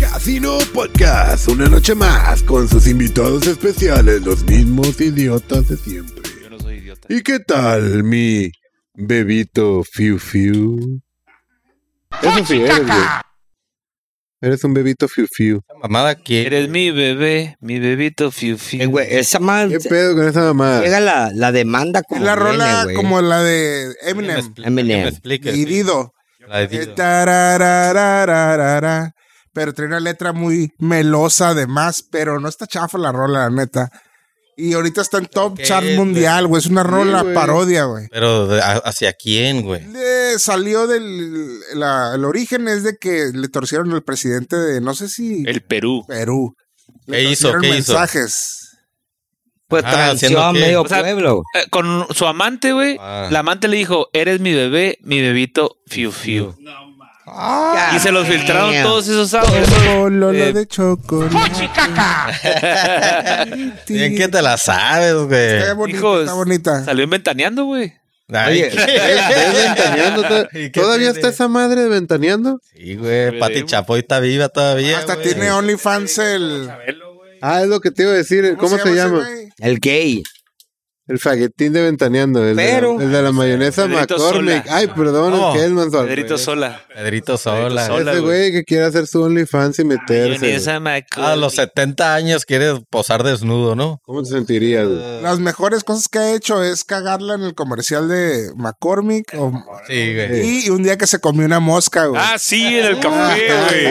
Casino Podcast, una noche más con sus invitados especiales, los mismos idiotas de siempre. Yo no soy idiota. ¿Y qué tal, mi bebito Fiu Fiu? Eso sí eres, güey. Eres un bebito Fiu Fiu. mamada que Eres mi bebé, mi bebito fiu Eh, fiu. güey, esa madre ¿Qué pedo con esa mamada? llega la, Ah, la demanda como la viene, rola güey. como la de Eminem Eminem. y Dido. La de Eh, Dido. tarararararara. Pero trae una letra muy melosa además, pero no está chafa la rola, la neta. Y ahorita está en top ¿Qué chart es, mundial, güey. Es una rola güey. parodia, güey. Pero de- a- hacia quién, güey. Le salió del... la- el origen es de que le torcieron al presidente de, no sé si... El Perú. Perú. Le ¿Qué hizo? torcieron ¿Qué hizo? mensajes. Pues Ah, transió ¿haciendo a qué? medio O sea, pueblo. Eh, con su amante, güey. Ah. La amante le dijo, eres mi bebé, mi bebito fiu fiu. Y se los Ah, filtraron Damn. todos esos audios. Lolo eh, de chocolate. Bien que te la sabes, Está güey. bonita, Hijos, está bonita. Salió inventaneando, güey. Oye, Ay, ¿Ves ventaneando? to- ¿Y qué ¿Todavía tiene? está esa madre de ventaneando? Sí, güey. Pati Chapoy está viva todavía. Hasta güey. tiene OnlyFans el. Ah, es lo que te iba a decir. ¿Cómo, se, llama? ese güey? El gay. El faguetín de ventaneando. El, de, Pero- la, el de la mayonesa Pedrito McCormick. Sola. Ay, perdón, No, el Kelman Sol. Pedrito Sola. Pedrito Sola. Sola. Ese güey que quiere hacer su OnlyFans y meterse. güey. Mayonesa A Ah, los McCormick. 70 años quieres posar desnudo, ¿no? ¿Cómo te sentirías? güey? Las mejores cosas que ha hecho es cagarla en el comercial de McCormick. o- Sí, güey. y y un día que se comió una mosca, güey. Ah, sí, en el café, güey.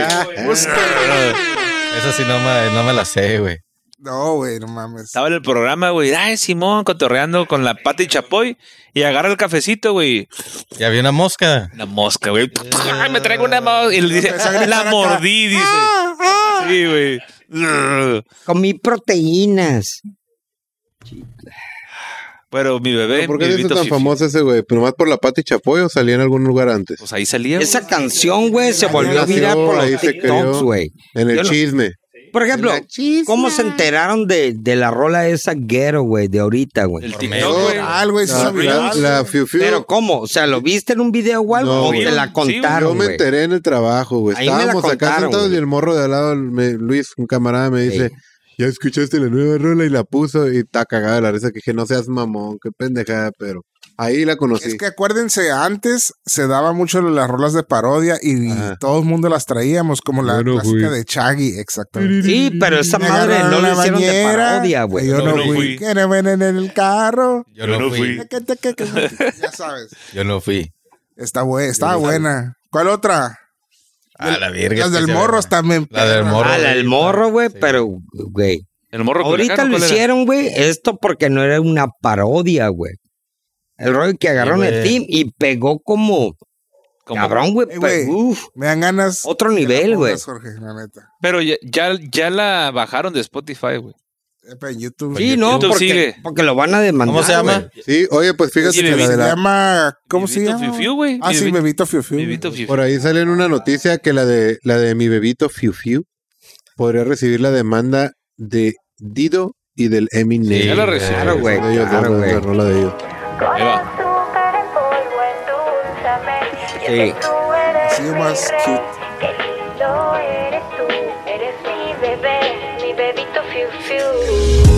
Esa sí no me, no me la sé, güey. No, güey, no mames. Estaba en el programa, güey. Ay, Simón, cotorreando con la Pati Chapoy. Y agarra el cafecito, güey. Y había una mosca. Una mosca, güey. Ay, me traigo una mosca. Y le dice, Empezó a gritar la acá. mordí, dice. Sí, güey. Comí proteínas. Pero mi bebé, ¿Por qué se mi hizo bebito tan fifi. famoso ese güey? ¿Pero más por la pata y chapoy o salía en algún lugar antes? Pues ahí salía. güey. Esa canción, güey, se volvió nació, viral por ahí los se TikToks, creó. güey. En el Yo no- chisme. Por ejemplo, En la chisma. ¿cómo se enteraron de, de la rola esa ghetto, güey, de ahorita, güey? El medio. TikTok, güey. Ah, güey, se La, hizo la, viral. la Fiu Fiu. Pero ¿cómo? O sea, ¿lo viste en un video o algo? No, ¿O güey. te la Yo contaron, me güey? enteré en el trabajo, güey. Ahí me la Estábamos acá contaron, sentados güey. y el morro de al lado, me- Luis, un camarada, me dice, Sí. ya escuchaste la nueva rola y la puso y está cagada de la risa. Que dije, no seas mamón, qué pendejada, pero ahí la conocí. Es que acuérdense, antes se daba mucho las rolas de parodia y Ajá. todo el mundo las traíamos, como la Yo no clásica fui. de Chaggy, exactamente. Sí, pero esa Me madre agarraron no la la hicieron de bañera, parodia, güey. Yo Yo no no fui. fui. Que no ven en el carro. Yo, no, fui. ya sabes. Yo no fui. Está, buena, está buena. ¿Cuál otra? A la verga. Las es que del sí, morro güey. están bien La del perras. morro. Ah, la del morro, güey, Sí. pero, güey. El morro Ahorita culiacano, lo ¿cuál era? hicieron, güey, esto porque no era una parodia, güey. El rollo que agarraron el güey. team y pegó como, Como- cabrón, güey. Eh, pues, güey. uf, Me dan ganas. otro que la nivel, güey. pongas, Jorge, la neta. Pero ya, ya, ya la bajaron de Spotify, güey. Eh, pero en YouTube. Sí, no, YouTube porque, sigue. porque lo van a demandar. Eh, ¿Cómo se llama? Sí, oye, pues fíjate Sí, que la se de la... llama. ¿Cómo se Bebito Fiu llama? Fiu, güey. Ah, sí, Bebito- Bebito Fiu Fiu. Bebito Fiu Fiu. Por ahí sale en una noticia que la de la de mi bebito Fiu Fiu podría recibir la demanda de Dido y del Eminem. Sí, Ya la güey. recibí. Claro, güey, Son ellos claro, dos, la güey. rola de ellos. Ahí va. Sí. Sí, más cute.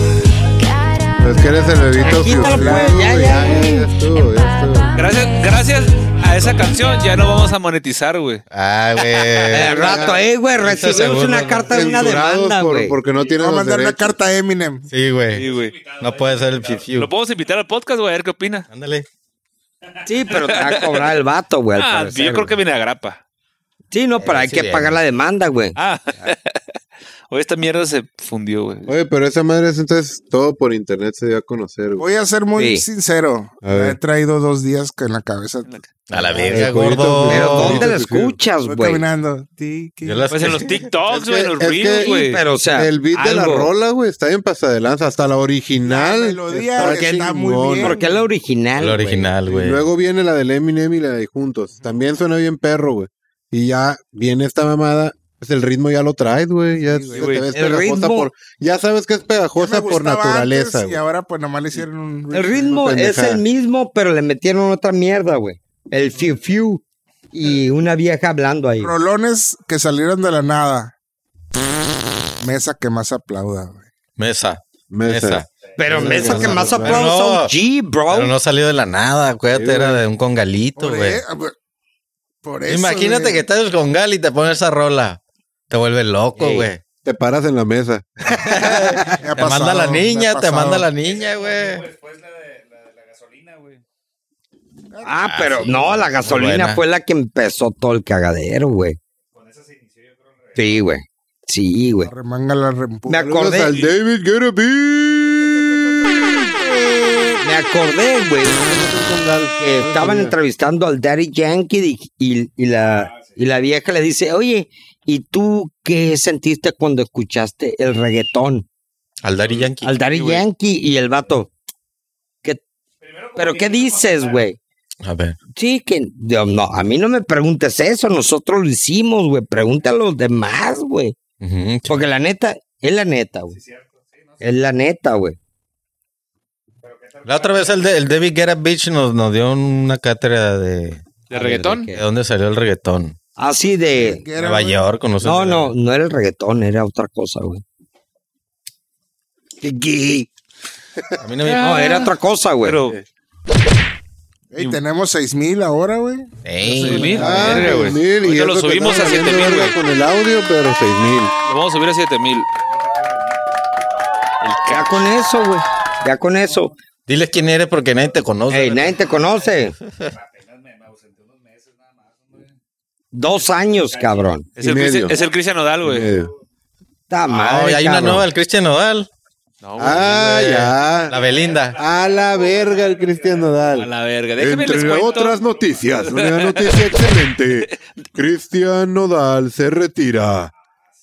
Pero es Pues que eres el bebito Fiu Fiu. Quítalo, pues, ya, güey, ya. ya estuvo, ya estuvo. Gracias, gracias a esa canción ya no vamos a monetizar, güey. Ah, El güey. rato, eh, güey, recibimos segundos, una ¿no? carta de una Censurados demanda, por- güey. porque no tienen Voy a los mandar una derechos. carta a Eminem. Sí, Sí, güey. güey. No puede ser el fifiu. Lo podemos invitar al podcast, güey, a ver qué opina. Ándale. Sí, pero te va a cobrar el vato, güey. al Ah, parecer, yo creo que güey. viene a grapa. Sí, no, pero hay Sí, que bien. pagar la demanda, güey. Ah. Oye, esta mierda se fundió, güey. Oye, pero esa madre es entonces todo por internet se dio a conocer, güey. Voy a ser muy Sí. sincero. A ver. He traído dos días que en la cabeza. A la Ay, verga, gordo. gordo. Pero Oh, ¿dónde la sí, sí, sí. escuchas, Voy güey? caminando. Tiki. Yo las Pues en los Es TikToks, güey, en que- los es reels, que- güey. Pero, o sea, el beat de la algo. rola, güey, está bien pasada de lanza. Hasta la original. La melodía está muy chingona. bien. Porque es la original, El güey. original, Y güey. luego viene la del Eminem y la de Juntos. También suena bien perro, güey. Y ya viene esta mamada. Pues el ritmo ya lo traes, güey. Ya Sí, se güey. te ves El pegajosa ritmo- por. Ya sabes que es Ya me pegajosa por gustaba naturaleza, antes Y güey. ahora, pues, nomás le hicieron un. El ritmo es Pendejada. el mismo, pero le metieron otra mierda, güey. El fiu fiu y una vieja hablando ahí. Rolones que salieron de la nada. Mesa que más aplauda, güey. Mesa. Mesa. Mesa. Pero Pero me dice no, que no, más no, aplausos no. son G, bro. Pero no salió de la nada, acuérdate, Sí, era güey. de un congalito, Por, güey. e- por- por eso. Imagínate güey. que estás en el congal y te pones esa rola. Te vuelve loco, Ey. güey. Te paras en la mesa. Me ha Te manda pasado, la me ha niña, te pasado. manda la niña, güey. ah, pero no, la gasolina buena. fue la que empezó todo el cagadero, güey. Sí, güey. Sí, güey. Remanga la rempu- Me Saludos acordé. al David Guerra Me acordé, güey, que estaban entrevistando al Daddy Yankee y, y- y la, y la vieja le dice, oye, ¿y tú qué sentiste cuando escuchaste el reggaetón? Al Daddy Yankee. Al Daddy güey. Yankee y el vato. ¿qué- ¿Pero qué dices, güey? A ver. Sí, que yo, no, a mí no me preguntes eso, nosotros lo hicimos, güey, pregunta a los demás, güey. Ujú, sí. Porque la neta, es la neta, güey. Es la neta, güey. La otra vez el, de, el David Guerra Beach nos, nos dio una cátedra de, ¿De reggaetón? de dónde salió el reggaetón. Así Ah, de... ¿Qué era, Nueva güey? York, conoces. No, no, no era el reggaetón, era otra cosa, güey. Gui. A mí no me. No, era otra cosa, güey. Pero, Ey, tenemos 6000 ahora, güey. Ey, Sí, mira. Ah, Verga, güey. 6,000, Ahorita es lo que subimos están a haciendo 7,000, verga güey. Con el audio, pero 6000. lo vamos a subir a 7000. Ya con eso, güey. Ya con eso. Diles quién eres porque nadie te conoce. Ey, nadie te conoce. Dos años, cabrón. Es Y el, medio. Cristi- es el Cristian Odal, güey. Eh, Está Ah, mal. hay una nueva, el Cristian Nodal. No, güey. Ah, güey. ya. La Belinda. A la verga el Cristian A Nodal. la verga. Déjenme les Entre cuento. otras noticias, una noticia excelente. Cristian Nodal se retira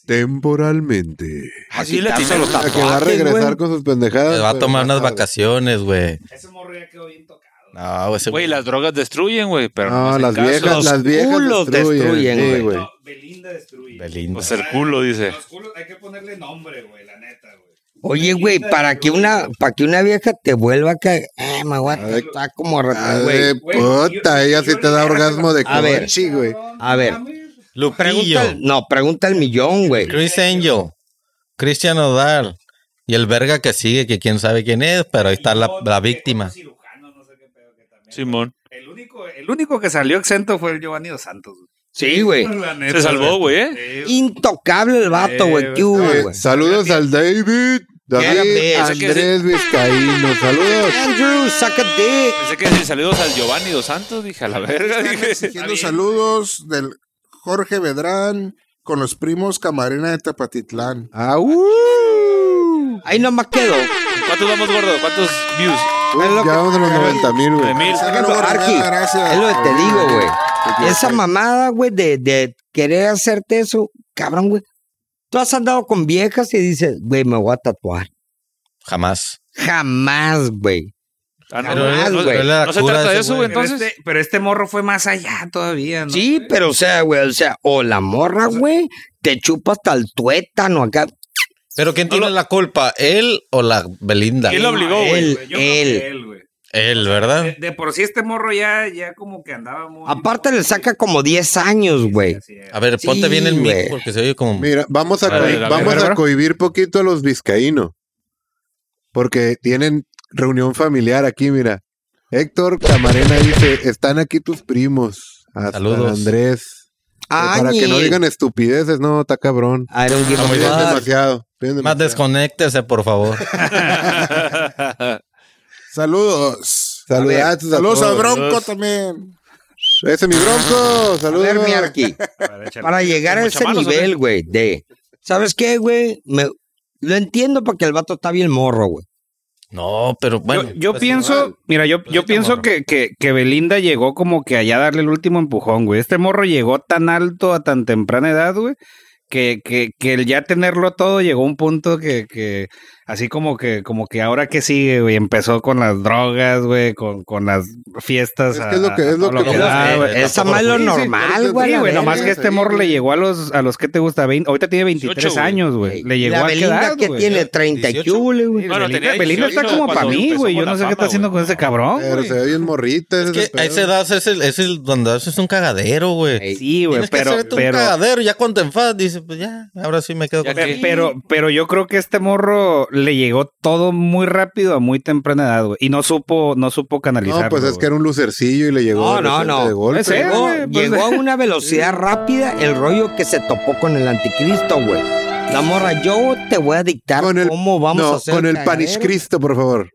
temporalmente. Así le atinó. los A Ah, que va a tatuajes, regresar güey. con sus pendejadas. Les va a pero tomar más unas tarde. vacaciones, güey. Ese morro ya quedó bien tocado. No, ese Güey, las drogas destruyen, güey. Pero no, No, hacen las caso. viejas, las viejas culos destruyen, destruyen, sí, güey. güey. Belinda. O sea, Pues el culo, dice. Oye, güey, para que una, para que una vieja te vuelva a caer. Eh, me voy a ver. tratar como Ah, rata, de güey. puta, ella sí te da orgasmo de A ver. coche, güey. A ver, Lupillo. pregunta, al- no, pregunta al millón, güey. Chris Angel. Cristian Nodal. Y el verga que sigue, que quién sabe quién es, pero ahí está la, la víctima. Simón. El único, el único que salió exento fue el Giovanni Dos Santos. güey. Sí, güey. La neta, Se salvó, güey, ¿eh? Intocable el vato, güey. ¿Qué hubo, Eh, güey? saludos al David. David Espérame, ese que es Andrés Vizcaíno, saludos. Andrew, saca dick. Pensé que si saludos al Giovanni dos Santos, dije a la verga. Están dije. exigiendo saludos del Jorge Vedrán con los primos Camarena de Tepatitlán. Ah, ¡Au! Ahí nomás quedó. ¿Cuántos vamos, gordo? ¿Cuántos views? Ya vamos a los 90 mil, güey. De mil. Sácalo, Sácalo, Gorgonzola, Arqui. gracias. Es lo que te digo, güey. Ah, quiero Esa saber. mamada, güey, de, de querer hacerte eso, cabrón, güey. Tú has andado con viejas y dices, güey, me voy a tatuar. Jamás. Jamás, güey. Ah, no, Pero no, Jamás, no, güey. él era no se cura trata ese de eso, güey. Pero, Entonces, este, pero este morro fue más allá todavía, ¿no? Sí, pero o sea, güey, o sea, o la morra, güey, te chupa hasta el tuétano acá. Pero ¿quién tiene la culpa? ¿Él o la Belinda? ¿quién lo obligó, güey? él, Yo creo que él. él, güey. Él, ¿verdad? De, de por sí este morro ya, ya como que andaba muy... Aparte le saca como 10 años, güey. Así es. A ver, Sí, ponte bien el güey. mic porque se oye como... Mira, vamos a, A ver, cohi- a ver, vamos a ver, a bro. cohibir poquito a los vizcaínos. Porque tienen reunión familiar aquí, mira. Héctor Camarena dice, están aquí tus primos. Hasta Saludos. Andrés. Eh, Ay, Para que no digan estupideces, no, está cabrón. I don't give a Muy Piden bien, fuck. demasiado. piden Más demasiado. desconéctese, por favor. Saludos. Saludazos a Saludos a todos. Bronco también. Ese es mi bronco. A Saludos. ver, mi Arqui. Para echarle- para llegar a mucha ese mano, nivel, güey, de... ¿Sabes qué, güey? Me- Lo entiendo porque el vato está bien morro, güey. No, pero Yo- bueno. yo pienso, mira, yo, Pues yo sí, pienso morro. que, que, que Belinda llegó como que allá a darle el último empujón, güey. Este morro llegó tan alto a tan temprana edad, güey, que, que, que el ya tenerlo todo llegó a un punto que, que Así como que, como que ahora que sigue, güey, empezó con las drogas, güey, con, con las fiestas. Es que es lo que- es Eh, lo todo que- es lo da, que- güey. es Esa Ah, más lo Sí, sí, por normal, eso güey. digo, la Sí, güey, verga, nomás que este sí, morro le güey. llegó a los, a los que te gusta, 20, ahorita tiene 23 18, güey. años, güey. Le llegó la a Belinda quedar, que güey. tiene 30 y 18. chule, güey. Bueno, Belinda, tenía Belinda está 18 como para cuando mí, empezó güey. con Yo la no sé qué fama, está haciendo güey. con ese cabrón, Pero güey. se ve bien morrita. Es ese que a pedo. esa edad es el, es el donde haces un cagadero, güey. Ey. Sí, güey, Tienes pero, que hacerte pero, un cagadero. Ya cuando te enfadas, dices, pues ya, ahora sí me quedo Ya con que- Pe- Pero, pero yo creo que este morro le llegó todo muy rápido a muy temprana edad, güey. Y no supo, no supo canalizarlo. No, pues es que güey. era un lucercillo y le llegó No, de no, repente no. de golpe. Ese- Llegó, güey, pues, llegó a una velocidad rápida el rollo que se topó con el anticristo, güey. La morra, yo te voy a dictar Con el- cómo vamos no, a hacer. con el cagadero, Panish Cristo, por favor.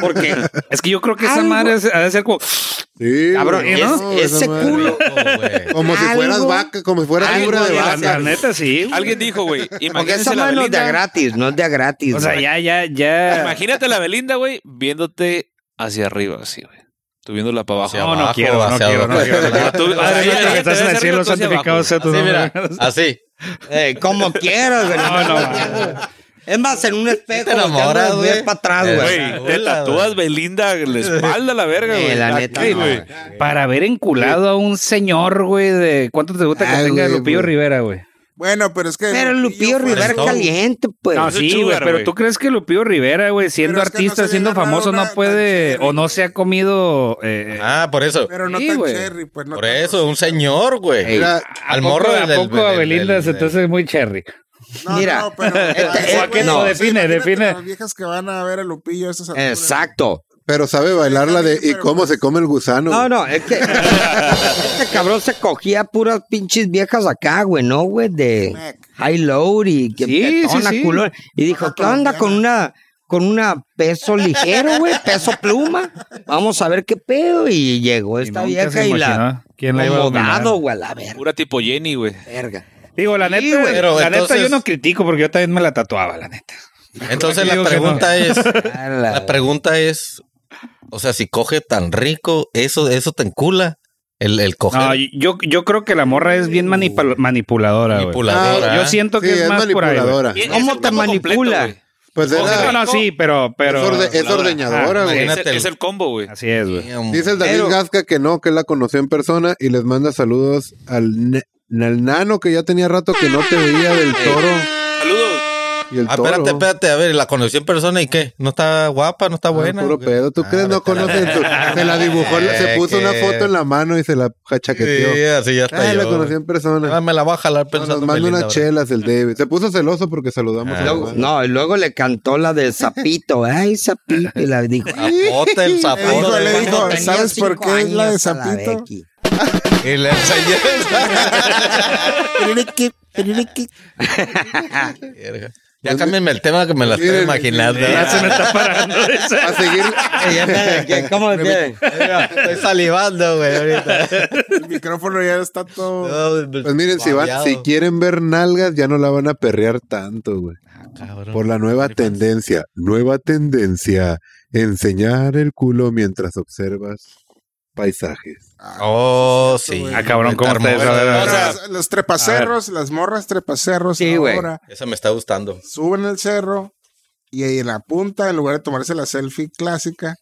Porque, Es que yo creo que esa Algo- madre es- ha de ser como. Sí, cabrón, güey, es- no, esa ese madre. culo. Oh, güey. Como si Algo- fueras vaca, como si fueras algo figura de de La, vaca. la neta, sí. güey. Alguien dijo, güey, porque esa imagínate la madre no es de a Belinda. gratis, no es de a gratis. O sea, güey. ya, ya, ya. Imagínate la Belinda, güey, viéndote hacia arriba, así, güey. Tú viéndola para abajo. Hacia No, no abajo, quiero, no hacia quiero, abajo. no quiero. Pero tú- o sea, ella- Padre nuestro que ella te estás ve en el hacia cielo, arriba, tú hacia santificado abajo, sea tu Así, mira, nombre. así. Eh, como quieras, güey. No, no. Es más, en un espejo. Te enamoras, volteando de güey. para atrás, Eh, güey. Güey, te tatúas Belinda en la espalda, la verga, Eh, güey. la neta, Ay, no, güey. güey. Para haber enculado a un señor, güey, de. ¿Cuánto te gusta que Ay, tenga güey, Lupillo güey. Rivera, güey? Bueno, pero es que. Pero Lupillo fue- Rivera Rivera caliente, pues. No, es un sí, güey, sugar, pero güey. tú crees que Lupillo Rivera, güey, siendo Pero es que no artista, se le siendo ganaba famoso, no una puede tan o no se ha comido. eh, Ah, por eso. Pero no Sí, tan güey. cherry, pues no. Por tan eso, un señor, güey. Mira, Al morro ¿A del- del- poco a del- Belinda del- se te hace muy cherry? No, Mira, no, pero- este- Ay, güey, no, o sea, define, imagínate define. Las viejas que van a ver a Lupillo, esas alturas. Exacto. pero sabe bailar la de y cómo se come el gusano. No, no, es que este cabrón se cogía puras pinches viejas acá, güey, ¿no, güey? De high low y que Sí, petona, sí, sí. culón. Y dijo, ¿qué onda con una, con una peso ligero, güey? Peso pluma. Vamos a ver qué pedo. Y llegó esta nunca vieja se y la... imaginó quién la iba a como dominar. dado, güey, a la verga. Pura tipo Jenny, güey. verga. Digo, la Sí, neta, güey. Pero la neta entonces- yo no critico porque yo también me la tatuaba, la neta. Entonces Digo la que pregunta es, A la- la pregunta es, o sea, si coge tan rico, eso, eso te encula. El, el coger No, yo, yo creo que la morra es bien manipa- manipuladora, güey. manipuladora. Yo siento que Sí, es, es más por ahí. güey. manipuladora. Y- ¿Cómo es el te combo completo, manipula? güey. Pues O sea, No, era, no, sí, pero... pero Es orde- es ordeñadora, Ah, güey. Es, Imagínate el, el- es el combo, güey. Así es, güey. Damn. dice el David Pero- Gasca que no, que la conoció en persona y les manda saludos al, ne- al nano que ya tenía rato que no te veía del toro Saludos. y el Ah, toro. espérate, espérate, a ver, la conocí en persona y qué, no está guapa, no está Ah, buena. puro ¿o qué? pedo. ¿Tú Ah, crees no vete a la conoces? verga. tu- se la dibujó, Eh, se puso una que- foto en la mano y se la jachaqueteó. Sí, así ya está. Ah, la yo. conocí en persona. Ah, me la va a jalar No, nos pensando. manda Belinda, unas bro. chelas el David. Se puso celoso porque saludamos Ah. a la Luego- mamá. no, y luego le cantó la de Zapito. Ay, Zapito. Y la dijo... Zapote, el Le dijo, zapote. le dijo, "Cuando tenía ¿sabes por cinco qué es la de años, a Zapito? Becky". Y le enseñé. Piririqui, piririqui. Verga. Ya cámbienme el tema que me la estoy Miren, imaginando. Ya se me está parando. esa. A seguir. ¿Cómo que? Estoy salivando, güey, ahorita. El micrófono ya está todo. Pues miren, si, van, si quieren ver nalgas, ya no la van a perrear tanto, güey. Ah, Por la nueva tendencia. Nueva tendencia. Enseñar el culo mientras observas paisajes. Oh, sí. Ah, cabrón, ¿cómo Está está hermoso. eso? O sea, Ahora, los trepacerros, las morras trepacerros Sí, güey. ahora Esa me está gustando. suben el cerro y ahí en la punta, en lugar de tomarse la selfie clásica,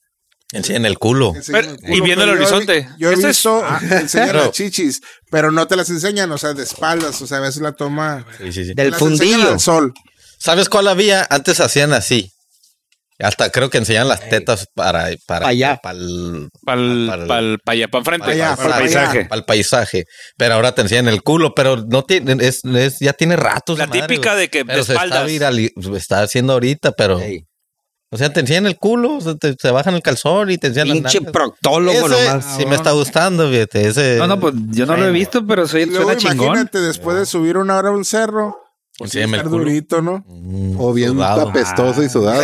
Enseñen el culo. enseñan Pero- el culo. y viendo el Pero yo he- horizonte. Yo he Eso es- Ah. visto enseñan Claro. las chichis, pero no te las enseñan, o sea, de espaldas, o sea, a veces la toma. Sí, sí, sí. Del las enseñan fundillo. al sol. ¿Sabes cuál había? Antes hacían así. Hasta creo que enseñaban las tetas para, para Pa' allá. para el- Pa'l, Pa'l- pa'l, pa' allá, pa' enfrente. para el allá, paisaje, para paisaje. para el paisaje. Pero ahora te enseñan el culo, pero no tiene, es, es- ya tiene ratos. La típica de que de pero se espaldas. está, virali- está haciendo ahorita, pero. Ey. O sea, te enseñan el culo, o sea, te, se bajan el calzón y te enseñan las Pinche nalgas. proctólogo Ese nomás. sí me está gustando, fíjate. Ese, No, no, pues yo no lo he visto, pero soy, Y luego suena chingón. imagínate después de subir una hora a un cerro, pues sí, Enséñame el estar culo. durito, ¿no? Mm, O bien sudado. apestoso y sudado.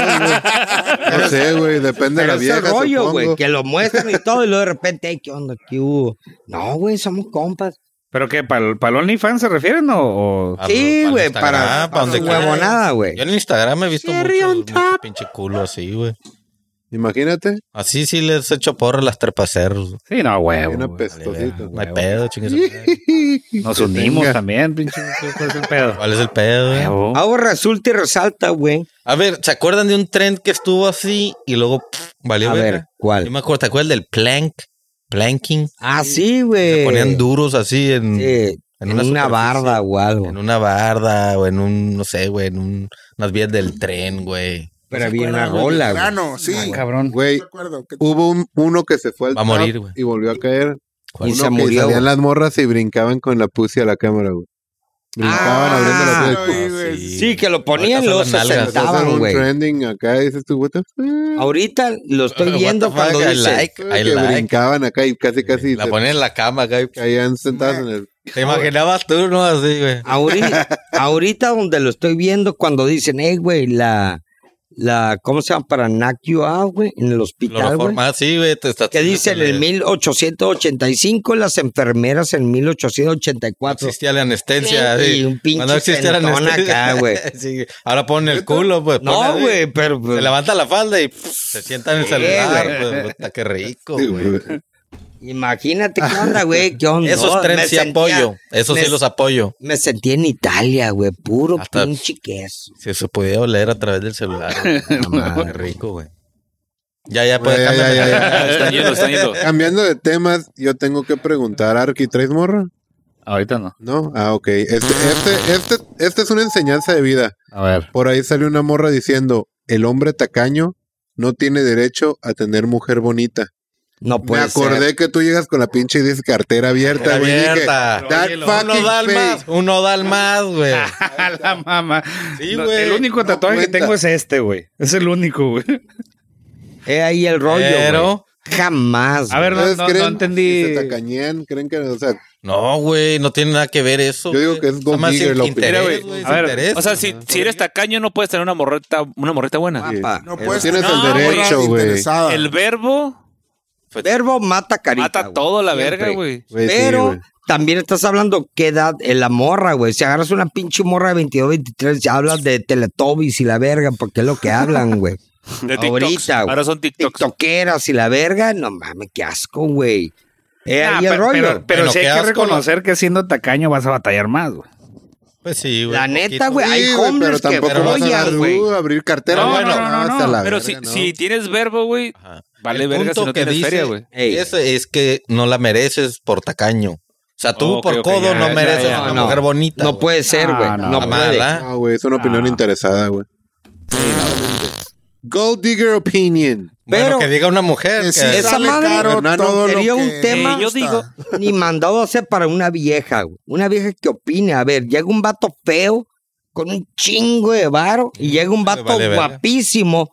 no sé, güey. Depende de Pero la ese vieja. rollo, güey, supongo. que lo muestran y todo, y luego de repente, ay, ¿qué onda? ¿Qué hubo? No, güey, somos compas. ¿Pero qué? ¿Para el OnlyFans se refieren o...? o- Para- Sí, para güey, Instagram, Ah, para, para donde para huevonada, güey. Yo en Instagram he visto mucho, mucho pinche culo así, güey. Imagínate. Así sí les echo porra a las trepaceros. Sí, no, huevo. Bien Eh, güey. apestosito. No hay Huevo. pedo, chingues. Nos Que unimos tenga. también, pinche. ¿Cuál es el pedo? ¿Cuál es el pedo? eh? Huevo. Ahora resulta y resalta, güey. A ver, ¿se acuerdan de un tren que estuvo así y luego pff, valió A verga? ver, ¿cuál? Yo me acuerdo, ¿te acuerdas del plank? Planking. Ah, sí, Se güey. ponían duros así en, Sí, en en una una, superficie. barda o algo. en una barda o en un, no sé, güey, en un, unas vías del tren, güey. Pero había una güey. rola, güey. Plano, sí. Ah, cabrón. Güey, Me acuerdo que- hubo un- uno que se fue al Va a top morir, güey. y volvió a caer. ¿Cuál? Y Uno se pues que murió, salían güey. las morras y brincaban con la pussy a la cámara, güey. Brincaban Ah, abriendo la pussy. sí, güey. Sí, que lo Ahorita ponían y luego son se las nalgas. Empezó a hacer sentaban, un güey. trending acá y dices tú, what the fuck? Ahorita lo What estoy the viendo fuck, cuando I dice. like, I que like. brincaban acá y casi casi La se ponían en la cama, güey. caían sentadas en el... Te imaginabas tú, ¿no? Así, güey. Ahorita, ahorita donde lo estoy viendo, cuando dicen, hey, güey, la, la, ¿cómo se llama? Para knock you out, güey, en el hospital, güey. Ah, sí, güey. te estás- Que dice en el 1885, las enfermeras en No 1884. existía la anestesia. Sí, sí. y un pinche Cuando no existía la sentón anestesia. acá, güey. Sí, Ahora ponen el culo, pues. ponen No, ahí. güey, pero. pues, Se levanta la falda y pff, se sienta en el celular. pues, puta, qué rico, güey. Imagínate qué onda, güey, qué onda. Esos Me trenes sí sentía- apoyo. Esos sí me- los apoyo. Me sentí en Italia, güey, puro Hasta- pinche queso. Si se pudiera oler a través del celular. güey. Qué rico, güey. Ya, ya, puedes Ya, ya, cambiar. ya, ya, Están yendo, están yendo. Cambiando de temas, yo tengo que preguntar, Arqui, ¿traes morra? Ahorita no. No, ah, ok. Este, este, este, este es una enseñanza de vida. A ver. Por ahí salió una morra diciendo, el hombre tacaño no tiene derecho a tener mujer bonita. No Me puede acordé ser. que tú llegas con la pinche y dices cartera abierta, güey. Dije, Abierta. that Uno fucking da al más, face. uno da al más, güey. A la mamá. Sí, No, güey. el único No tatuaje que cuenta. tengo es este, güey. Es el único, güey. Es ahí el rollo, güey. Pero, Jamás. A ver, no, ¿Ustedes no, creen no entendí. que se tacañean? ¿Creen que, o sea, no, güey, no tiene nada que ver eso. Yo digo güey. que es Nada más Gold Digger in- la interés, opinión. güey, A ver, interés. O sea, si, si eres tacaño, no puedes tener una morreta, una morreta buena. Sí. Papá, No Ah, eh, el puedes Tienes tener el morras derecho, güey. interesadas. El verbo verbo mata carita. Pues, mata güey, todo la siempre. verga, güey. güey, sí, Pero güey. también estás hablando qué edad en la morra, güey. Si agarras una pinche morra de 22, 23, ya hablas de Teletubbies y la verga, porque es lo que hablan, güey. De TikToks. Ahorita, güey. Ahora son TikToks. TikTokeras y la verga, no mames, qué asco, güey. Eh, Ah, ahí el pero, rollo. pero, pero Bueno, sí qué hay que asco, reconocer que siendo tacaño vas a batallar más, güey. Pues sí, güey. la un neta, poquito. güey, hay Sí, güey, hombres que tampoco vas a follan, andar, güey. uh, abrir cartera. No, bueno, no, no, no, hasta no. la Pero verga, si, ¿no? si tienes verbo, güey, Ajá. vale El verga si punto no tienes dice feria, güey. Ey. Eso es que no la mereces por tacaño. O sea, tú Ok, por ok, codo ya, no ya, mereces ya, una no. mujer bonita. No güey. puede ser, Ah, güey. no. No, Jamás, puede. ¿verdad? No, güey, es una opinión Ah. interesada, güey. Gold Digger Opinion. Bueno, Pero- que diga una mujer. Que sí que- Esa sale madre, caro Hernán, todo sería lo un que tema- gusta. eh, Yo digo- Ni mandado a hacer para una vieja, güey. Una vieja que opine. A ver, llega un vato feo con un chingo de varo y llega un vato vale verga. guapísimo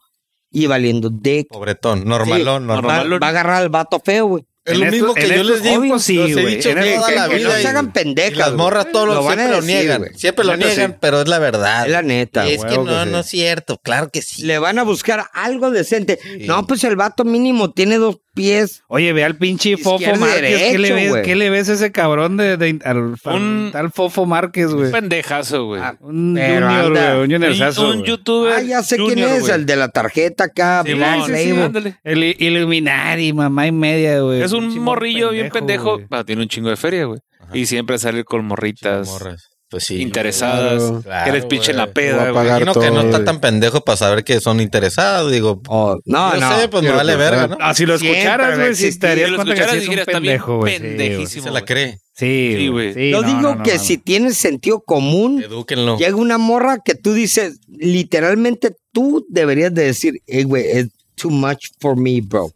y valiendo de Pobretón, normalón, Sí, normal. Va, va a agarrar al vato feo, güey. Es En lo esto- mismo en que yo estos les digo. tiempos sí, los he güey. dicho En el- toda que- la que vida. no se y- hagan y pendejas. las güey. morras todos Lo los van a siempre lo decir, niegan. güey. Siempre lo Neta, niegan, sí. pero es la verdad. Es la neta, es güey. que huevo no, que sí. no es cierto. Claro que sí. Le van a buscar algo decente. No, pues el vato mínimo tiene dos pies. Oye, ve al pinche Izquierda Fofo y Márquez. ¿Qué, le derecho, ves, güey. ¿Qué le ves a ese cabrón de, de- al, al Un- tal Fofo Márquez, güey? Pendejazo, güey. Ah, Un Pero junior, anda. güey. Un juniorzazo, Un, un güey. youtuber. Ah, ya sé junior, quién es, güey. el de la tarjeta acá. Sí, sí, Black sí, Label. ándale. El i- Illuminati, mamá y media, güey. Es un Pinche morrillo bien pendejo. güey. pero tiene un chingo de feria, güey. Ajá. Y siempre sale con morritas Morras. Pues sí. interesadas. Claro. Claro, que les pinchen güey. la peda, Voy a güey. pagar. Imagino que no Todo, está güey. tan pendejo para saber que son interesados. Digo, Oh, no, yo no. sé, pues me Quiero vale pensar. verga, ¿no? Ah, si lo Siempre escucharas, va a güey, sí existir. Y estarías lo con escucharas que y sí es un dijeras, está bien pendejo, güey. Sí, güey. pendejísimo. Se la güey. cree. Sí, Sí, güey. güey. Sí, Yo no, digo no, no, que no. si tienes sentido común, Edúquenlo. llega una morra que tú dices, literalmente tú deberías de decir, hey, güey, es too much for me, bro.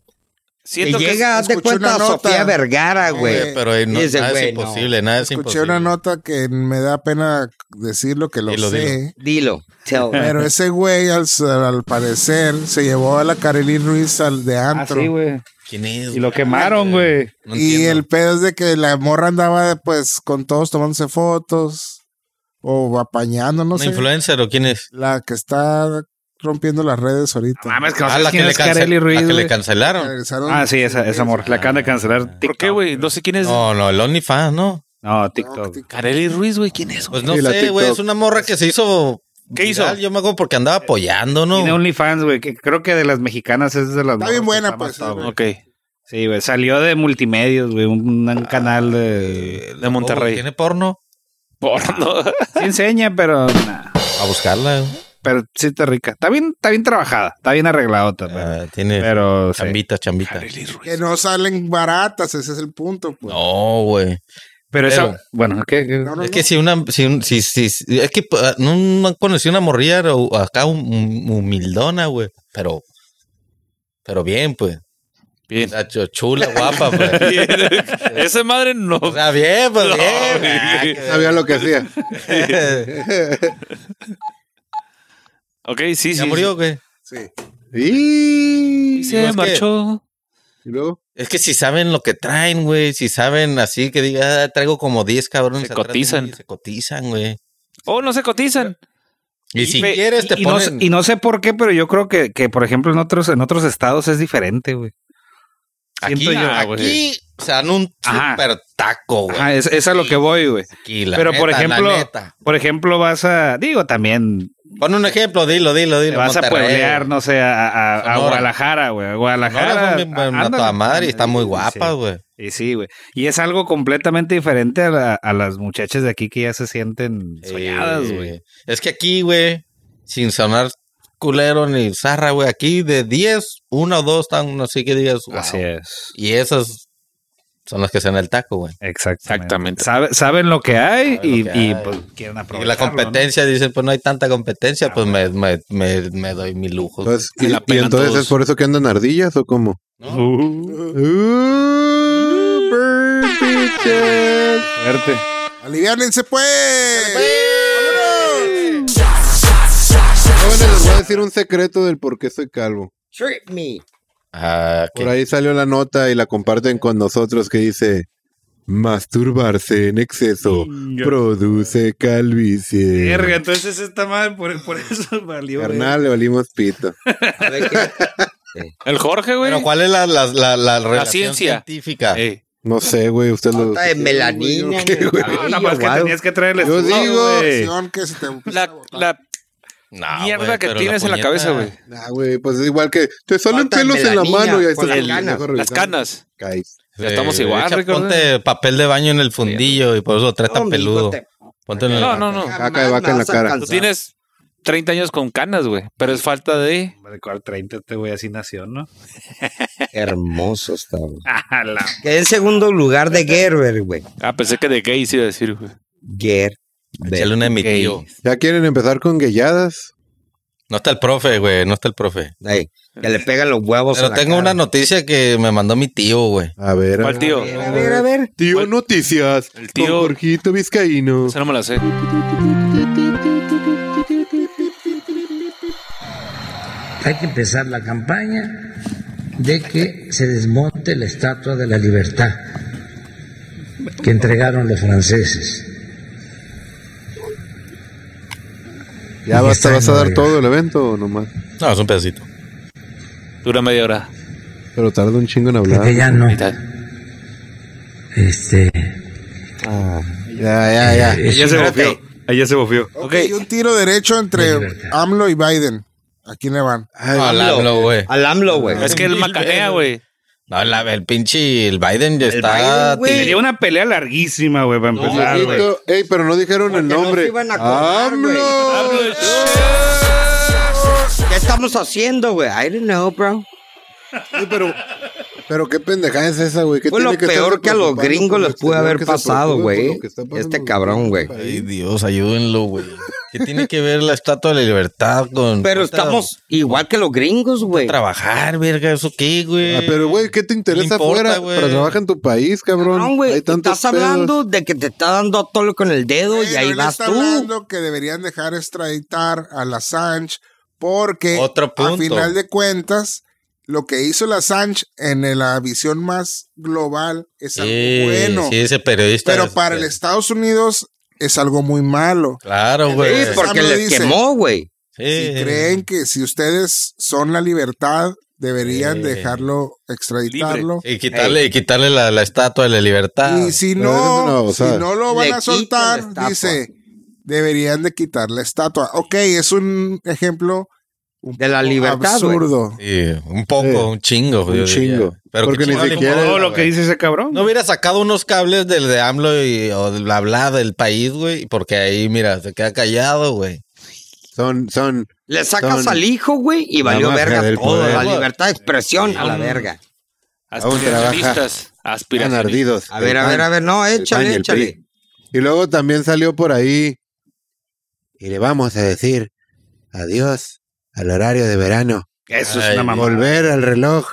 Que Siento que es- llega, haz de escuché cuenta, una a nota. Sofía Vergara, No, güey. Güey, Pero eh, no, Dice, nada es güey, no. imposible, nada es Escuché imposible. una nota que me da pena decir lo que lo Dilo, sé. dilo. Dilo. Tell. Ah. Pero ese güey, al, al parecer, se llevó a la Karelin Ruiz al de Ah, antro. sí, güey. ¿Quién es? Y lo güey? quemaron, güey. No y entiendo. el pedo es de que la morra andaba pues con todos tomándose fotos o apañando, no ¿Una sé. influencer o quién es? La que está rompiendo las redes ahorita. Mames, que no Ah, sabes la que, quién le es cancel- Kareli la Ruiz, que le güey. cancelaron. Regresaron. Ah, sí, esa, esa morra. La acaban de cancelar. ¿Por qué, güey? No sé quién es. No, no, el OnlyFans, no. No, No, TikTok. tic- Carelli Ruiz, güey. ¿Quién es, güey? Pues no Sí, la sé, güey, TikTok. es una morra que se hizo ¿Qué hizo? viral, Yo me acuerdo porque andaba apoyando, ¿no? Tiene OnlyFans, güey, que creo que de las mexicanas es de las Está bien mejores que buena, está más pues, top, güey. Ok. Sí, güey, salió de multimedios, güey, un, un canal de... De Monterrey. Oh, ¿Tiene porno? Porno. Sí enseña, pero nah, A buscarla. güey. pero sí está rica. Está bien, está bien trabajada, está bien arreglado también. Ah, tiene pero sí. chambita, chambita. Que no salen baratas, ese es el punto, pues. No, güey. Pero eso, Pero- bueno, ¿qué, qué? No, no, Es no. que si una, si, un- si, si, si- es que ah, no, no conocí una morrilla o- acá hum- hum- humildona, güey, pero, pero bien, pues. Bien. O sea, ch- chula, guapa, pues. Bien. Esa madre no. O sea, bien, pues, No, bien. güey. Ah, Sabía lo que hacía. que- Ok, sí, sí. Ya murió, güey. Sí. Y... Y se Digo, es que- marchó. y luego, Es que si saben lo que traen, güey, si saben así que diga, "Ah, traigo como 10 cabrones. Se atrás de mí", cotizan. Se cotizan, güey. Oh, no se cotizan. Y, si pe- quieres te y, no, sé- este ponen... y no sé por qué, pero yo creo que, que por ejemplo, en otros, en otros estados es diferente, güey. aquí, siento yo, aquí se dan un Ajá. super taco, güey. Ajá, es, es a lo que voy, güey. Aquí, la Pero, por neta, la ejemplo, neta. Por ejemplo, vas a, digo, también Pon un ejemplo, dilo, dilo, te dilo. vas a Monterrey. pueblear, no sé, a, a- a Sonora. Guadalajara, güey. A Ahora Guadalajara. son bien buenas, ándale. toda madre y está muy guapa, Sí. güey. Y sí, güey. Y es algo completamente diferente a, la- a las muchachas de aquí que ya se sienten soñadas, Eh, güey. Es que aquí, güey, sin sonar culero ni zarra, güey, aquí de 10, uno o dos están así que digas, wow. Así es. Y esas son las que se dan el taco, güey. Exactamente. Exactamente. Sabe- saben lo que hay Saben y, lo que y, hay. pues, quieren Y aprovechar. la competencia, dicen, pues no hay tanta competencia, pues me, me, me, me doy mi lujo. entonces, Se y, la y pelan entonces todos. es por eso que andan ardillas o cómo? uh, Uh, bird bitches. Fuerte. Aliviánense, pues. Jóvenes, Ah, les voy a decir un secreto del por qué soy calvo. Treat me. Ah, Por ahí salió la nota y la comparten con nosotros que dice: Masturbarse en exceso produce Verga, calvicie. entonces está mal, por, por eso valió. güey. Carnal, le valimos pito. A ver qué- El Jorge, güey. Pero ¿cuál es la, la, la, la relación ciencia. Eh, científica? Ey. No sé, güey, usted lo. Nota de melanina. ¿Qué, güey? Ah, nada más que guau. tenías que traerle Yo estudio, digo, güey. Acción que se te empieza a La, botar. la No, mierda Ah, güey, que pero tienes en la puñeta- eh, cabeza, güey. Ah, güey, pues es igual que te salen Nota de pelos en la melanina, mano y ahí con estás las el- canas. mejor Las revisando. canas. Caes. Ya estamos Eh, igual, echa- Ricardo. Ponte papel de baño en el fundillo y por eso traes tan Domingo, peludo. te- Ponte en el- No, no, no. Caca de vaca en la Jamás me vas a cara. Tú alcanzar. Pues tienes 30 años con canas, güey. Pero es falta de. Hombre, ¿cuál 30 te güey así nació, no? Hermoso está. güey. Ah, la- Quedé en segundo lugar de Gerber, güey. Ah, pensé que de gay sí iba a decir, güey. Échale Gerber. una de mi Ok. tío. ¿Ya quieren empezar con guelladas? No está el profe, güey. No está el profe. Ahí, que le pegan los huevos. a Pero la tengo cara. una noticia que me mandó mi tío, güey. A ver. ¿Cuál tío? A ver, a ver. Tío Noticias. El tío- Con Jorgito Vizcaíno. Esa no me la sé. hay que empezar la campaña de que se desmonte la estatua de la libertad que entregaron los franceses. ¿Ya vas, Está en vas a dar Nueva todo el evento o nomás? No, es un pedacito. Dura media hora. Pero tarda un chingo en Porque hablar. ya no, Mitad. este, Ya, ya, ya. es Ella se una- bofió. Ella se bofió. Ok, y un tiro derecho entre AMLO y Biden. ¿A quién le van? Ay, No, el AMLO, güey. Al AMLO, güey. Es que el macanea, güey. No, la- el pinche el Biden ya está. Biden, güey. tirando. Sería una pelea larguísima, güey, para empezar, güey. Pues, Jorgito, Ey, pero no dijeron Porque el no se nombre. iban a acordar, ¡AMLO! ¿Qué estamos haciendo, güey? I don't know, bro. Sí, pero, pero qué pendejada es esa, güey. ¿Qué Fue tiene lo que estarse peor que a los preocupando gringos con este, les el pudo exterior haber que se pasado, preocupen güey? por lo que está pasando Este en el cabrón, güey. país? Ay, Dios, ayúdenlo, güey. ¿Qué tiene que ver la estatua de la libertad con. Pero ponte a- estamos igual que los gringos, güey. Trabajar, verga, ¿eso qué, güey? Ah, pero, güey, ¿qué te interesa importa, afuera? güey. Pero trabaja en tu país, cabrón. No, güey, Hay tú tantos estás hablando de que te está dando a tole con el dedo y Pero ahí él vas está tú. hablando que deberían dejar extraditar a la Assange porque Otro a punto. final de cuentas lo que hizo la Assange en la visión más global es Sí, algo bueno, sí, ese periodista. pero es- para el Estados Unidos es algo muy malo. Claro, güey. Sí, Pues, porque AMLO les dice- quemó, güey. Sí. Si creen que si ustedes son la libertad deberían Sí. dejarlo extraditarlo Y quitarle, y quitarle la, la estatua de la libertad. y si Pero eso es una no si babosada. no Le lo van quitan la a soltar estatua. dice deberían de quitar la estatua. Ok, es un ejemplo un De la poco libertad, absurdo. Sí, un poco, Sí. un chingo. Un yo chingo. diría. Pero Porque que ni chingado le siquiera- importa, Todo lo güey. que dice ese cabrón. No hubiera sacado unos cables del de AMLO y, o del bla bla del país, güey, porque ahí, mira, se queda callado, güey. Son, son, Le sacas Son al hijo, güey, y valió magia verga del todo. poder. La libertad de expresión a la verga. Aún trabaja. Aspiracionistas. tan Aspiracionistas. ardidos. A ver, a ver, a ver. No, pan y échale, el échale. Y luego también salió por ahí. Y le vamos a decir adiós al horario de verano. Eso es Ay, una mamá. Volver al reloj.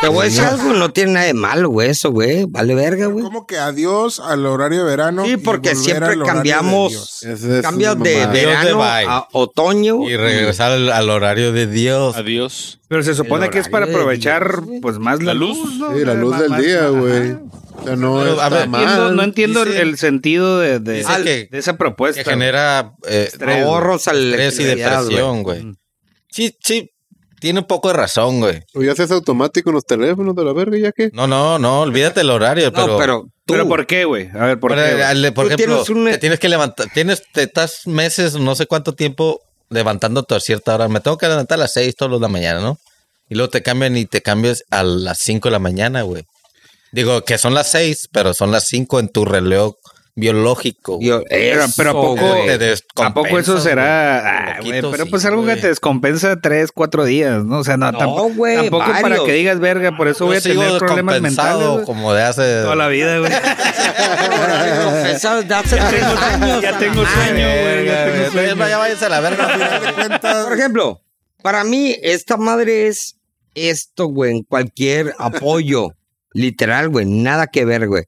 Te voy a decir algo, Pues no tiene nada de malo, güey, eso, güey. Vale verga, güey. Como que adiós al horario de verano. Sí, y porque volver siempre al horario de cambiamos. Dios. Esa es Cambias una de mamada. Dios de verano bye. a otoño. Y regresar al, al horario de Dios. Adiós. Pero se supone El que es para horario de aprovechar, Dios, güey. pues, más la, La luz. luz. ¿no? Sí, la luz Más- del más- día, ajá. güey. O sea, no Pero, a está ver, No entiendo, mal. no entiendo el- Dice- el sentido de, de, dice que- de esa Que propuesta. genera eh, Estrés, Ahorros al estrés y electricidad, güey. depresión, güey. Sí, sí, tiene un poco de razón, güey. O ya se hace automático en los teléfonos de la verga, ya que. No, no, no, olvídate el horario, pero... No, pero tú. ¿Pero por qué, güey? A ver, ¿por Por, qué? güey? al- por Tú ejemplo, tienes un- te tienes que levantar, tienes, te estás meses, no sé cuánto tiempo levantándote a cierta hora. Me tengo que levantar a las 6 todos los de la mañana, ¿no? Y luego te cambian y te cambias a las 5 de la mañana, güey. Digo que son las 6, pero son las 5 en tu reloj biológico. güey. Yo- Pero, pero ¿a eso, poco, güey. Te descompensas, ¿a poco eso güey? será? Ah, Un güey, poquito, pero sí, pues algo güey. que te descompensa tres, cuatro días, ¿no? O sea, no, No, tampoco, güey, tampoco para varios. que digas verga, por eso Yo voy a sigo tener problemas descompensado mentales. güey, como de hace Toda la vida, güey. Confesado desde hace tres años. ya a la tengo madre. sueño, güey, ya Verga, güey. tengo sueño. Ya váyanse a la verga. Por ejemplo, para mí, esta madre es esto, güey, en cualquier apoyo. Literal, güey, nada que ver, güey.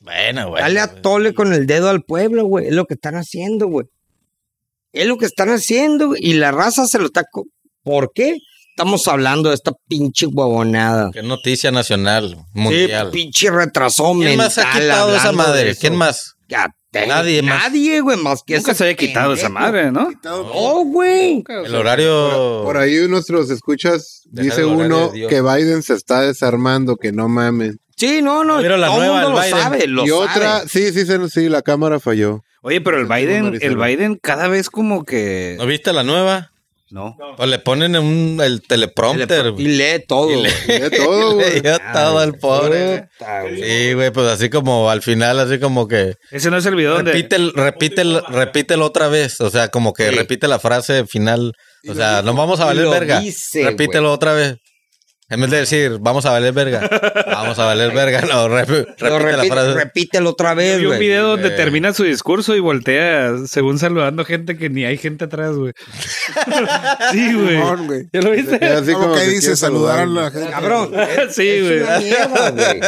bueno, pues, güey. Dale a tole con el dedo al pueblo, güey. Es lo que están haciendo, güey. Es lo que están haciendo güey, y la raza se lo está... co- ¿Por qué? Estamos hablando de esta pinche guabonada. Qué noticia nacional, Sí, mundial. pinche retrasó ¿Quién mental. más ha quitado esa hablando de madre? eso. ¿Quién más? Ya te- Nadie más. Nadie, güey, más que Nunca ese se había quitado esa pendejo. madre, ¿no? No, güey. El horario. Por ahí nuestros escuchas Dejar dice el horario uno de Dios. que Biden se está desarmando, que no mamen. Sí, no, no. Pero la todo el nueva, mundo lo el Biden. sabe, lo y sabe. otra, sí, sí, sí, sí, la cámara falló. Oye, pero el Ese es un Biden, el maricero. Biden cada vez como que... ¿No viste la nueva? No. O le ponen un, el teleprompter. Y güey. lee todo. Y güey. De todo, Le güey. dio todo al pobre. güey. Sí, güey, pues así como al final, así como que Ese no es el video donde... repite, el- repite, el- repítelo otra vez. O sea, como que Sí. repite la frase final. O sea, no vamos a Y valer lo verga. dice, repítelo otra vez. En vez de decir, vamos a valer verga. Vamos a valer verga. No, rep- repite, Lo la repite- frase. repítelo otra vez, Vi un güey. video donde Eh. termina su discurso y voltea según saludando gente que ni hay gente atrás, güey. sí, güey. Simón, güey. ¿Ya lo viste? Y así Como que que dice quiere saludar a la gente. Cabrón. sí, Es güey. una mierda, güey.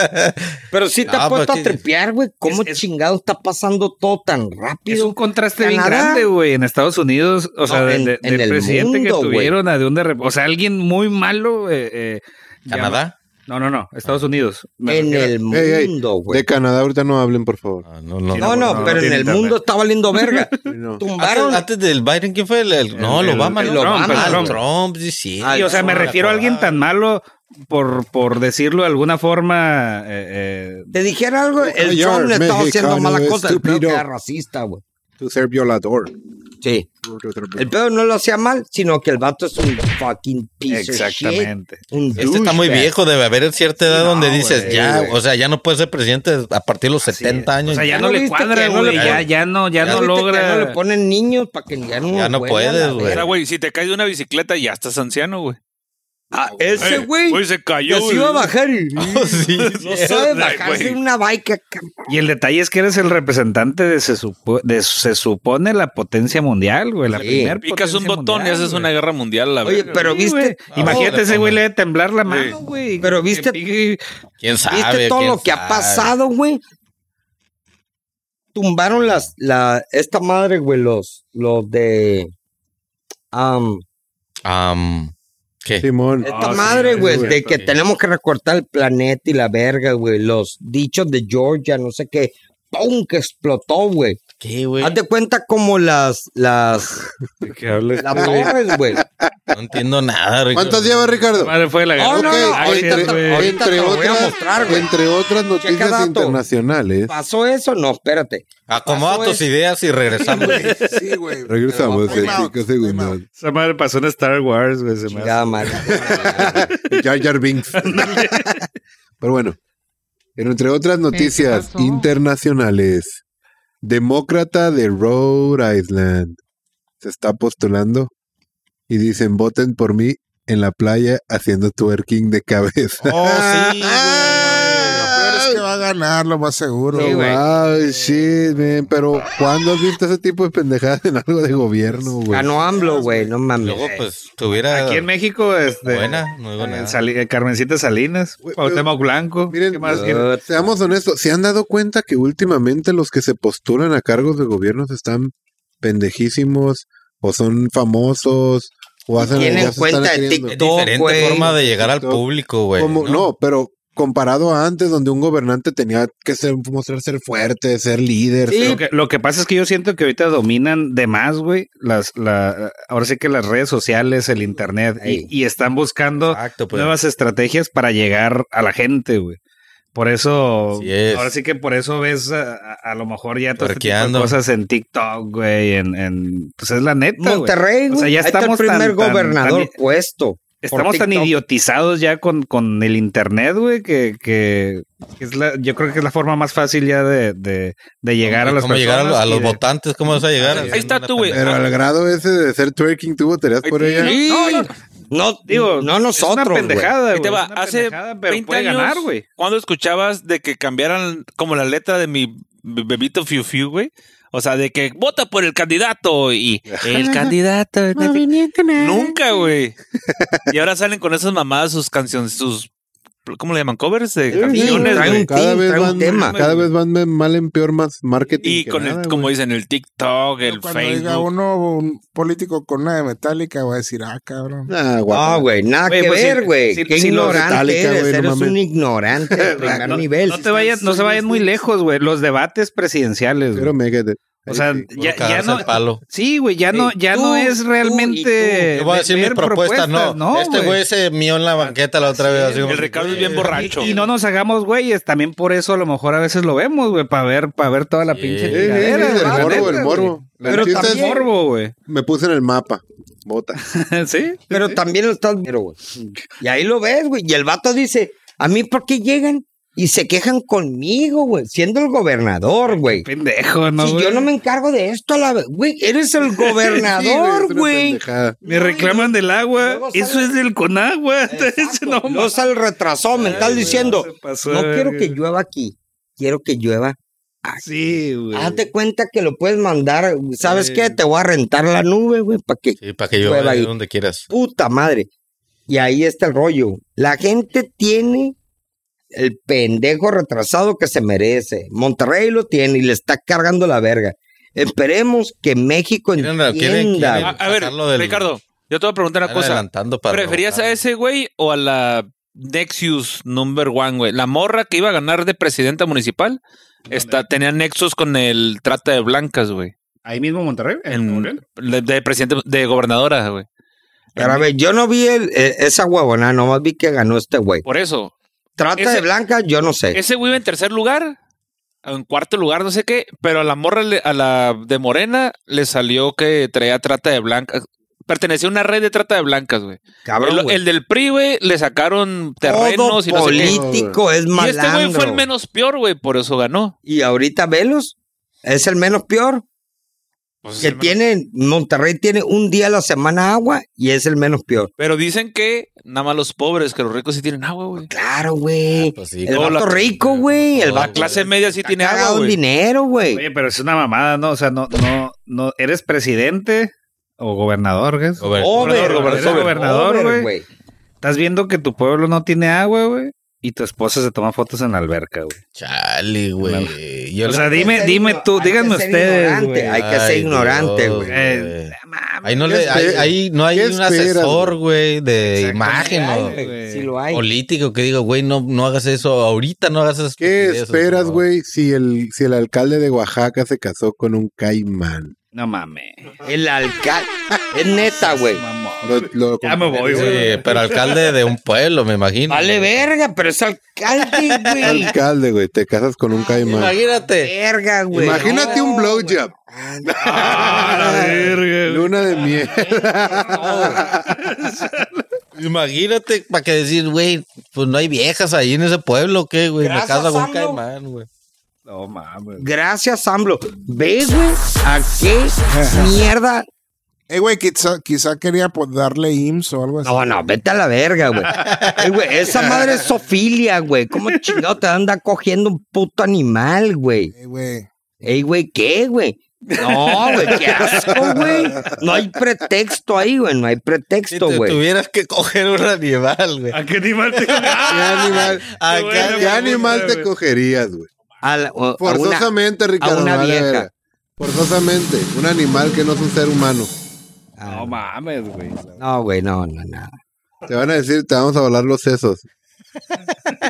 Pero sí te No, ha puesto pues a que- tripear, güey. ¿Cómo Es- es- chingado está pasando todo tan rápido? Es un contraste bien Canadá. grande, güey, en Estados Unidos. O sea, No, de- en- de- en del el presidente mundo, que güey. tuvieron a de un de rep- O sea, alguien muy malo. eh, eh, ¿Canadá? llama- No, no, no. Estados Unidos. Me en refiero. el Ey, ey, mundo, De güey. Canadá ahorita no hablen, por favor. Ah, No, no, No, no, no, no, pero en tiene el internet. mundo está valiendo verga. No. Antes, Tumbaron. antes del Biden, ¿quién fue? El, el- no, El- el Obama, el ¿no? Obama, Ah, el Trump. Trump. sí, sí. Ah, Y, o sea, me No, refiero a alguien acordaba. tan malo, por, por decirlo de alguna forma. eh, eh, Te dijera algo, el Yo, Trump le estaba mexicano, haciendo mala cosa. El pedo que estúpido. era racista, güey. Tú ser violador. Sí. El pedo no lo hacía mal, sino que el vato es un fucking piece exactamente. of shit. Un Este está muy douchebag. viejo, debe haber cierta edad No, donde dices, güey. ya, Sí, güey. o sea, ya no puede ser presidente a partir de los 70 años. O sea, ya ¿Ya no no le viste cuadra, que no le güey. Ya, pone- ya no, ya Ya no viste que logra. no le ponen niños para que ya no. Ya no huela puedes, la güey. O sea, verga. güey, si te caes de una bicicleta ya estás anciano, güey. Ah, ese Ey, güey. Güey, se cayó, Ya se güey. iba a bajar y. No sabe Ay, bajarse güey. de una bica, cabrón. Y el detalle es que eres el representante de se, supo- de se supone la potencia mundial, güey. La Sí. primer Picas un potencia botón y mundial, haces güey. una guerra mundial a la Oye, verga, pero Sí, viste. güey. Imagínate ese güey le debe temblar la mano, Sí. güey. Pero viste- Que pique- ¿Quién sabe? ¿Viste todo ¿Quién lo que ha sabe? pasado, güey? Tumbaron las, la, esta madre, güey, los, los de, am, Am, ¿Qué? Simón. esta Ah, sí, madre, sí, güey, sí, de sí. que tenemos que recortar el planeta y la verga, güey, los dichos de Georgia, no sé qué, ¡pum! que explotó, güey. ¿Qué, güey? Haz de cuenta como las, las, ¿De qué hablas? las torres, güey. No entiendo nada, Ricardo. ¿Cuántas lleva Ricardo? Madre fue la Oh, Ok, no, no, ahorita entre, te- ahorita te entre lo voy a otras, mostrar, güey. entre otras noticias dato. internacionales. ¿Pasó eso? No, espérate. Acomoda Pasó tus ideas y regresamos. Oh, Sí, güey. Regresamos en Time out, cinco time segundos. out. Esa madre pasó en Star Wars, güey. se me hace. Ya, madre. Jar Jar Binks. Pero bueno, pero entre otras noticias pasó? internacionales, demócrata de Rhode Island se está postulando y dicen voten por mí en la playa haciendo twerking de cabeza. Oh, sí, Lo peor es que va a ganar, lo más seguro. Sí, güey. wow, shit, man. Pero ¿cuándo has visto ese tipo de pendejadas en algo de gobierno, güey? Ganó AMLO, güey. No mames. Luego, pues, tuviera. Aquí en México, este. Buena, no digo en nada. Sali- eh, Carmencita Salinas, Güey, pero- Cuauhtémoc Blanco. Miren, ¿qué más? eh, tiene? Seamos honestos, ¿se han dado cuenta que últimamente los que se postulan a cargos de gobiernos están pendejísimos o son famosos o hacen tienen ya se cuenta están de haciendo? Es TikTok, diferente güey. forma de llegar al TikTok. público, güey. Como- ¿no? pero comparado a antes donde un gobernante tenía que ser, mostrar ser fuerte, ser líder, Sí, ser- Lo que, lo que pasa es que yo siento que ahorita dominan de más, güey, las, la, ahora sí que las redes sociales, el internet, Ey. y, y están buscando Exacto, pues. nuevas estrategias para llegar a la gente, güey. Por eso, Así es. ahora sí que por eso ves a, a- a lo mejor ya todo este tipo de Tuerqueando. cosas en TikTok, güey, en, en- pues es la neta, güey. Monterrey, O güey. sea, ya Ahí está estamos el tan- primer tan- gobernador tan- puesto. Estamos tan TikTok. idiotizados ya con, con el internet, güey, que, que es la, yo creo que es la forma más fácil ya de, de, de llegar a las ¿Cómo personas. llegar a, lo- a y los de- votantes? ¿Cómo vas a llegar? Ahí está Haciendo tú, una güey. pero al grado ese de ser twerking, ¿tú votarías por Ay, ella? sí, no, no, No, Digo, no es nosotros, una güey. pendejada, Ahí güey. te va, es una hace pendejada, pero 20 puede años- ganar, güey. ¿Cuándo escuchabas de que cambiaran como la letra de mi be- bebito Fiu Fiu, güey? O sea, de que vota por el candidato y el candidato. el- Nunca, güey. Y ahora salen con esas mamadas, sus canciones, sus. ¿Cómo le llaman? Covers de Sí, canciones, traen güey. un Cada team, vez trae un van, tema. cada vez van de mal en peor más marketing. Y que con nada, el, como güey. dicen, el TikTok, el Pero Cuando diga Facebook. uno un político con una de metálica, va a decir, ah, cabrón. Ah, No, guapo. güey, nada Güey, que pues, ver, si- güey. si- Qué si los ignorante Metallica, eres. güey, no eres mames. un ignorante de primer No, nivel. no te vayas, no se vayan este muy lejos, güey. Los debates presidenciales, Pero güey. Megadeth. O sea, Ahí sí. ya, ya cagarse no. al palo. Sí, güey, ya no, Ey, ya tú, no tú es y realmente. tú. Yo voy a decir mi ver propuesta, no. propuestas, Este güey se mió en la banqueta la otra vez. así como- El Ricardo es bien borracho. Y no nos hagamos güeyes, también por eso a lo mejor a veces lo vemos, güey, para ver, para ver toda la Sí. pinche Sí, Sí, sí, sí, tiradera, el güey, la morbo, neta, el morbo. El Pero chiste es- también morbo, güey. Me puse en el mapa. Bota. sí. Pero también lo estás pero, güey. Y ahí lo ves, güey. Y el vato dice, ¿a mí por qué llegan y se quejan conmigo, güey? Siendo el gobernador, güey. Pendejo, no, Si güey. yo no me encargo de esto, a la ve- güey, eres el Sí, es gobernador, una güey. pendejada. Me reclaman del agua. Luego Eso sale- es del Conagua. no, No sale el retrasado mental diciendo, se pasó, no quiero güey. que llueva aquí, quiero que Ah, llueva. Sí, güey. Hazte cuenta que lo puedes mandar, ¿sabes Sí. qué? Te voy a rentar la nube, güey, para que Sí, para que yo Prueba vaya ahí. donde quieras. puta madre. Y ahí está el rollo. La gente tiene el pendejo retrasado que se merece. Monterrey lo tiene y le está cargando la verga. Esperemos que México Quieren- quieren- entienda. A, quieren- güey. a ver, Pasarlo del- Ricardo, yo te voy a preguntar una Están cosa. adelantando para ¿Preferías provocar. a ese güey o a la Nexus number one, güey? La morra que iba a ganar de presidenta municipal está, tenía nexos con el trata de blancas, güey. Ahí mismo en Monterrey. En- de, de presidente, de gobernadora, güey. Pero a ver, yo no vi el- eh, esa huevona, nomás vi que ganó este güey. Por eso, Trata Ese- de blanca, yo no sé. ese güey iba en tercer lugar, en cuarto lugar, no sé qué, pero a la morra, le- a la de Morena, le salió que traía trata de blancas. Pertenecía a una red de trata de blancas, güey. Cabrón, el, güey. el del PRI, güey, le sacaron Todo terrenos y no sé qué. político es Y malandro. este güey fue el menos peor, güey, por eso ganó. Y ahorita Velos es el menos peor. que tiene, Monterrey tiene un día a la semana agua y es el menos peor. Pero dicen que nada más los pobres, que los ricos sí tienen agua, güey. Claro, güey. Pues sí, el no, la- vato rico, güey. El La La vato clase media sí tiene agua, cagado en güey. dinero, güey. Oye, pero es una mamada, ¿no? O sea, no, no, no. ¿Eres presidente o gobernador, güey? Gober- Over, gobernador, over, gobernador, over, güey. Estás viendo que tu pueblo no tiene agua, güey. Y tu esposa se toma fotos en la alberca, güey. Chale, güey. Yo O la- sea, dime, Hay que ser dime tú, igno- hay díganme que ser ustedes, ignorante, güey. Hay que ser Ay, ignorante, Dios, güey. Eh, güey. mames, Ahí no, le, ¿Qué ahí, espera? ahí no hay ¿Qué un esperas, asesor, güey, de Exacto. imagen Ay, o güey. Si lo hay. político que diga, güey, no, no hagas eso ahorita, no hagas eso. ¿Qué esperas, güey, si el, si el alcalde de Oaxaca se casó con un caimán? No mames. El alcalde. Es neta, güey. Lo- lo- Ya me voy, güey. Sí, pero alcalde de un pueblo, me imagino. Vale verga, pero es alcalde, güey. alcalde, güey, te casas con un caimán. Imagínate. verga, güey. Imagínate No, un blowjob. A la verga, güey. Luna de miel. Imagínate para que decir, güey, pues no hay viejas ahí en ese pueblo, ¿qué, güey? Me Gracias, casa con un AMLO. caimán, güey. No mames. Gracias, AMLO. Ve, güey, a qué mierda. Eh, güey, quizá, quizá quería pues, darle IMSS o algo así. No, no, vete a la verga, güey. Eh, güey, esa madre es sofilia, güey. ¿Cómo chingado te anda cogiendo un puto animal, güey? Eh, güey. Ey, güey, ¿qué, güey? No, güey, qué asco, güey. No hay pretexto ahí, güey. No hay Si pretexto, te güey. tuvieras que coger un animal, güey. ¿A qué animal te ¿Qué animal, Ah, qué qué buena ca- animal te cogerías, güey? A la- o- a una- Forzosamente, Ricardo. a una vale, vieja. verga. Forzosamente, un animal que no es un ser humano. No mames, güey. Ah. No, güey, no, no, no. Te van a decir, te vamos a volar los sesos.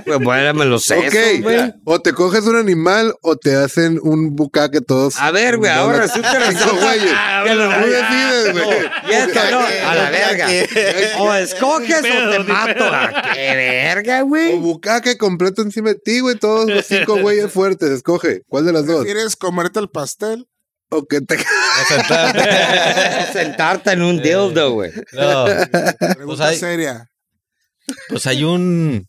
Pues me lo sé. ok, o te coges un animal o te hacen un bucaque todos. A ver, güey, ahora resulta Cinco güeyes. que lo- Tú decides, güey. Y esto no, a la verga. O escoges o te mato. ¿A qué verga, O güey? bucaque completo encima de ti, güey. Todos los cinco güeyes fuertes. Escoge. ¿Cuál de las dos? ¿Quieres comerte el pastel? O que te. Sentarte en un dildo, güey. No, Pregunta hay- seria. pues hay un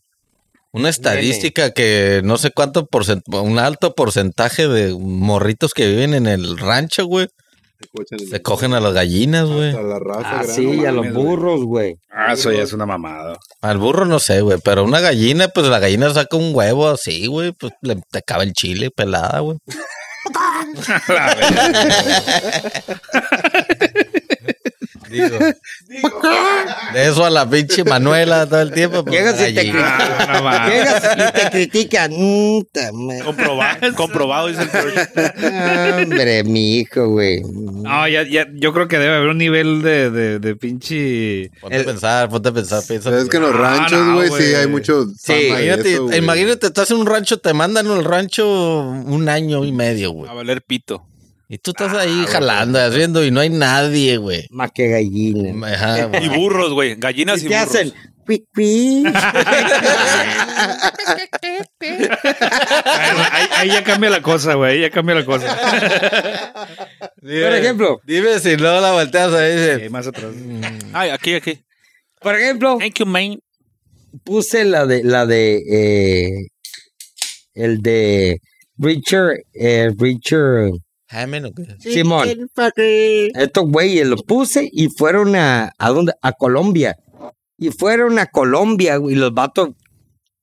una estadística que no sé cuánto porcentaje, un alto porcentaje de morritos que viven en el rancho, güey. Se cogen a las gallinas, güey. A la raza, Ah, gran- sí, a los burros, güey. Ah, eso ya es una mamada. Al burro no sé, güey, pero una gallina, pues la gallina saca un huevo así, güey, pues le te acaba el chile pelada, güey. Digo, de eso a la pinche Manuela todo el tiempo. pues, Llegas y te gallina. Ah, no mames. Llegas y te critican. Mm, ta ma- Comproba- comprobado, dice el George. Hombre, mi hijo, güey. No, ya, ya, yo creo que debe haber un nivel de, de, de pinche. Ponte a pensar, ponte a pensar, piensa. Pero es que en los Ah, ranchos, no, güey, güey. sí hay mucho. Sí, fama de imagínate, eso, güey. imagínate, estás en un rancho, te mandan al rancho un año y medio, güey. A valer pito. Y tú estás ahí jalando, haciendo, y no hay nadie, güey. Más que Mm. gallina. Ajá, güey. Y burros, güey. Gallinas y, ¿Qué burros. hacen? Cuic, cuic. Ahí, ahí ya cambia la cosa, güey. Ahí ya cambia la cosa. Dime- Por ejemplo. Dime si no la volteas ahí. Eh, dice, más atrás. Ay, aquí, aquí. Por ejemplo, Thank you, man. puse la de la de eh, el de Richard eh, Richard "Jamen, ¿o qué?". Simón. Estos güeyes los puse y fueron a a dónde a Colombia y fueron a Colombia güey, y los vatos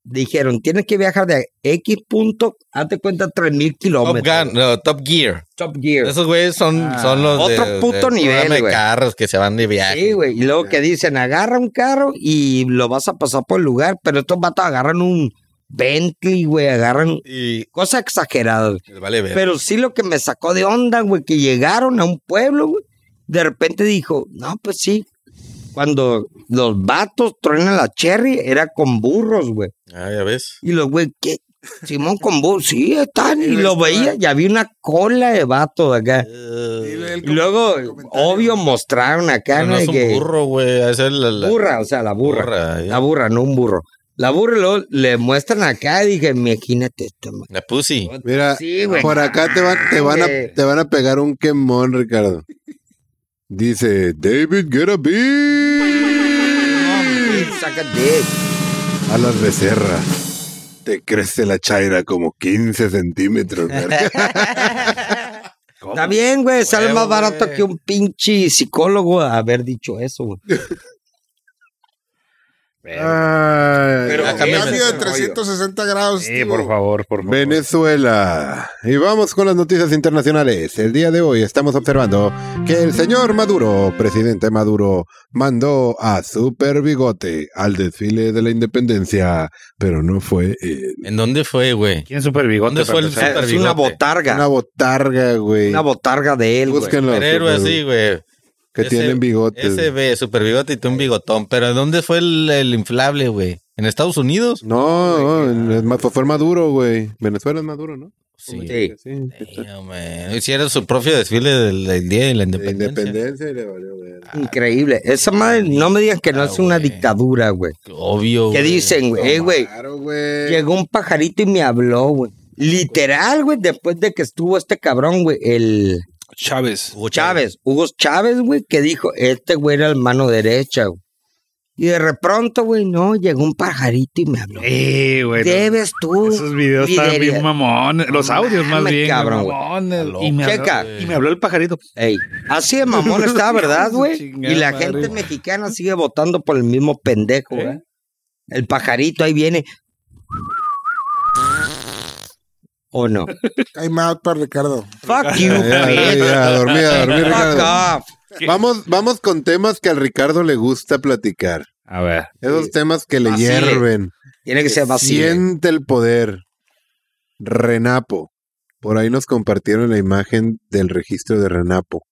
dijeron tienes que viajar de X punto hazte cuenta tres mil Top kilómetros Gun, no, Top Gear. Top Gear Esos güeyes son, son los Ah. Otro de, puto del nivel, programa de güey. carros que se van de viaje. Sí, güey. Y luego que dicen, agarra un carro y lo vas a pasar por el lugar, pero estos vatos agarran un Bentley, güey, agarran Y cosa exagerada. güey. les vale ver. Pero sí lo que me sacó de onda, güey, que llegaron a un pueblo, güey. De repente dijo, no, pues sí. Cuando los vatos truenan la cherry, era con burros, güey. Ah, ya ves. Y los güey, ¿qué? Simón con burros, sí, están. Y lo veía, y había una cola de vatos acá. Dile el Y luego, comentario. obvio, mostraron acá, Pero ¿no? no es De que- un burro, güey. Es el, la- la- burra, o sea, la burra. burra, ¿eh? ya. La burra, no un burro. La burra y luego le muestran acá y dije, imagínate esto. ma-". La pussy. Mira, Sí, güey. por acá te van, te, van a, güey. te van a pegar un quemón, Ricardo. Dice, David, get a Mm. bee. Saca dick. A las becerras. Te crece la chaira como 15 centímetros. verga. Está bien, güey. Sale Huevo, más barato güey. que un pinche psicólogo haber dicho eso, güey. Ay, Ya cámbiame Cambio de ese 360 grados. Ah, Sí, tío. por favor, por favor. Venezuela. Y vamos con las noticias internacionales. El día de hoy estamos observando que el señor Maduro, presidente Maduro, mandó a Super Bigote al desfile de la independencia, pero no fue él. ¿En dónde fue, güey? ¿Quién super bigote? ¿Dónde fue el para super empezar? Es una bigote? botarga. Una Una, botarga, güey. botarga de él, güey. Búsquenlo. Superhéroe Super- así, güey. Que Ese- tienen bigotes. Ese ve, super bigote y tú un bigotón. Pero ¿dónde fue el, el inflable, güey? ¿En Estados Unidos? No, no, ah, es más- fue Maduro, güey. Venezuela es Maduro, ¿no? Sí. Sí. Damn, man. Hicieron su propio desfile del, del Día de la De Independencia. independencia y le valió verga. Increíble. Esa madre, no me digan que no Ah, es una güey. dictadura, güey. Obvio. ¿Qué güey. dicen, güey? Eh, güey, Claro, güey. llegó un pajarito y me habló, güey. Literal, güey, después de que estuvo este cabrón, güey, el Chávez. Hugo Chávez, Hugo Chávez, güey, que dijo, este güey era el mano derecha, güey. Y de repronto, güey, no, llegó un pajarito y me habló. Eh, güey. los- Debes tú. Esos videos están liderar". bien mamones. Los No audios más mames, bien. cabrón, güey. mamones. Está Y me, habló, Checa. y me habló el pajarito. Ey, así de mamón está, ¿verdad, güey? Chingada Y la madre. gente mexicana sigue votando por el mismo pendejo, ¿Eh? güey. El pajarito ahí viene. ¿O no? Time out para Ricardo. Fuck you, Ya, ya, bitch. ya, a dormir, a dormir, Fuck Ricardo. off. Vamos, vamos con temas que al Ricardo le gusta platicar. A ver. Esos temas que le Vacile. hierven. Tiene que ser vacío. Siente el poder. Renapo. Por ahí nos compartieron la imagen del registro de Renapo.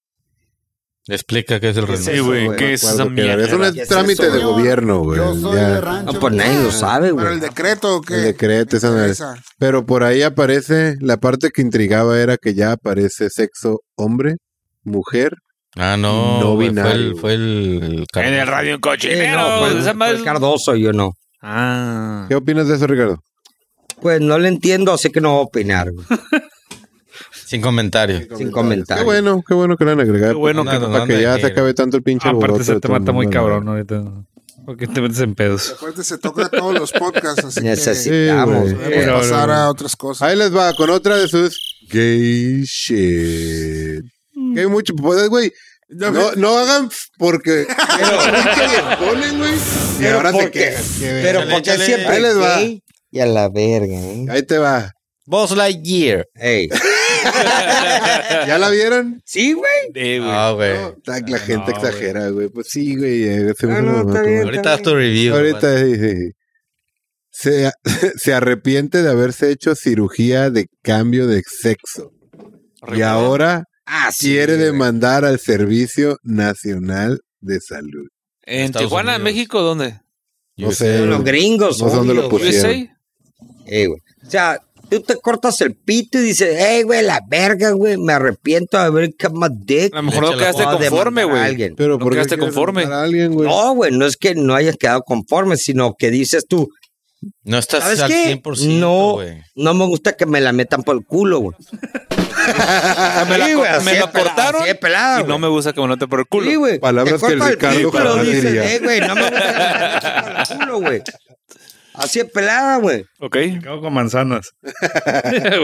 Explica qué es el Sí, renacimiento. güey, güey, ¿qué Me es acuerdo esa que era. mierda? Es un es trámite eso, de güey? gobierno, güey. Yo soy Pues Ya. de rancho. No, pues nadie lo sabe, Pero güey. el decreto, ¿o ¿qué? El decreto, esa madre. Esa. Pero por ahí aparece, la parte que intrigaba era que ya aparece sexo hombre, mujer. Ah, no. No güey, binario, Fue el. Fue el, En el radio en Eh, cochinero. no, pues, esa madre- pues, Cardoso, yo no. Ah. ¿Qué opinas de eso, Ricardo? Pues no le entiendo, así que no voy a opinar, güey. Sin comentario. sin Qué comentario. bueno, qué bueno que lo han agregado. pues, Qué bueno para que- para que ya se acabe tanto el pinche alboroto Aparte, Ah, ese de todo tema está el muy mundo, ¿no? cabrón ahorita. Porque te metes en pedos. Acuérdate, se toca todos los podcasts, así que Necesitamos. Sí, güey. podemos Pero- pasar a otras cosas. Ahí les va con otra de sus gay shit. Mm. Que hay mucho, pues, güey. No, no hagan f- porque que les ponen, güey. Y Pero ahora se porque- quejan. Qué Pero Échale, porque échale. siempre. Ahí les va. gay Y a la verga, ¿eh? ver- Ahí te va. Buzz Lightyear. Ey. ¿Ya la vieron? Sí, güey. Eh, güey. Ah, güey. No, ta- la gente exagera, güey. Pues sí, güey. eh, se me No, hace no, mamá, está tú, bien. güey. Ahorita haz tu review. Ahorita sí, sí, sí. Se, se arrepiente de haberse hecho cirugía de cambio de sexo. Y ahora Ah, sí. quiere güey. demandar al Servicio Nacional de Salud. ¿En Estados Tijuana, Unidos. México, dónde? No Yo sé. Son Los gringos. No sé dónde obvio, lo Pues güey. pusieron. ¿USA? Ey, güey. O sea, tú te cortas el pito y dices, hey, güey, la verga, güey, me arrepiento de haber cut my dick. A lo mejor Échala. no quedaste Voy a conforme, demandar a güey. alguien. Pero ¿No ¿por qué quedaste quieres conforme? demandar a alguien, güey? No, güey, no es que no hayas quedado conforme, sino que dices tú, No estás ¿Sabes al qué? 100%. No. güey. no me gusta que me la metan por el culo, güey. me la Sí, co- güey, así me de la pelada, cortaron así de pelada, Y no Ah, güey. me gusta que me note por el culo. Sí, güey. Palabras Te corta que el Ricardo culo, jamás dices, diría. "Eh, güey, no me gusta que me la metan por el culo, güey. Así de pelada, güey. ok. Acabo con manzanas.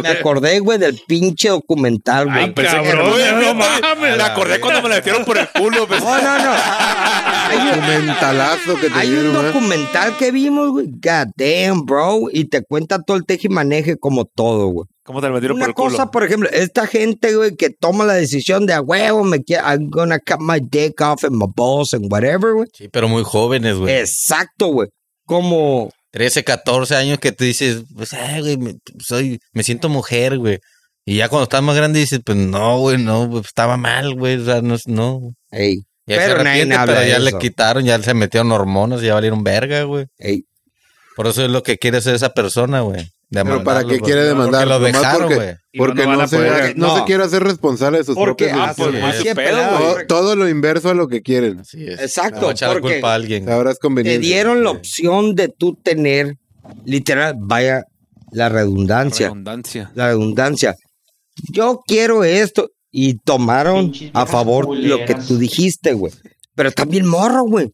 Me acordé, güey, del pinche documental, güey. Ay, cabrón, no mames. Me acordé cuando me la metieron por el culo. pues. No, no, no. Hay un- Documentalazo que te Hay un dieron, ¿eh? documental que vimos, güey. God damn, bro. Y te cuenta todo el tejimaneje como todo, güey. ¿Cómo te la metieron por Una el culo? cosa, por ejemplo, esta gente, güey, que toma la decisión de a huevo, me quiero, I'm gonna cut my dick off and my balls and whatever, güey. Sí, pero muy jóvenes, güey. Eh. Exacto, güey. Como, 13, 14 años que tú dices, pues, ay, güey, me, soy, me siento mujer, güey. Y ya cuando estás más grande dices, pues no, güey, no, güey, estaba mal, güey, o sea, no. es- no. ey, Ya Pero se nadie arrepiente, habla pero de ya eso. le quitaron, ya se metieron hormonas, ya valieron verga, güey. ey. Por eso es lo que quiere hacer esa persona, güey. Pero Demandarlo, ¿para qué güey. quiere demandar? Porque lo Nomás dejaron, porque, güey. Y porque no no, van a se, poder- no se no. quiere hacer responsable de sus Porque, propios ah, actos. pues, así de pelada, Todo- güey. todo lo inverso a lo que quieren. Así es. Exacto, Le va a echar la porque- culpa a alguien. güey. Ahora es Te conveniente. dieron la opción de tú tener, literal, vaya, la redundancia. Redundancia. la redundancia. Yo quiero esto. Y tomaron a favor lo que tú dijiste, güey. Pero también morro, güey.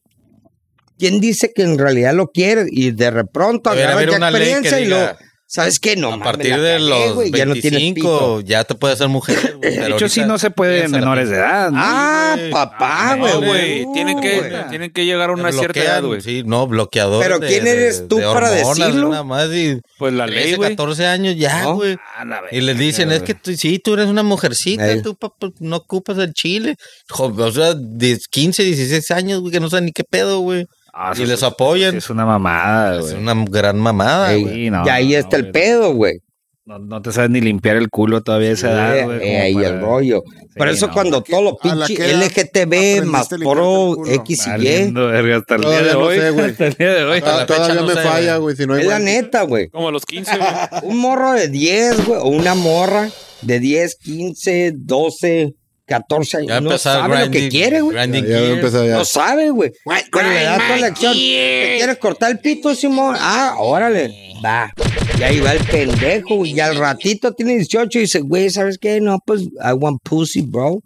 ¿Quién dice que en realidad lo quiere? Y de repronto Debería agarran haber ya una ley que experiencia y diga, lo. ¿Sabes qué? No, a mames, partir la de cagué, los güey, ya no tienes 25 pito. ya, te puedes hacer mujer. güey, De pero hecho, sí ahorita no se puede en piénsala, menores de edad. ¿no? Ah, güey. papá, No, güey. No, güey. No, Tienen que, güey. tienen que llegar a Te una cierta bloquean, edad, güey. Sí, no, bloqueador. Pero de- ¿quién de- eres tú de para hormonas, decirlo? Nada más y Pues la ley, 13, güey. 14 años ya, ¿No? güey. Ah, Y les dicen, es que tú, sí, tú eres una mujercita, Ey. tú papá, no ocupas el chile. Jo- o sea, de 15, 16 años, güey, que no saben ni qué pedo, güey. Ah, Y eso les sí- apoyan. Es una mamada, Es güey. una gran mamada, Ey, güey. Sí, no, y ahí no, está el güey. pedo, güey. No, no te sabes ni limpiar el culo todavía a esa edad, güey. Eh, como eh, y el para- rollo. Por eso no. cuando todo lo a la pinche que edad LGTB, aprendiste más a limpiarte el pro, culo? X y Y. Valiendo verga hasta el día Todavía no de hoy. sé, güey. hasta el día de hoy. Hasta la todavía fecha no me sé, falla, güey, si no hay Es la guantes. neta, güey. Como a los 15, güey. Un morro de 10, güey, o una morra de 10, 15, 12, 14 años. Ya No empezó sabe lo que quiere, güey. Grinding Ya, ya Gears. empezó ya. No sabe, güey. Cuando le das tu elección, ¿te quieres cortar el pito, Simón? Ah, órale, va. Y ahí va el pendejo, güey. Y al ratito tiene 18 y dice, güey, ¿sabes qué? No, pues, I want pussy, bro.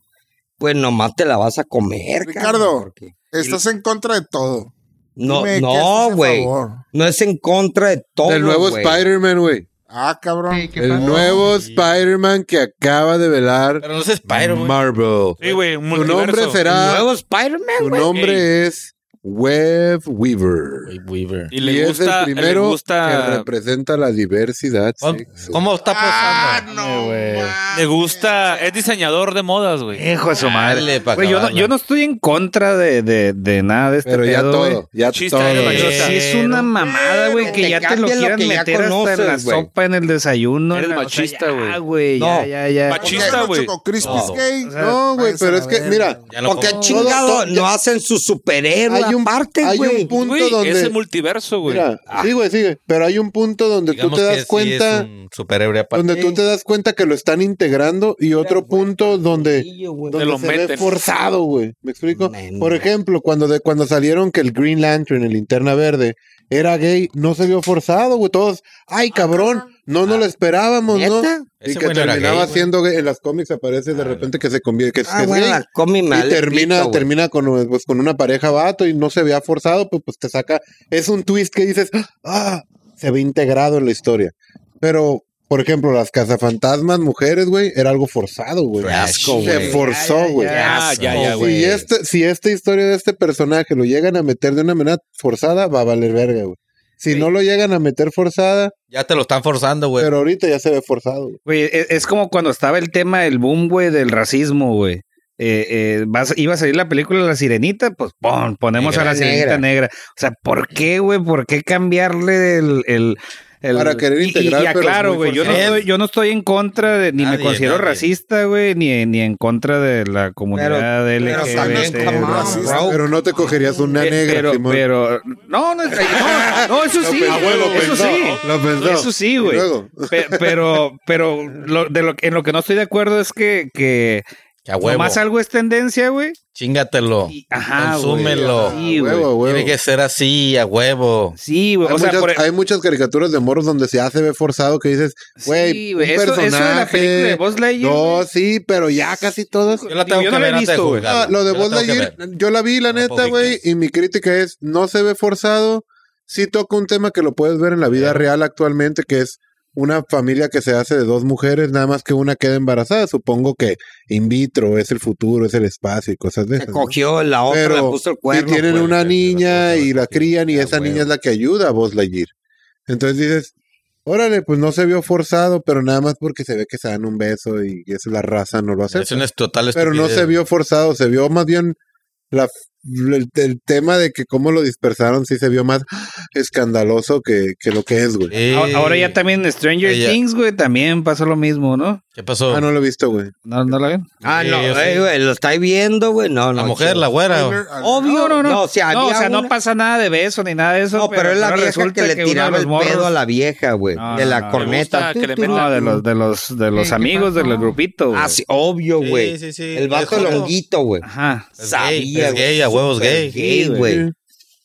Pues nomás te la vas a comer, cabrón, Ricardo. porque- Estás en contra de todo. No, Dime, ¿qué haces no, a güey. favor? No es en contra de todo. El nuevo güey. Spider-Man, güey. Ah, cabrón. El nuevo Spider-Man que acaba de velar Pero no es Spider-Man. Marvel. Sí, güey, un Su nombre multiverso. ¿El será. nuevo Spider-Man, Su güey. nombre es Web Weaver. Güey, Weaver. Y Y, le es el gusta, le primero que gusta, representa la diversidad. ¿Cómo, sexual. cómo está Ah, posando? no. le gusta, es diseñador de modas, güey. Hijo de su madre. Dale, pa' Güey, yo, no, acabarla. yo no estoy en contra de, de, de nada de este Pero ya pedo, güey. todo, ya Chiste todo. de Pero machista. sí es una mamada, güey, que Eh, te ya te lo cambian lo quieran que ya meter hasta en la conoces, güey. sopa, en el desayuno. Eres en la- o sea, machista, güey. Ya, güey, No. ya, ya, ya. Machista, güey. Crispis No. gay. O sea, No, güey, Váyase a pero la es que, verga. mira, Ya no Porque como. chingado Todo- no hacen su superhéroe hay un, aparte, hay güey. un punto Güey, donde. es el multiverso, güey. Mira, sí, güey, sí, güey, Pero hay un punto donde tú Digamos te que das sí es cuenta. un superhéroe aparte. donde tú te das cuenta que lo están integrando y otro punto donde, Chiquillo, güey. donde lo se ve meten. forzado, güey. ¿Me explico? Man. Por ejemplo, cuando de cuando salieron que el Green Lantern, el Linterna Verde, era gay, no se vio forzado, güey. Todos, ay, cabrón, no nos lo esperábamos, ¿no? Ah, ¿Neta? Y Ese que güey no era terminaba gay, güey. siendo gay. En las cómics aparece de repente que se convierte, que, es- que Ah, es bueno, gay. la comi me Y vale termina, pito, güey. termina con, pues, con una pareja vato y no se vea forzado, pues, pues te saca. Es un twist que dices, ah, se ve integrado en la historia. Pero, por ejemplo, las cazafantasmas mujeres, güey, era algo forzado, güey. Qué asco, Se güey. forzó, güey. Ya, ya, ya, güey. Si, este, si esta historia de este personaje lo llegan a meter de una manera forzada, va a valer verga, güey. Si no lo llegan a meter forzada, Ya te lo están forzando, güey. pero ahorita ya se ve forzado, güey. Güey, e- es, como cuando estaba el tema del boom, güey, del racismo, güey. Eh, eh, vas- iba a salir la película La Sirenita, pues pon, ponemos a la Negra, Sirenita negra. O sea, ¿por qué, güey? ¿Por qué cambiarle el... el- el- Para querer Y- integrar, Y, pero es aclaro, muy güey, yo, no forzado. estoy- yo no estoy en contra, de, ni Nadie, me considero nadie. racista, güey, ni, ni en contra de la comunidad pero LGBT. también, come on, güey. bro. Pero no te cogerías una Eh, negra, pero, Simón. pero- no, no, no, no, eso sí, Ah, güey, lo eso pensó, sí, Lo pensó. eso sí, Y güey. luego, Pe- pero pero lo, de lo, que- en lo que no estoy de acuerdo es que, que Que a huevo. nomás algo es tendencia, güey. Chingatelo. y- Ajá, güey. Consúmelo. Sí, a güey. huevo, a huevo. Tiene que ser así, a huevo. Sí, güey. Hay, O sea, muchas, por, e- hay muchas caricaturas de morros donde se hace ve forzado que dices, güey, sí, un güey. Eso, eso de personaje. la película de Buzz Lightyear. no, güey. sí, pero ya casi todas. Yo la Digo, tengo yo que no la ver he antes de visto, güey. juzgarla. No, Ah, lo de Yo la Buzz tengo que Lightyear, ver. yo la vi, la No la neta, puedo güey, ubicar. y mi crítica es, no se ve forzado, sí toca un tema que lo puedes ver en la vida real actualmente, que es una familia que se hace de dos mujeres, nada más que una queda embarazada, supongo que in vitro es el futuro, es el espacio y cosas de Se esas. ¿no? cogió la otra, Pero le puso el y cuerno. pues, tienen güey. una niña y la crían y Ah, esa huevo. niña es la que ayuda a Buzz Lightyear. Entonces dices, órale, pues no se vio forzado, pero nada más porque se ve que se dan un beso y eso la raza no lo hace. Es una est- total Pero no estupidez. se vio forzado, se vio más bien la, el, el tema de que cómo lo dispersaron, sí se vio más escandaloso que, que lo que es, güey. Sí. A- Ahora ya también en Stranger Ella- Things, güey, también pasó lo mismo, ¿no? ¿Qué pasó? Ah, no lo he visto, güey. ¿No, no la ven? Ah, no, Sí, yo eh, sí. güey, lo estáis viendo, güey. No, no. La mujer, chido. la güera. güey. Tyler, Obvio, No, no, no. o sea, no, o había sea, no una- pasa nada de beso ni nada de eso. No, pero es la ahora vieja que resulta le uno de tiraba los el morros- pedo a la vieja, güey. No, de no, la no, no. corneta. Me gusta que le Tu, tu, No, metan. de los, de los, de los ¿qué amigos del pasó? grupito, güey. Ah, sí, obvio, Sí, güey. sí, sí. El vato Es del joto. honguito, güey. Ajá. Es gay, es güey, gay, a huevos súper gay. gay, güey.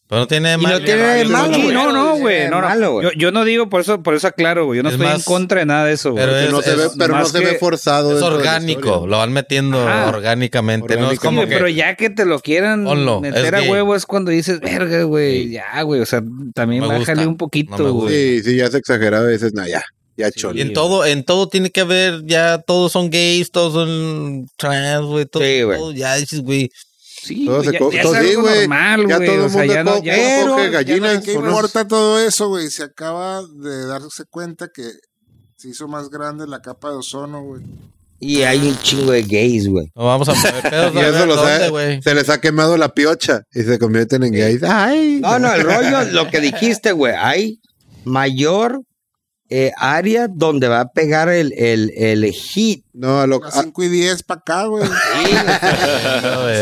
Pero no tiene Y mal. no tiene nada de malo, Sí, güey. no, no, Sí, güey. es No, no. malo, güey. Yo, yo no digo, por eso, por eso aclaro, güey. Yo no Es estoy en más- contra de nada de eso, güey. pero Que no Es- se ve, es pero no más se ve que- forzado. Es dentro de la orgánico, historia. lo van metiendo Ajá. orgánicamente. No es Orgánicamente. como Sí, que. pero ya que te lo quieran Ponlo, meter es a gay. huevo es cuando dices, verga, güey, Sí. ya, güey. O sea, también No me bájale gusta. un poquito, No me gusta. güey. Sí, sí, ya se exagera a veces, no, ya, ya chole. Y en todo, en todo tiene que haber, ya todos son gays, todos son trans, güey, todo, Sí, güey. todo, ya dices, güey. Sí, Todo güey, se ya, co- ya todo- es sí, algo güey. normal, Ya güey. todo el o sea, mundo ya no, co- ya co- no- coge ya no- gallinas. ¿Qué Unos- importa todo eso, güey? Se acaba de darse cuenta que se hizo más grande la capa de ozono, güey. Y hay un chingo de gays, güey. No vamos a mover pedos. Y a eso ver lo dónde, sabe, güey. se les ha quemado la piocha y se convierten en gays. Ah, Ay, No, no, el rollo, lo que dijiste, güey. Hay mayor eh, área donde va a pegar el, el, el hit. No, a lo Las a- 5 y 10 para acá, güey.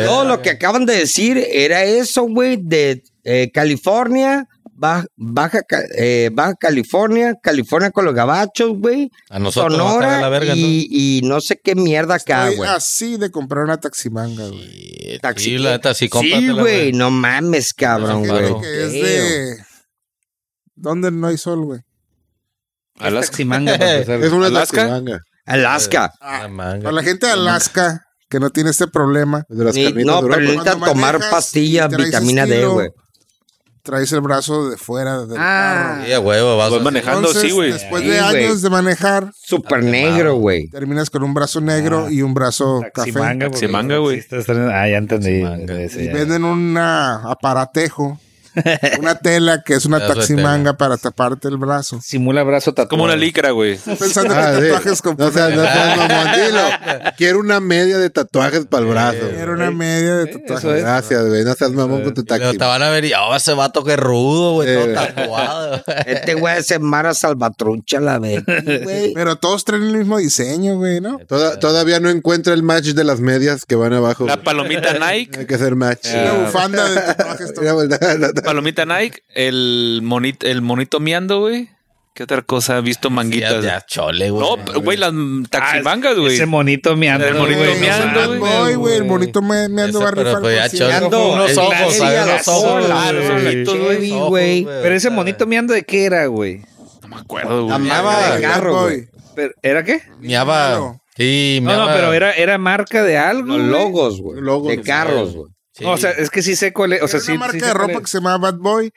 Todo lo que acaban de decir era eso, güey, de eh, California, Baja, Baja Ca- eh, Baja California, California con los gabachos, güey, A nosotros nos Sonora caga la verga, y, y no sé qué mierda acá, Estoy güey. así de comprar una taximanga, ¿no? güey. Sí, Taxi- sí, la neta, sí, Sí, cómpratela, güey, no mames, cabrón, Esa Fíjate claro. güey. que es de... ¿Dónde no hay sol, güey? Alaska. Taximanga, para empezar. Es una ¿Alaska? taximanga. Alaska. La manga. Para la gente de Alaska que no tiene este problema, De las Ni- carnitas de no, pero Europa. necesitan Cuando tomar manejas pastillas, y traes vitamina D, estilo, güey. traes el brazo de fuera del Ah, Sí, a huevo, vas Voy a- manejando. carro. Entonces, sí, güey. después Sí, de güey. años de manejar, super negro, güey. terminas con un brazo negro y un brazo café. Taximanga, porque Taximanga, güey. sí estás teniendo- Ah, ya entendí. Taximanga. Ese Y ya. venden un aparatejo, una tela que es una Pedazo de taximanga para taparte el brazo. Simula brazo tatuado. Como una licra, güey. Estoy Pensando Ah, que sí. tatuajes con No seas- no seas mamón, dilo. Quiero una media de tatuajes para el brazo. Era una media de tatuajes. Eso es. Gracias, güey. No seas mamón con tu Y luego taxi. te van a ver y oh, ese vato que rudo, güey, Sí, todo güey. tatuado. Este güey es Mara Salvatrucha, la vez. Pero todos traen el mismo diseño, güey, ¿no? Toda- todavía no encuentro el match de las medias que van abajo. La güey. palomita Nike. Hay que hacer match. Una bufanda de tatuajes. Mira, güey, Palomita Nike. El monito, el monito miando, güey. ¿Qué otra cosa? He visto Ya, manguitas. ya, chole, güey. No, Ah, p- güey, las mm, taximangas, güey. Ese monito meando. El monito güey, no meando, mames, güey. Voy, güey, el bonito me, me ando Ese, va a pero, rifar. pues, ya, por cien. chole. Ando, Unos el- ojos, el- ¿sabes? el- Los ojos, el- güey. el- Los el- ojos, el- güey. Pero ese monito meando de qué era, güey. No me acuerdo, güey. Amaba Bad carro, Boy. güey. Pero- ¿Era qué? Miaba. Sí, No, no, miaba. pero era, era marca de Los algo. güey. logos, güey. De carros, güey. Sí. No, o sea, es que sí sé cuál es. O sea, Era sí, una marca sí sé de cuál ropa es. que se llamaba Bad Boy,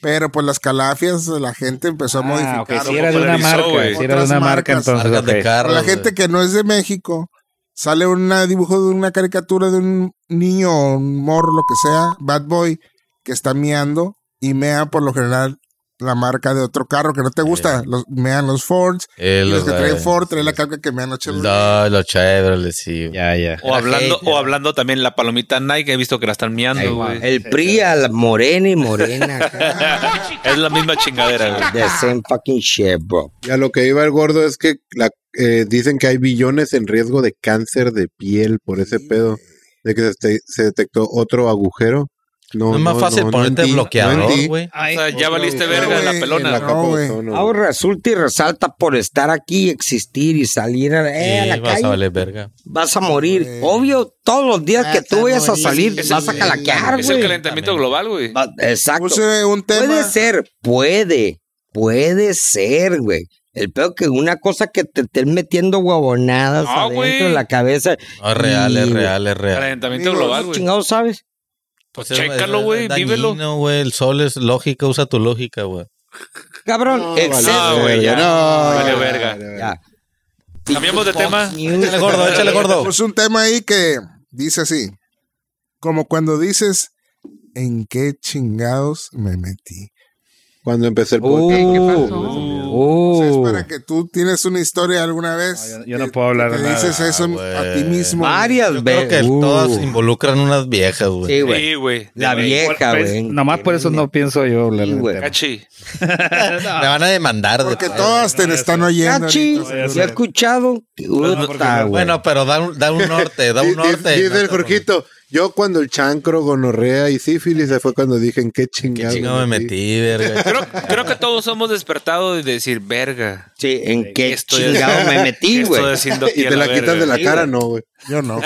pero pues las calafias la gente empezó a Ah, modificar. ok, sí era de una popularizó, marca. güey. Sí era de Otras una marca, marcas. entonces. Marcas de ok. carros. Para la gente güey. que no es de México, sale un dibujo de una caricatura de un niño o un morro, lo que sea, Bad Boy, que está meando y mea por lo general la marca de otro carro que no te gusta. Los, mean los Fords. Eh, y los que traen eh, Ford traen la carga que mean los Chevrolet. No, los Chevrolet, sí. güey. Ya, ya. O hablando, hate, o era. hablando también la palomita Nike, he visto que la están miando, güey. El PRI a la morena y morena. Es la misma chingadera, güey. The same fucking shit, bro. Y a lo que iba el gordo es que la- eh, dicen que hay billones en riesgo de cáncer de piel por ese pedo de que se, te- se detectó otro agujero. No, No es más no, fácil no, no ponerte en ti, no en bloqueador, ti, güey. O sea, ya güey. valiste verga en la Güey, en pelona. la No, capa de güey. ozono, güey. Ahora resulta y resalta por estar aquí, existir y salir a, eh, a Sí, la vas calle. a valer verga. Vas a morir. Obvio, todos los días que tú vayas a salir, vas a calaquear, Es el Pues güey. calentamiento global, güey. Va- Exacto. Puse un tema. Puede ser, puede, puede ser, güey. El peor que una cosa que te estén metiendo huevonadas No, adentro güey. de la cabeza. No, es real, es Y- real, es real. Calentamiento Amigos, global, güey. Chingado, ¿sabes? Pues chécalo, güey, vívelo. No, güey, el sol es lógica, usa tu lógica, güey. Cabrón, exceso. no, güey, ya. Ah, no, Vale ya, verga. vale, vale. Ya. Cambiamos de tema. Échale gordo, échale gordo. Puse un tema ahí que dice así. Como cuando dices, ¿en qué chingados me metí? Cuando empecé el Uh, podcast. O sea, es uh. para que tú tienes una historia alguna vez. No, yo- yo no que- puedo hablar que Te nada, dices eso a Ah, güey. ti mismo. Varias Yo creo que veces. Uh, todas involucran unas viejas, güey. Sí, güey. Sí, güey. La vieja, Pues, güey. Nomás por eso no pienso yo hablar Sí, del güey. tema. Cachi. Me van a demandar. Porque después. todas te están oyendo. Cachi, ahorita, seguro. yo he escuchado. que- Puta, güey. Bueno, pero da un, da un norte, da Di- un di- norte. Dice No te- el Jorgito, yo cuando el chancro, gonorrea y sífilis, se fue cuando dije en qué ¿Qué chingado. chingo me metí, verga? Creo, creo que todos hemos despertado de decir, verga. Sí, ¿en qué Estoy- chingado me metí, ¿qué güey? estoy haciendo aquí Y a te la verga? quitas de la Sí, cara, güey. no, güey. Yo no.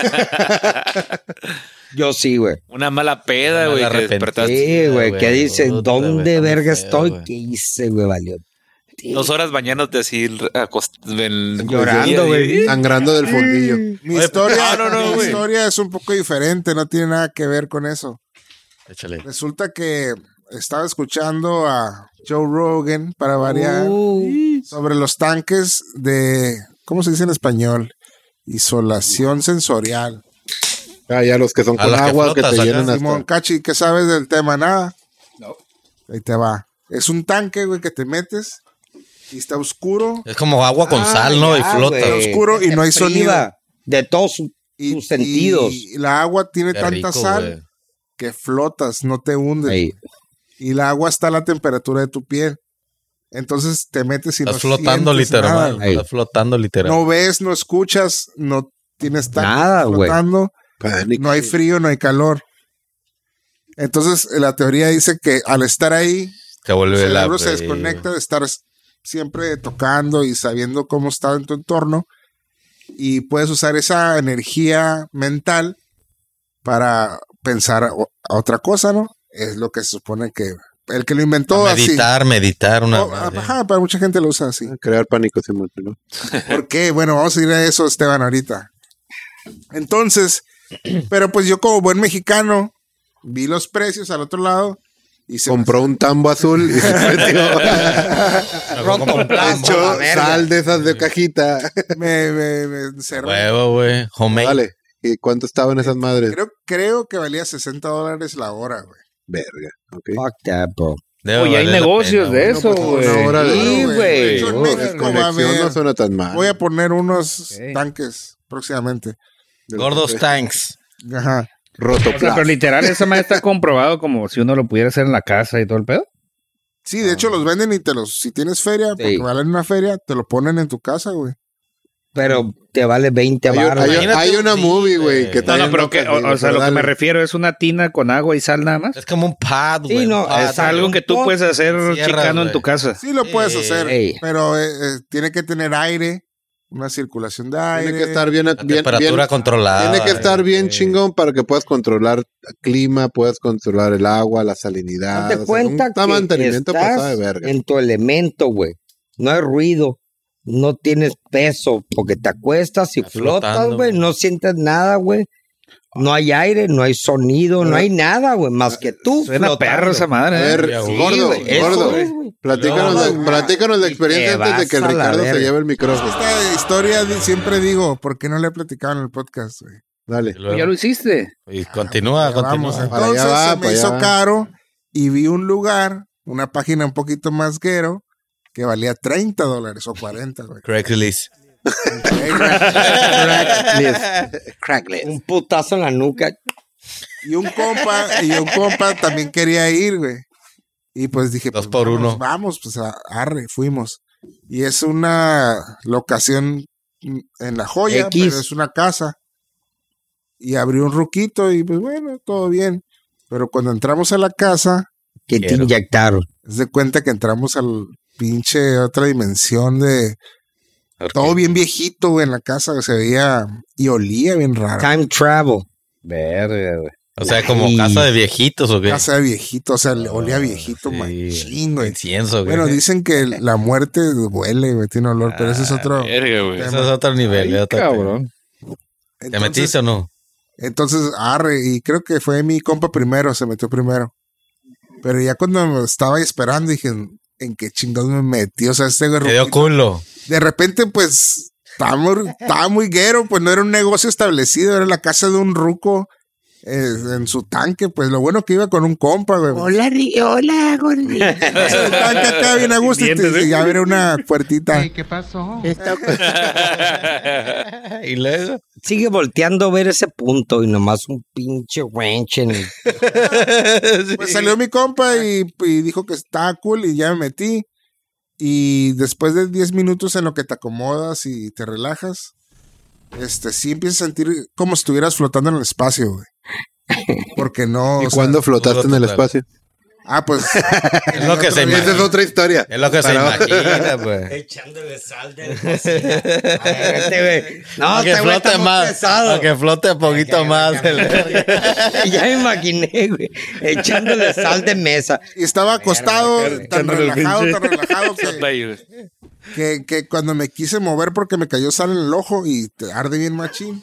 Yo sí, güey. Una mala peda, Una güey, mala que despertaste. Sí, güey, que dices, Puta, güey, ¿dónde está muy verga feo, estoy? güey. ¿Qué hice, güey? Valió. Dos horas bañándote así, acost- en- Llorando, güey. Sangrando del fondillo. Mi historia, no, no, no, mi güey. historia es un poco diferente, no tiene nada que ver con eso. Échale. Resulta que estaba escuchando a Joe Rogan para variar Uh. sobre los tanques de, ¿cómo se dice en español? Isolación sensorial. Ah, ya los que son A con las que agua que, flotas te acá. llenan Simón hasta. Cachi, ¿qué sabes del tema? Nada. Ahí te va. Es un tanque, güey, que te metes y está oscuro. Es como agua con Ah, pues, sal, ¿no? Y ya, flota. güey. Está oscuro y no hay Te sonido. priva De todos sus Y, sus sentidos. y la agua tiene Qué tanta rico, sal güey. que flotas, no te hundes. Ahí. Y la agua está a la temperatura de tu piel. Entonces te metes y Estás no flotando sientes nada, literal. güey. güey. Estás flotando literal. No ves, no escuchas, no tienes tan- Nada, güey. flotando. Pánico. No hay frío, no hay calor. Entonces, la teoría dice que al estar ahí, Te vuelve el la- cerebro se güey. desconecta de estar siempre tocando y sabiendo cómo está en tu entorno. Y puedes usar esa energía mental para pensar o- a otra cosa, ¿no? Es lo que se supone que el que lo inventó A así. meditar, meditar una. Oh, ajá, para mucha gente lo usa así. Crear pánico, Simón, ¿no? ¿Por qué? Bueno, vamos a ir a eso, Esteban, ahorita. Entonces, pero pues yo como buen mexicano, vi los precios al otro lado y se Compró un tambo azul y se metió. Roto, Echó sal de esas de cajita. me, me- me encerró. Huevo, güey. Homemade. Vale. ¿Y cuánto estaban esas madres? Creo, creo que valía 60 dólares la hora, güey. Verga. ok. Fuck that, bro. Debe Oye, hay valer la negocios pena, de güey. eso, pues, güey. una hora de- Sí, güey. güey. Yo en Oh, México va a desconexión haber- no suena tan mal. Voy a poner unos Ok. tanques próximamente. Gordos tanks. Ajá. O sea, pero literal, esa madre está comprobado como si uno lo pudiera hacer en la casa y todo el pedo. Sí, Ah. de hecho los venden y te los, si tienes feria, porque valen una feria, te lo ponen en tu casa, güey. Pero te vale 20 Hay, un- baros. hay un- Imagínate hay una un- movie, güey, eh, que No, también no, pero lo que, o, perdió, o sea, lo que dale. me refiero es una tina con agua y sal nada más. Es como un pad, güey. Sí, no, un ah, pad, es Algo que tú Pon- puedes hacer Cierras, chicano en güey. tu casa. Sí lo puedes Eh, hacer, ey. pero eh, eh, tiene que tener aire, una circulación de aire. Tiene que estar bien, La bien, temperatura bien- controlada. tiene que estar bien eh. chingón para que puedas controlar clima, puedas controlar el agua, la salinidad. Date Ah, o sea, cuenta un- está que mantenimiento estás pasado de verga. en tu elemento, güey. No hay ruido, no tienes peso, porque te acuestas y Está flotas, flotando, güey. güey. No sientes nada, güey. No hay aire, no hay sonido, no hay nada, güey, más que tú. Suena flotando. perro esa A madre. ¿eh? ver, Sí, gordo, güey, eso gordo. es, güey. Platícanos, Luego, de- güey. platícanos la Y experiencia te antes de que vas a la Ricardo se verga. lleve el micrófono. Esta historia di- siempre digo, ¿por qué no le he platicado en el podcast? güey? Dale. Y luego- Ya lo hiciste. Y continúa, Ya vamos, continúa. Ah, Para allá entonces va, se para me allá hizo va. caro y vi un lugar, una página un poquito más guero, que valía 30 dólares o 40, güey. Craigslist. Ey, güey. Un putazo en la nuca. y un compa, y un compa también quería ir, güey. Y pues dije, Dos pues, por vamos, uno. Vamos, pues a- arre, fuimos. Y es una locación en la joya, X. pero es una casa. Y abrió un ruquito y pues bueno, todo bien. Pero cuando entramos a la casa, Que te Quiero. inyectaron. Haz de cuenta que entramos al pinche otra dimensión de todo bien viejito, güey, en la casa, güey, se veía y olía bien raro. Time travel. Verga, güey. O sea, como casa de viejitos o qué. Casa de viejito, o sea, le olía Ah, viejito, sí. machín, güey. Incienso, güey. Bueno, dicen que la muerte huele, güey, tiene olor, pero ese es Ah, otro. Verga, güey. Eso es otro nivel. ya está- Cabrón. ¿Te Entonces, metiste o no? Entonces, arre, y creo que fue mi compa primero, se metió primero. Pero ya cuando me estaba ahí esperando, dije, ¿en qué chingados me metí? O sea, este güey Te dio culo. de repente, pues, estaba muy, estaba muy guero, pues no era un negocio establecido, era la casa de un ruco eh, en su tanque, pues lo bueno que iba con un compa, güey. Hola, hola, gordito. tanque acá bien a gusto y, te- Dientes, ¿eh? y ya abre una puertita. y luego. Sigue volteando a ver ese punto y nomás un pinche ranch en el- Pues salió mi compa y, y dijo que estaba cool y ya me metí. Y después de 10 minutos en lo que te acomodas y te relajas, este, sí empiezas a sentir como si estuvieras flotando en el espacio, güey. Porque no... ¿Y o sea, cuándo flotaste en el total. espacio? Ah, pues. Es lo que Esa se es imagina. otra historia. Es lo que se imagina, pues. Echándole sal de Este güey. No, Aunque este güey está flote muy más. pesado. Aunque flote un poquito más. ya me imaginé, güey. Echándole sal de mesa. Y estaba acostado, Verga, tan echándole el relajado, pinche. tan relajado que, Play, güey. que, que cuando me quise mover porque me cayó sal en el ojo y te arde bien machín.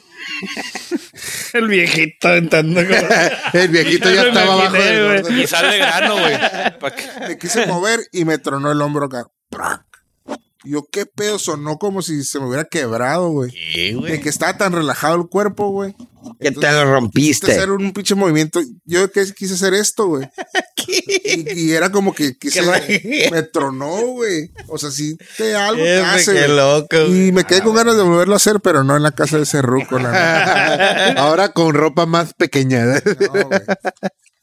El viejito aventando como- El viejito ya Yo me estaba abajo imaginé, del güey. gordo. Y sale grano, güey. Pa' que- Me quise mover y me tronó el hombro acá. ¡Prac! Yo, qué pedo, sonó como si se me hubiera quebrado, güey. De que estaba tan relajado el cuerpo, güey. Que te lo Entonces, Quise Este rompiste. hacer un pinche movimiento. Yo que quise hacer esto, güey. Y, y era como que quise. Me tronó, güey. O sea, sí te algo te Ese, hace, Qué güey. loco. güey. Y me quedé con ganas de volverlo a hacer, pero no en la casa de ese ruco, la neta. Ahora con ropa más pequeña. No, güey.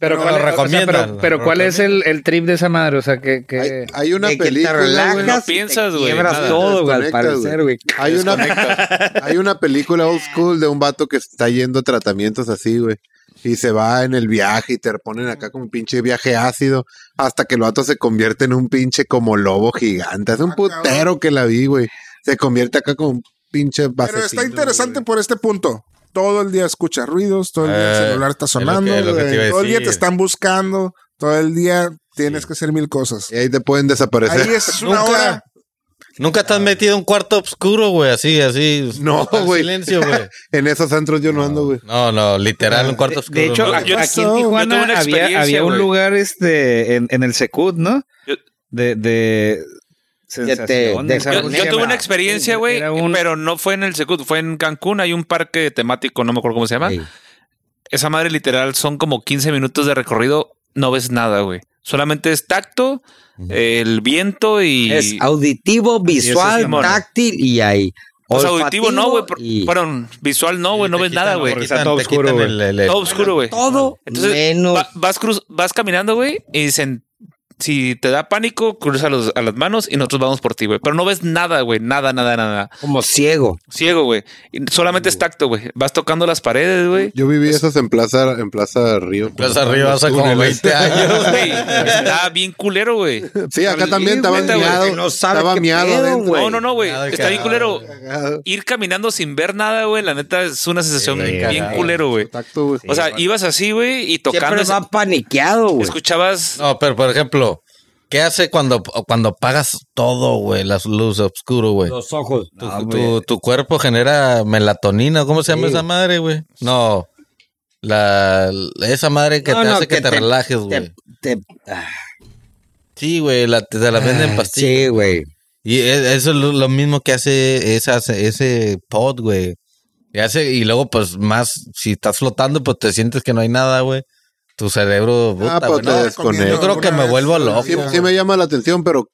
Pero No, cuál, lo es- o sea, recomiendan, pero, lo pero ¿cuál es el, el trip de esa madre? O sea, que... que- Hay, hay una de que película. te güey, relajas, no y te piensas, güey, Quiebras nada. todo, güey, al Desconectas, parecer, güey. Hay una, hay una película old school de un vato que está yendo a tratamientos así, güey. Y se va en el viaje y te ponen acá como un pinche viaje ácido hasta que el vato se convierte en un pinche como lobo gigante. Es un Ah, cabrón. putero que la vi, güey. Se convierte acá como un pinche Pero está basecino, interesante güey. por este punto. Todo el día escucha ruidos, todo el día Eh, el celular está es lo que- sonando, es lo que te iba a todo el día te decir. están buscando, todo el día tienes que hacer mil cosas. Y ahí te pueden desaparecer. Ahí es una Nunca. hora. Nunca te has metido en un cuarto oscuro, güey, así, así. No, total güey. Silencio, güey. En esos antros yo no, ando, güey. No, no, literal, un cuarto de, oscuro. de hecho, no. Yo- aquí, yo- aquí en yo tuve Tijuana una había, experiencia, había un güey. lugar este, en, en el Secut, ¿no? Yo- De... de sensaciones, de- Yo, Pero algo así yo se tuve llama. una experiencia, güey, Era un- pero no fue en el Secut, fue en Cancún. Hay un parque temático, no me acuerdo cómo se llama. Ey. Esa madre literal son como 15 minutos de recorrido, no ves nada, güey. Solamente es tacto, el viento y... Es auditivo, visual, Simón. táctil y ahí. o sea, Pues auditivo no, güey. por- y Perdón, visual no, güey, no Te ves quitan, nada, güey. te Está quitan- todo te oscuro, quitan güey. el- el- el- Todo oscuro, güey. Todo Entonces, menos. Va- vas, cruz, vas caminando, güey, y dicen, si te da pánico, cruza los- a las manos y nosotros vamos por ti, güey. Pero no ves nada, güey, nada, nada, nada. como ciego. Ciego, güey. Y Solamente es tacto, güey. Vas tocando las paredes, güey. Yo viví esos en Plaza, en Plaza Río. Plaza pues arriba hace como 20 años. Güey, Está bien culero, güey. Sí, acá también estaba neta, güey, miado. que no sabe estaba qué miado pedo, adentro. güey. No, no, no, güey. Nada de Está bien cagado, culero. Ir caminando sin ver nada, güey. La neta es una sensación Sí, bien cagado. culero, güey. Tacto, güey. O sea, ibas así, güey, y tocando. Siempre va paniqueado, güey. Escuchabas. No, pero por ejemplo, ¿qué hace cuando, cuando pagas todo, güey? Las luces oscuro, güey. Los ojos. Tu, No, tu- güey. tu cuerpo genera melatonina, ¿cómo se llama Sí. esa madre, güey? No. La, esa madre que No, te no, hace que, te, relajes, güey. Te, te- Sí, güey, la, te, te la venden en pastillas. Sí, güey. Y e- eso es lo, lo mismo que hace esa, ese pod, güey. Y, hace, y luego, pues, más, si estás flotando, pues te sientes que no hay nada, güey. Tu cerebro, Ah, pues puta, güey, no, te recomiendo desconectas. Yo creo que alguna me vez vuelvo una loco. Sí, vida. sí me llama la atención, pero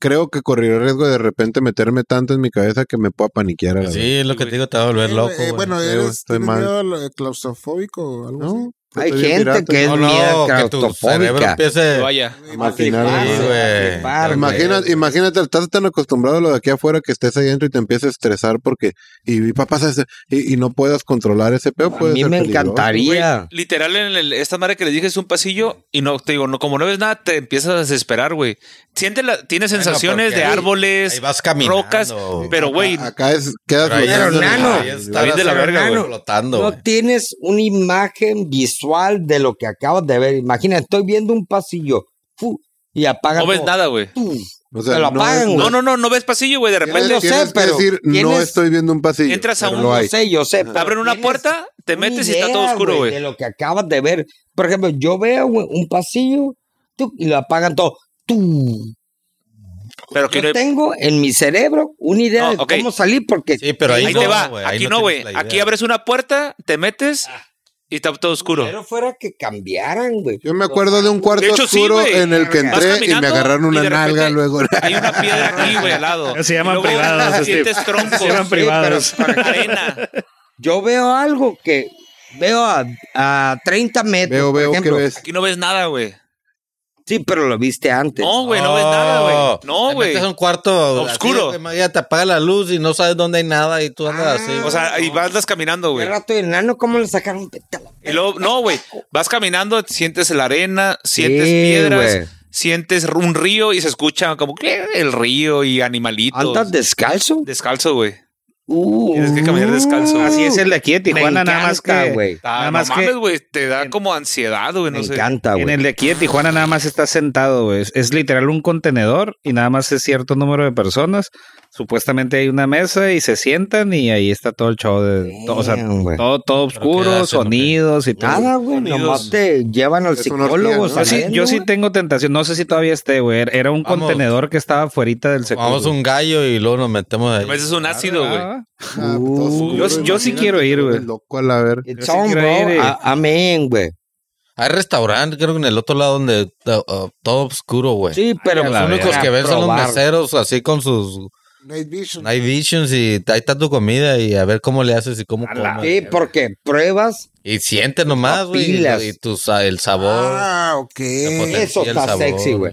creo que corría el riesgo de repente meterme tanto en mi cabeza que me pueda paniquear a la vez. Sí, es lo que te digo, te va a volver Eh, loco. eh, güey. bueno, Sí, güey, eres estoy tienes mal. miedo a lo- claustrofóbico o algo ¿No? Hay Estoy bien gente pirata. que es No, miedo no, que tu cerebro claustrofóbica. empiece. Vaya. así. Maquinar, Sí, Ah, güey. flipar, güey. Imagina- imagínate, estás tan acostumbrado a lo de aquí afuera que estés ahí dentro y te empieces a estresar porque y, y papá se- y, y no puedas controlar ese peo. A puede mí ser me peligroso. encantaría. Literal, en el- esta madre que le dije es un pasillo y no te digo, no, como no ves nada, te empiezas a desesperar, güey. Sientes la- tienes Bueno, sensaciones porque de ahí- árboles, ahí vas caminando. rocas, pero güey, Acá es quedas Pero ahí rodeado Pero, de- nano, Ay, está está bien de la verga, güey. güey. Flotando, güey. No tienes una imagen visual de lo que acabas de ver. Imagina, estoy viendo un pasillo fu, y apaga no ves todo. nada, güey. Tú, o sea, te lo no apagan, es- güey. No, no, no, no ves pasillo, güey. De Tienes, repente Yo sé, tienes que pero decir, no tienes- estoy viendo un pasillo. entras a pero un lo Yo hay. sé, yo sé. pero abren una tienes puerta, te una metes y está todo idea, oscuro, güey. De lo que acabas de ver. Por ejemplo, yo veo güey, un pasillo tú, y lo apagan todo. Tú. Pero que Yo no hay- tengo en mi cerebro una idea No, ok. de cómo salir porque Sí, pero ahí, ahí no, te va. güey, ahí Aquí no no, güey. tienes la Aquí idea. abres una puerta, te metes y está todo oscuro. pero fuera que cambiaran, güey. Yo me acuerdo de un cuarto De hecho, sí, oscuro güey. en el que Vas entré y me caminando agarraron y una de repente nalga luego. Hay una piedra aquí, güey, al lado. Ah, Se llaman Y luego privados, Steve. Sientes troncos. Se llaman Sí, pero privados. para- Arena. Yo veo algo que veo a, a 30 metros. Veo, por veo que ejemplo. ves. Aquí no ves nada, güey. Sí, pero lo viste antes. No, güey, no ves nada, güey. No, Oh. Te güey. metes a un cuarto así, Oscuro. güey, ya te apaga la luz y no sabes dónde hay nada y tú andas así. O sea, ahí vas caminando, Qué güey. rato de enano, ¿cómo le sacaron? Vete a la- Y luego, no, güey. Vas caminando, sientes la arena, sientes Sí, piedras, güey. sientes un río y se escucha como que el río y animalitos. ¿Andas descalzo? Descalzo, güey. Uh, Tienes que caminar descalzo. Así es el de aquí de Me Tijuana, nada más encanta, que... güey. Ah, Nada no más que- mames, güey. Te da como ansiedad, güey. Me No sé. encanta, En güey. el de aquí de Tijuana nada más está sentado, güey. Es, es literal un contenedor y nada más es cierto número de personas. Supuestamente hay una mesa y se sientan y ahí está todo el show de... to- o sea, Damn, güey. todo, todo oscuro, hacen, o qué? sonidos y todo. Nada, güey. Unidos. Nomás te llevan al Es una orgía, psicólogo. ¿no? Yo Pues sí, saliendo, yo sí güey. tengo tentación. No sé si todavía esté, güey. Era un Vamos. contenedor que estaba fuera del sector. Vamos un gallo y luego nos metemos A ahí. veces es un ácido, güey. Ah, Uh, todo oscuro, yo- yo sí imagínate, quiero ir, te güey. vuelves Loco a la ver. It's Yo sí on, quiero ir, eh. bro. A- Amén, güey. Hay restaurante, creo que en el otro lado donde uh, uh, todo oscuro, güey. Sí, pero a pues la Los uno verga. únicos quiere que ven son los probar. meseros así con sus Night Vision. Hay visions y ahí está tu comida y a ver cómo le haces y cómo A la- comes. Sí, porque pruebas, Y sientes nomás, güey. Y, Papilas. y tu sa- el sabor. Ah, ok. la potencia, eso el está sabor. sexy, güey.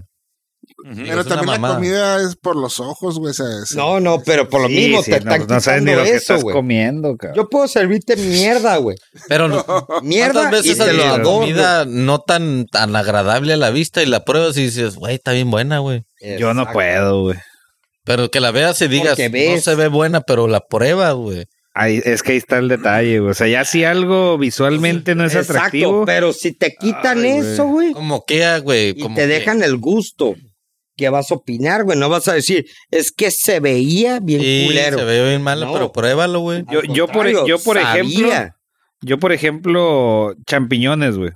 Digo, Pero es una también la mamada. comida es por los ojos, güey. o sea, es- No, no, pero por lo mismo te están no, no sabes ni quitando lo que eso, estás güey. comiendo, cabrón. Yo puedo servirte mierda, güey. Pero no- Mierda ¿Cuántas veces y te a lo la adorno. comida no tan, tan agradable a la vista y la pruebas y dices, güey, está bien buena, güey? Yo, no Exacto. puedo, güey. Pero que la veas y digas, Porque no ves. se ve buena, pero la pruebas, güey. Ahí- es que ahí está el detalle, güey. O sea, ya si algo visualmente no es Exacto, atractivo, pero si te quitan Ay, güey. eso, güey, Como que, ah, güey. y como te que- dejan el gusto, ¿qué vas a opinar, güey? No vas a decir, es que se veía bien Sí, culero. se ve bien mala, No. pero pruébalo, güey. Yo- Al yo por- e, contrario, yo por ejemplo- sabía. yo por ejemplo, champiñones, güey.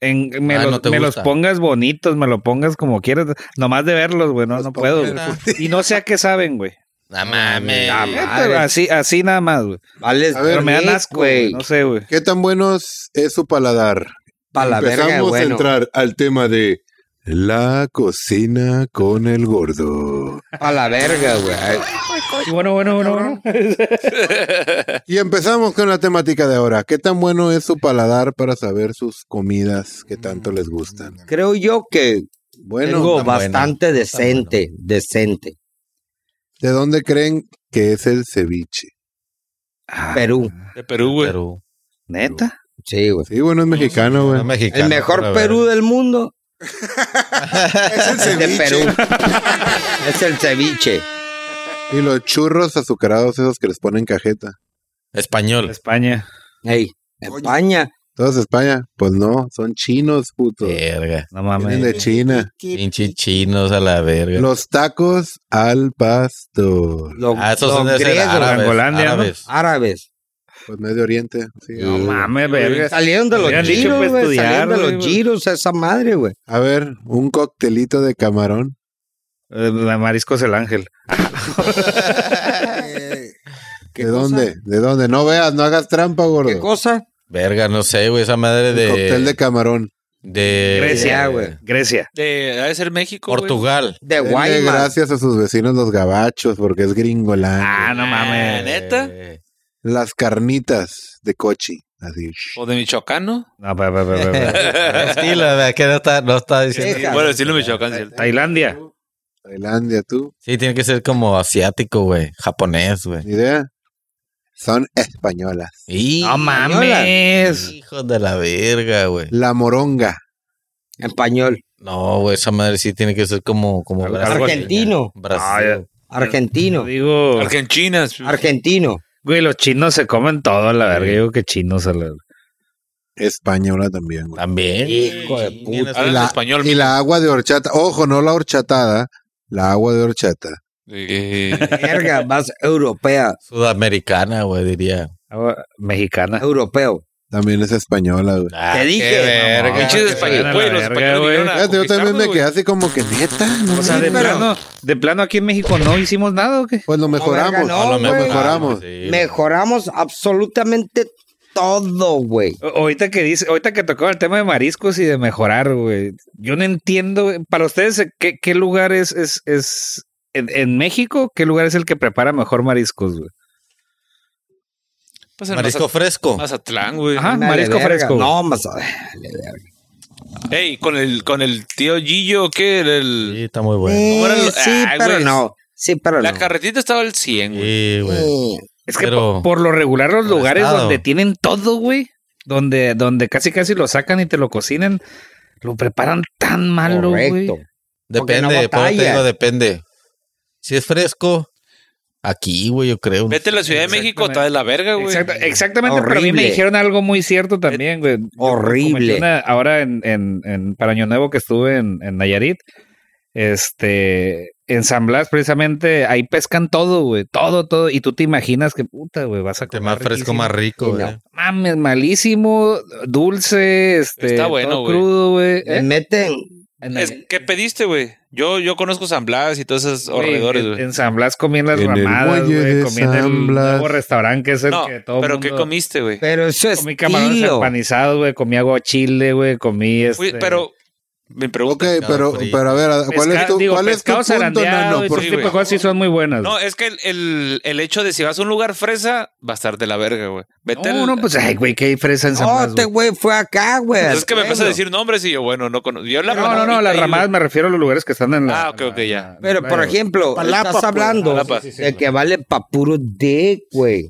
En, me Ah, los, no te me los gusta. pongas bonitos, me lo pongas como quieras, nomás de verlos, güey, no, Los no puedo. güey. pongas. Y no sé a qué saben, güey. No mames. Ah, madre. Así, así nada más, güey. Vales A ver, Pero me dan verga, asco, güey. No sé, güey. ¿Qué tan buenos es su paladar? Pa' la verga, Empezamos bueno. a entrar al tema de la cocina con el gordo. A la verga, güey. Ay, Y bueno, bueno, bueno, bueno. Y empezamos con la temática de ahora. ¿Qué tan bueno es su paladar para saber sus comidas que tanto les gustan? Creo yo que Bueno, tengo tan bueno, bastante tan decente, decente. ¿de dónde creen que es el ceviche? Perú, De Perú, güey. Perú. Neta. sí, güey. Sí, bueno, es mexicano, güey. No, mexicano, El mejor pero, Perú del mundo es el es de ceviche. Perú. es el ceviche. Y los churros azucarados esos que les ponen cajeta. Español. España. Ey, España. ¿Todos España? Pues no, son chinos, puto. Eh, Verga. No Vienen mames. de China. Pinche chinos a la verga. Los tacos al pastor. Los, ah, esos son los de ser griegos, árabes. Angolandia, ¿no? árabes. árabes. Pues Medio Oriente. sí. No mames, verga. verga. Salieron de los Habían dicho giros, para güey. estudiar, Salieron de güey, los güey. giros esa madre, güey. A ver, un coctelito de camarón. Eh, Mariscos el ángel. Eh, ¿De dónde? ¿De dónde? No veas, no hagas trampa, gordo. ¿Qué cosa? Verga, no sé, güey. Esa madre Un de. cóctel de camarón. de- Grecia, de- güey. Grecia. De, debe ser México, güey. Portugal. De Denle Guaymas. gracias a sus vecinos los gabachos, porque es gringolandia. Ah, no Ah, mames. ¿Neta? Las carnitas de cochi. Así. O de Michoacán, ¿no? No, pa, pa, pa, pa, pa. Ah, Sí, la verdad que no está, no está diciendo. Sí. Claro. Bueno, decirlo Michoacán. sí. Tailandia. Tailandia, tú. Sí, tiene que ser como asiático, güey. Japonés, güey. Ni idea. Son españolas. Y- No mames. Hijo de la verga, güey. La moronga. Español. No, güey, esa madre sí tiene que ser como, como Algo- Ah, Brasil. algo así. Argentino. Brasil. Argentino. Digo, Argentinas. Argentino. güey, los chinos se comen todo a la verga. Yo digo que chinos a la verga. Española también, güey. También. Hijo de Sí, puta. tienes- Hablan la- español. Y la agua de horchata. Ojo, no la horchatada. La agua de horchata. Eh, Verga, más europea. Sudamericana, güey, diría. Agua Ah, Mexicana. Europeo. También es española, güey. Ah, Te dije. qué verga, Pinches qué españoles, verga. güey, los verga, españoles güey. vinieron a Fíjate, yo también conquistarnos, me güey. quedé así como que neta. No O sea, mames, de pero- plano, de plano aquí en México no hicimos nada, ¿o qué? Pues lo mejoramos. verga, no, A lo lo mejor- mejoramos. sí. Mejoramos absolutamente todo, güey. A- Ahorita que dice, ahorita que tocó el tema de mariscos y de mejorar, güey. Yo no entiendo, güey. para ustedes, eh, ¿qué, qué lugar es, es, es en, en México? ¿Qué lugar es el que prepara mejor mariscos, güey? Pues en Marisco Mazat- fresco. Mazatlán, güey. Pues Ajá. Ah, Dale marisco verga. fresco, güey. No, más. Ey, con el, con el tío Gillo, ¿qué? era El, Sí, está muy bueno. ¿Cómo era Eh, lo- sí, Ah, pero güey. no. Sí, pero la no. carretita estaba al 100, güey. Sí, güey. Eh, Es que Pero- po- por, lo regular los por lugares estado. donde tienen todo, güey, donde, donde casi casi lo sacan y te lo cocinan, lo preparan tan malo, güey. Correcto. Porque Depende, no por eso te batalla. digo, depende. Si es fresco, aquí, güey, yo creo. Vete a la Ciudad de México, está de la verga, güey. Exacta- exactamente, pero a mí me Horrible. dijeron algo muy cierto también, güey. Yo Horrible. cometí una- ahora en, en, en- para Año Nuevo que estuve en, en Nayarit, este, en San Blas precisamente, ahí pescan todo, güey, todo, todo. Y tú te imaginas que, puta, güey, vas a Te comer más fresco, riquísimo. más rico, Sí, güey. no. Mames, malísimo, dulce, este, Está bueno, todo güey. crudo, güey. Le ¿Eh? meten. En Es- Nayarit. ¿Qué pediste, güey? Yo, yo conozco San Blas y todos esos Güey, alrededores, en- güey. En San Blas comí en las En el ramadas, muelle güey, de comí en San el Blas. nuevo restaurante que es el No, que todo pero ¿qué mundo- comiste, güey? Pero eso es. Comí camarones empanizados, güey. Comí agua chile, güey. Comí este. Fui- Pero Me Ok, pregunta. pero, frito. pero a ver, ¿a- ¿cuál Pesca- es tu, digo, cuál es tu pescado punto, zarandeado nano? y Por- ese tipo de cosas sí son muy buenas. No, güey. es que el, el- el hecho de si vas a un lugar fresa, va a estar de la verga, güey. Vete No, al- no, pues, ay, güey, qué fresa en San No, Blas, este güey. Pues güey fue acá, güey. Entonces Pues es que me Bueno. empezó a decir nombres y yo, bueno, no conozco. Yo la No, no, no, las ahí, ramadas güey. me refiero a los lugares que están en la. Ah, ok, ok, ya. Pero, por ejemplo, Palapa, estás pues. hablando Palapa. de que vale pa' puro dick, güey.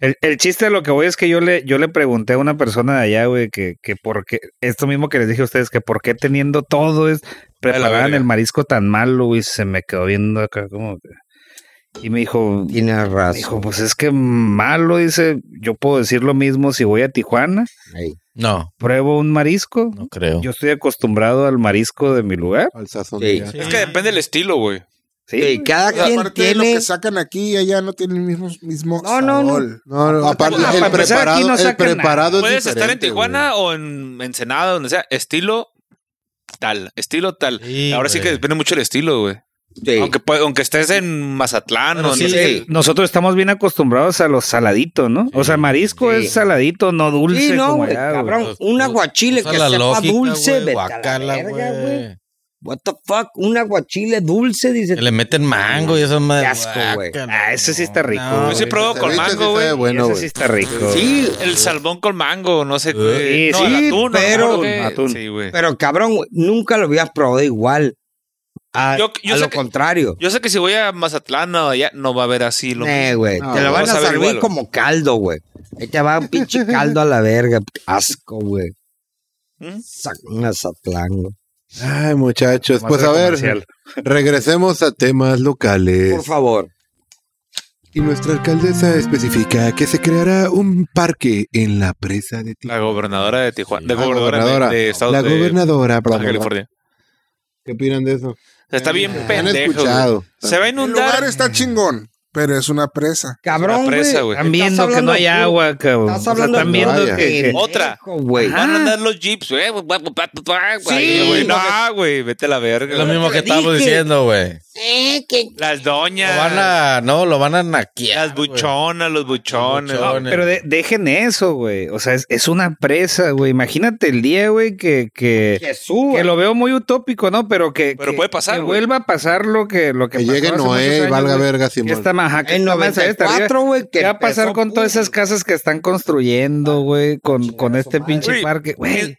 El, el chiste de lo que voy es que yo le, yo le pregunté a una persona de allá, güey, que, que por qué, esto mismo que les dije a ustedes, que por qué teniendo todo es, preparaban verga. el marisco tan malo, güey, se me quedó viendo acá como que... Y me dijo, Tienes me razón. dijo, pues es que malo, dice, yo puedo decir lo mismo si voy a Tijuana, Ey. No, pruebo un marisco, no creo. yo estoy acostumbrado al marisco de mi lugar. Al sazón Sí. de ya. Es que depende del estilo, güey. Sí, Sí, cada quien Aparte de lo tiene. que sacan aquí y allá no tiene el mismo, mismo No, no, no. sabor. No, no, aparte, Ah, el Pues, para empezar, aquí preparado, no el sacan nada. preparado es Puedes estar en diferente, Tijuana o en Ensenada, donde sea. Estilo tal, estilo tal. Sí, Ahora sí güey. que depende mucho del estilo, güey. Sí. Aunque, puede- aunque estés en Mazatlán Bueno, o en sí, ese- Nosotros estamos bien acostumbrados a los saladitos, ¿no? O sea, marisco Sí. es saladito, no dulce Sí, no, como güey, allá, güey. cabrón. Un aguachile Usa que la sepa lógica, dulce, güey, vete a la guácala, verga, güey. güey. What the fuck, un aguachile dulce, dice. Que Le meten mango y eso más. Qué asco, güey. Ah, ese sí está rico, güey. Yo sí he probado güey. con Ceviche sí mango, sabe güey. Bueno, Ese güey. sí está rico. Sí, El salmón con mango, no sé Sí, qué. No, sí, el atún, no, pero- no, que- Atún. Sí, güey. pero cabrón, güey, nunca lo habías probado igual. A, Yo- yo a sé lo que- contrario. Yo sé que si voy a Mazatlán o allá, no va a haber así lo Eh, güey, No, te lo güey, van a vas a ver servir igual, güey. como caldo, güey. Ahí te va un pinche caldo a la verga. Asco, güey. ¿Mm? Sac- Mazatlán, güey. Ay, muchachos. Vamos Pues hacer a ver, comercial. regresemos a temas locales. Por favor. Y nuestra alcaldesa especifica que se creará un parque en la presa de La Tijuana. gobernadora de Tijuana. de La gobernadora, gobernadora. de, de Estados La de gobernadora, bla, Baja bla, bla. California. ¿Qué opinan de eso? Está bien ¿Han pendejo. güey. escuchado? Se va a El lugar inundar está chingón, pero es una presa. Cabrón, la güey. presa, güey. Están viendo Estás que no hay hablando- agua, cabrón. O Estás sea, hablando están viendo Vaya. que... pendejo, Otra. güey. Van a andar los jeeps, güey. Pues, Sí, güey. No, ah, güey, vete a la verga. Es lo güey. mismo que Dije. estábamos diciendo, güey. Las Lo doñas. van a, no, lo van a naquear. Las buchonas, los buchones. Los buchones. Pero de- dejen eso, güey. O sea, es, es una presa, güey. Imagínate el día, güey, que... que... Que suba. que lo veo muy utópico, ¿no? Pero que, Pero que- puede pasar, que güey. vuelva a pasar lo que lo que, Que pasó llegue hace Noé muchos y años, valga güey. verga, Que Simón. Esta maja que En esta mesa esta arriba- 94, güey. que ¿Qué va a pasar empezó con todas esas casas que están construyendo, güey? Con, con este pinche Ah, Güey, parque. Güey,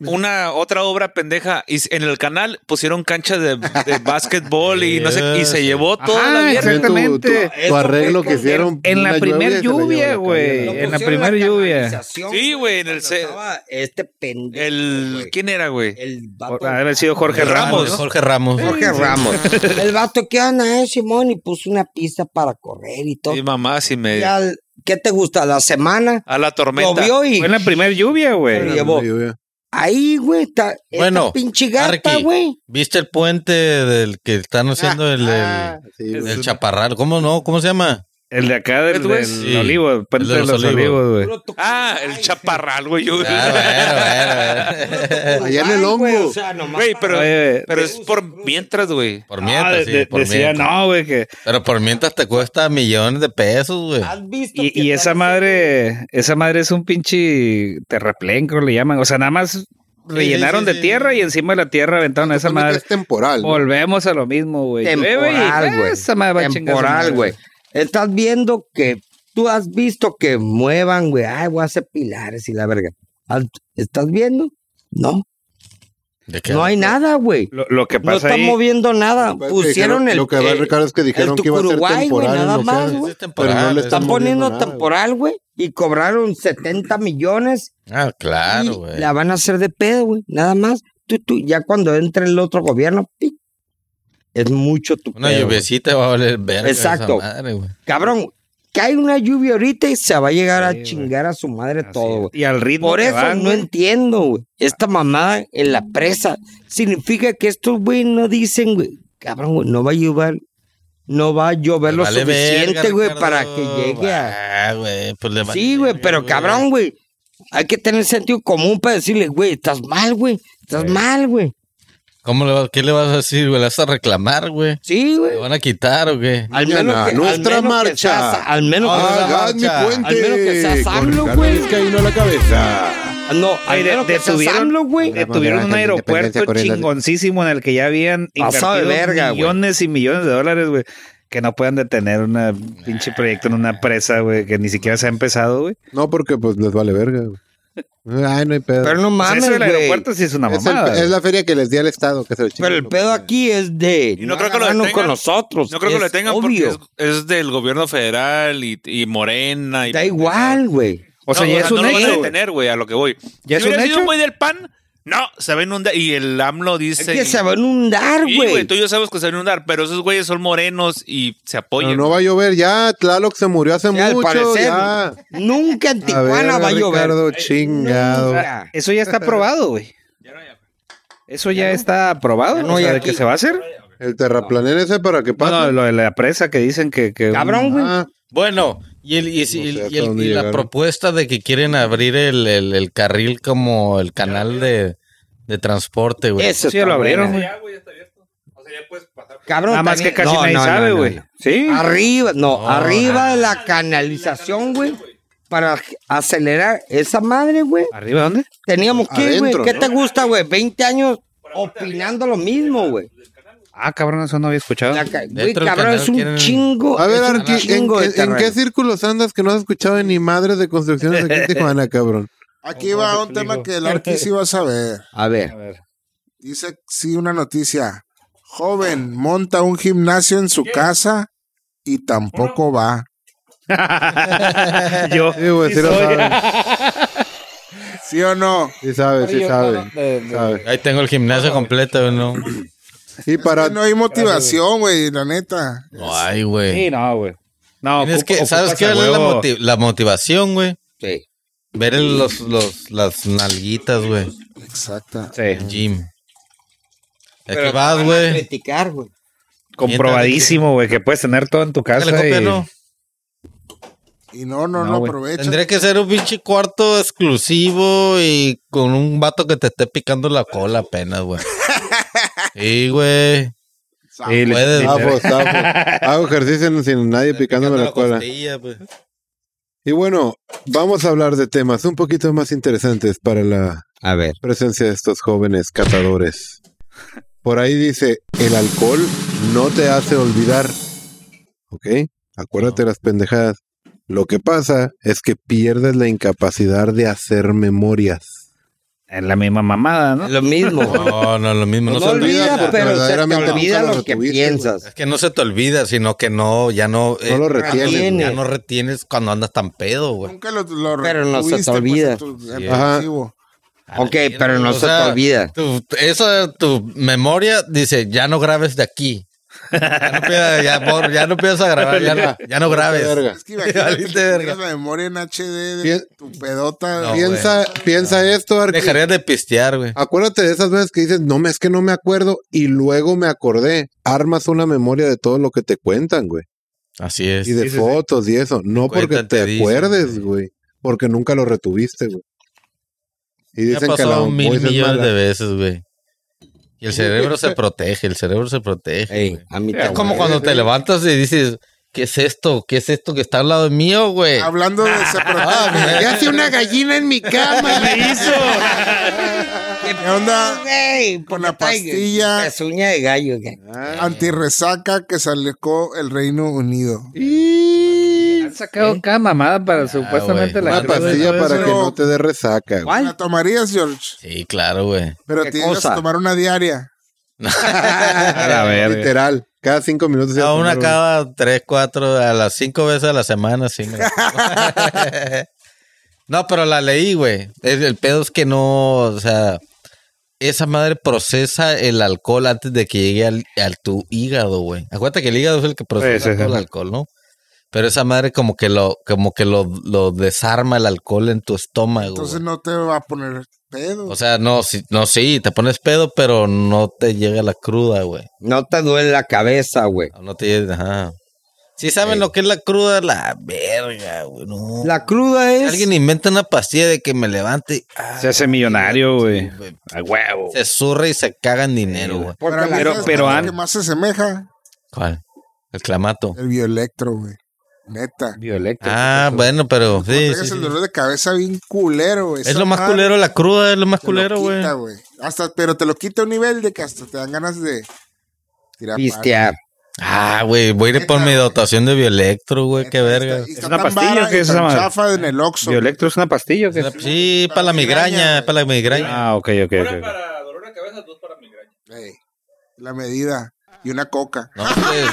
Una otra obra pendeja. Y s- en el canal pusieron cancha de, de básquetbol y no sé. Y se llevó toda Ajá, la mierda. También tu- tu- exactamente. Tu, arreglo que hicieron en la una primer se la llevó lluvia, la calle. pues, Lo güey. en la pusieron primer lluvia. canalización, Sí, güey, en el cuando ce- estaba Este pendejo. El. güey. ¿Quién era, güey? El Por- vato. ha de haber sido Jorge Ramos, Ramos. ¿no? Jorge Ramos. Jorge Ramos. El vato que anda, eh, Simón, y puso una pista para correr y todo. Mi mamá, si Y me. al- ¿Qué te gusta? La semana A la tormenta. llovió y Fue en la primer lluvia, Una güey. Llevó. primer lluvia. ahí, güey, está esta Bueno, pinche gata, Arqui. güey. ¿Viste el puente del que están haciendo el, el- Ah. Sí, el güey. chaparral? ¿Cómo no? ¿Cómo se llama? El de acá del, Tú ves. del Sí. olivo, el El puente de de los los olivos. olivos, güey. Ah, el chaparral, güey. yo- Ah, bueno, bueno, bueno. Allá en el Ay, hongo. güey, o sea, nomás Güey, pero, Oye, pero es por mientras, güey. Por no, Ah, mientras, de- sí, de- por decía, mientras. no, güey, que Pero por mientras te cuesta millones de pesos, güey. ¿Has visto que Y, y esa parece- madre, esa madre es un pinche terraplén, creo que le llaman. O sea, nada más rellenaron sí, sí, de sí. tierra y encima de la tierra aventaron a esa Supongo que madre. es temporal. ¿no? Volvemos a lo mismo, güey. Llueve y, Temporal, ah, güey. Esa madre va a chingar a su Temporal, madre. güey. Estás viendo que tú has visto que muevan, güey. Ay, voy a hacer pilares y la verga. Al- ¿Estás viendo? No, ¿De qué? no hay nada, güey. Lo, lo que No pasa está ahí- moviendo nada. Lo que Pusieron Ah, pues, dijeron- el. Lo que va el- Ricardo es que dijeron que iba a ser Tucuruguay, güey, temporal. en nada los más, años. güey. Es temporal, Pero no le güey. Están moviendo poniendo nada, güey. temporal, güey. Y cobraron 70 millones. Ah, claro, y güey. la van a hacer de pedo, güey. Nada más. Tú, tú, ya cuando entre el otro gobierno, pi, es mucho tu Una pedo, güey. lluviecita va a valer verga. Exacto. esa madre, güey. Cabrón, cae una lluvia ahorita y se va a llegar Sí, a güey. chingar a su madre Así todo, es. güey. Y al ritmo. Por que eso van, no güey. entiendo, güey. Esta mamada en la presa significa que estos güey no dicen, güey, cabrón, güey, no va a llover. No va a llover lo Vale suficiente, verga, güey, Ricardo. para que llegue a... Ah, güey, pues le vale Sí, güey, verga, pero cabrón, güey. Hay que tener sentido común para decirle, güey, estás mal, güey. Estás mal, güey. ¿Cómo le va- ¿Qué le vas a decir, güey? ¿Le vas a reclamar, güey? Sí, ¿Te güey. van a quitar o qué? Al Mañana, menos que, nuestra al menos que marcha. seas- al menos que Ah, seas- Hagad mi marcha. puente. Al menos que seas con AMLO, Ricardo güey. Vizcaíno a la cabeza. No, Ay, de- primero que seas detuvieron- AMLO, güey. Detuvieron un aeropuerto chingoncísimo en el que ya habían Pasado de invertido verga, güey. millones y millones de dólares, güey. Que no puedan detener una pinche proyecto en una presa, güey, que ni siquiera se ha empezado, güey. No, porque pues les vale verga, güey. Ay, no hay pedo. Pero no O sea, mames, eso Pues del güey. aeropuerto sí es una es, el- mamada. es güey. la feria que les di al Estado. Que se lo Pero el chingan. pedo aquí es de. Y no creo que lo agarrarnos detengan. con nosotros. No creo que pues, es lo tengan obvio. porque es, es del gobierno federal y, y Morena. Y Da igual, güey. O sea, No, ya es un no lo van a hecho. güey. detener, güey, a lo que voy. ¿Ya es si hubiera un sido hecho? un güey del PAN, no, se va a inundar. Y el AMLO Es dice... que se va a inundar, Sí, güey. güey, tú y yo sabemos que se va a inundar, pero esos güeyes son morenos y se apoyan. Pero no va a llover ya. Tlaloc se murió hace O sea, al mucho. parecer, ya. A Nunca en Tijuana ver, va a llover. Eh, Ricardo, chingado. Nunca. Eso ya está aprobado, güey. Eso ya está aprobado, Ya no o sea, hay de que aquí. se va a hacer. El terraplanén ese para que pase. Bueno, lo de la presa que dicen que... que un- Cabrón, güey. Ah, Bueno, y, el- y si- No sé y hasta el- dónde y la llegaron. propuesta de que quieren abrir el, el- el carril como el canal de, de transporte, güey. Eso Sí, ya lo está abrieron, bueno. güey. Cabrón, Nada más que también- casi No, nadie no, no, sabe, no, güey. no. Ah, Sí. Arriba, no, No, arriba de la canalización, güey. Para acelerar esa madre, güey. ¿Arriba dónde? Teníamos que, güey. Adentro, ¿Qué ¿no? te gusta, güey? 20 años opinando lo mismo, güey. Ah, cabrón, eso no había escuchado. La ca- Güey, Dentro del cabrón, canal es un quieren- chingo. A ver, es un Arqui, ¿en, chingo de en- en qué terreno. círculos andas que no has escuchado ni madres de construcciones aquí en Tijuana, cabrón? Oh, Aquí va un tema que el Arqui sí va a saber. A ver, Dice, sí, una noticia. Joven monta un gimnasio en su casa y tampoco va. Yo. Sí, güey, sí lo sabes. ¿Sí o no? Sí sabes, sí sabes. Sabes. Ahí tengo el gimnasio completo, ¿no? Y para... No hay motivación, güey, la neta. Ay, güey. Sí, no, güey. No, Es ocupa- que, ¿sabes ocupas qué a es la, huevo. moti- la motivación, güey? sí. Ver el- los, los, las nalguitas, güey. Exacta. Sí, Gym. Aquí Pero vas, van a güey. criticar, güey. comprobadísimo, güey, que puedes tener todo en tu casa. Sácale copia, y- ¿no? Y no, no, No, lo güey. aprovecha. Tendría que ser un pinche cuarto exclusivo y con un vato que te esté picando la cola apenas, güey. Sí, güey. y li- Puedes, literal- Zafos, zafos. Hago ejercicio sin- sin nadie picándome la cola. costilla, pues. Y bueno, vamos a hablar de temas un poquito más interesantes para la A ver. presencia de estos jóvenes catadores. Por ahí dice, el alcohol no te hace olvidar. ¿Ok? Acuérdate las pendejadas. Lo que pasa es que pierdes la incapacidad de hacer memorias. Es la misma mamada, ¿no? Lo mismo. güey. No, no, lo mismo. No, No, lo se olvida. pues. olvida olvidas, porque pero se te verdaderamente olvida nunca lo lo que retuviste, piensas. Es que no se te olvida, sino que no, ya no. eh, No lo retiene. retienes. ya no retienes cuando andas tan pedo, güey. Nunca lo, lo Pero no se te tuviste, pues, olvida. en tu- en tu Ajá. archivo. Ok, pero no O se sea, te olvida. Tu, eso, tu memoria dice, ya no grabes de aquí. Ya no pidas- ya, por- ya no piensas a grabar, ya, no- ya no grabes. Verga. Es que imagínate que Valiste verga. tienes la memoria en HD de Bien. tu pedota. No, piensa, piensa esto, Arqui. Dejarías de pistear, güey. Acuérdate de esas veces que dices, no, me- es que no me acuerdo y luego me acordé. Armas una memoria de todo lo que te cuentan, güey. Así es. Y de fotos y eso. No porque Cuentan, te te dicen, acuerdes, güey. güey. Porque nunca lo retuviste, güey. Y Ya dicen que la pasó mil voz es millones mala. de veces, güey. Y el cerebro se protege, el cerebro se protege. Ey, güey. a mí Es te- como cuando te levantas y dices, ¿qué es esto? ¿Qué es esto que está al lado mío, güey? Hablando de ese Ah, protege. güey. una gallina en mi cama. ¿Qué onda? Ah, güey? Con la Porque trae pastilla. Pezuña de gallo, güey. antirresaca que salió el Reino Unido. Han sacado cada mamada para supuestamente güey. la Una cruda, pastilla ¿no? para Eso- que no te dé resaca, güey. La tomarías, George, Sí, claro, güey. pero ¿Qué te ibas cosa? a tomar una diaria. A la verga. Literal. Cada cinco minutos. A una una cada tres, cuatro, a las cinco veces a la semana, sí. me la- no, pero la leí, güey. El, el pedo es que no, o sea, esa madre procesa el alcohol antes de que llegue al, al tu hígado, güey. Acuérdate que el hígado es el que procesa Sí, sí, sí. todo el alcohol, ¿no? Pero esa madre como que lo, como que lo, lo desarma el alcohol en tu estómago. Entonces güey. no te va a poner pedo. O sea, no, sí, no, sí, te pones pedo, pero no te llega la cruda, güey. No te duele la cabeza, güey. No te llega, ajá. Si saben lo que es la cruda, la verga, güey. no. La cruda es. Alguien inventa una pastilla de que me levante. y, ah, Se hace millonario, güey. sí, güey. A huevo. Se zurra y se caga en dinero, güey. porque Para mí, la- pero- ¿sabes pero cuál es an- lo que más se asemeja ¿Cuál? El clamato. el bioelectro, güey. Neta. Violeta. Ah, bueno, pero Me sí. traes sí, sí. el dolor de cabeza bien culero, güey. Es Esa lo más madre culero la cruda, es lo más te lo culero, güey. quita, güey. Hasta, pero te lo quita a un nivel de que hasta te dan ganas de tirar Pistear. Ah, güey, voy a ir por mi dotación de Bioelectro, güey, qué verga. Es una pastilla que es esa madre. chafa en el Oxxo. Violectro es una pastilla o qué? Sí, para la migraña, migraña, para la migraña. Ah, ok, ok, ok. para dolor de cabeza, dos para migraña. Ey, La medida. Y una coca. No, pues,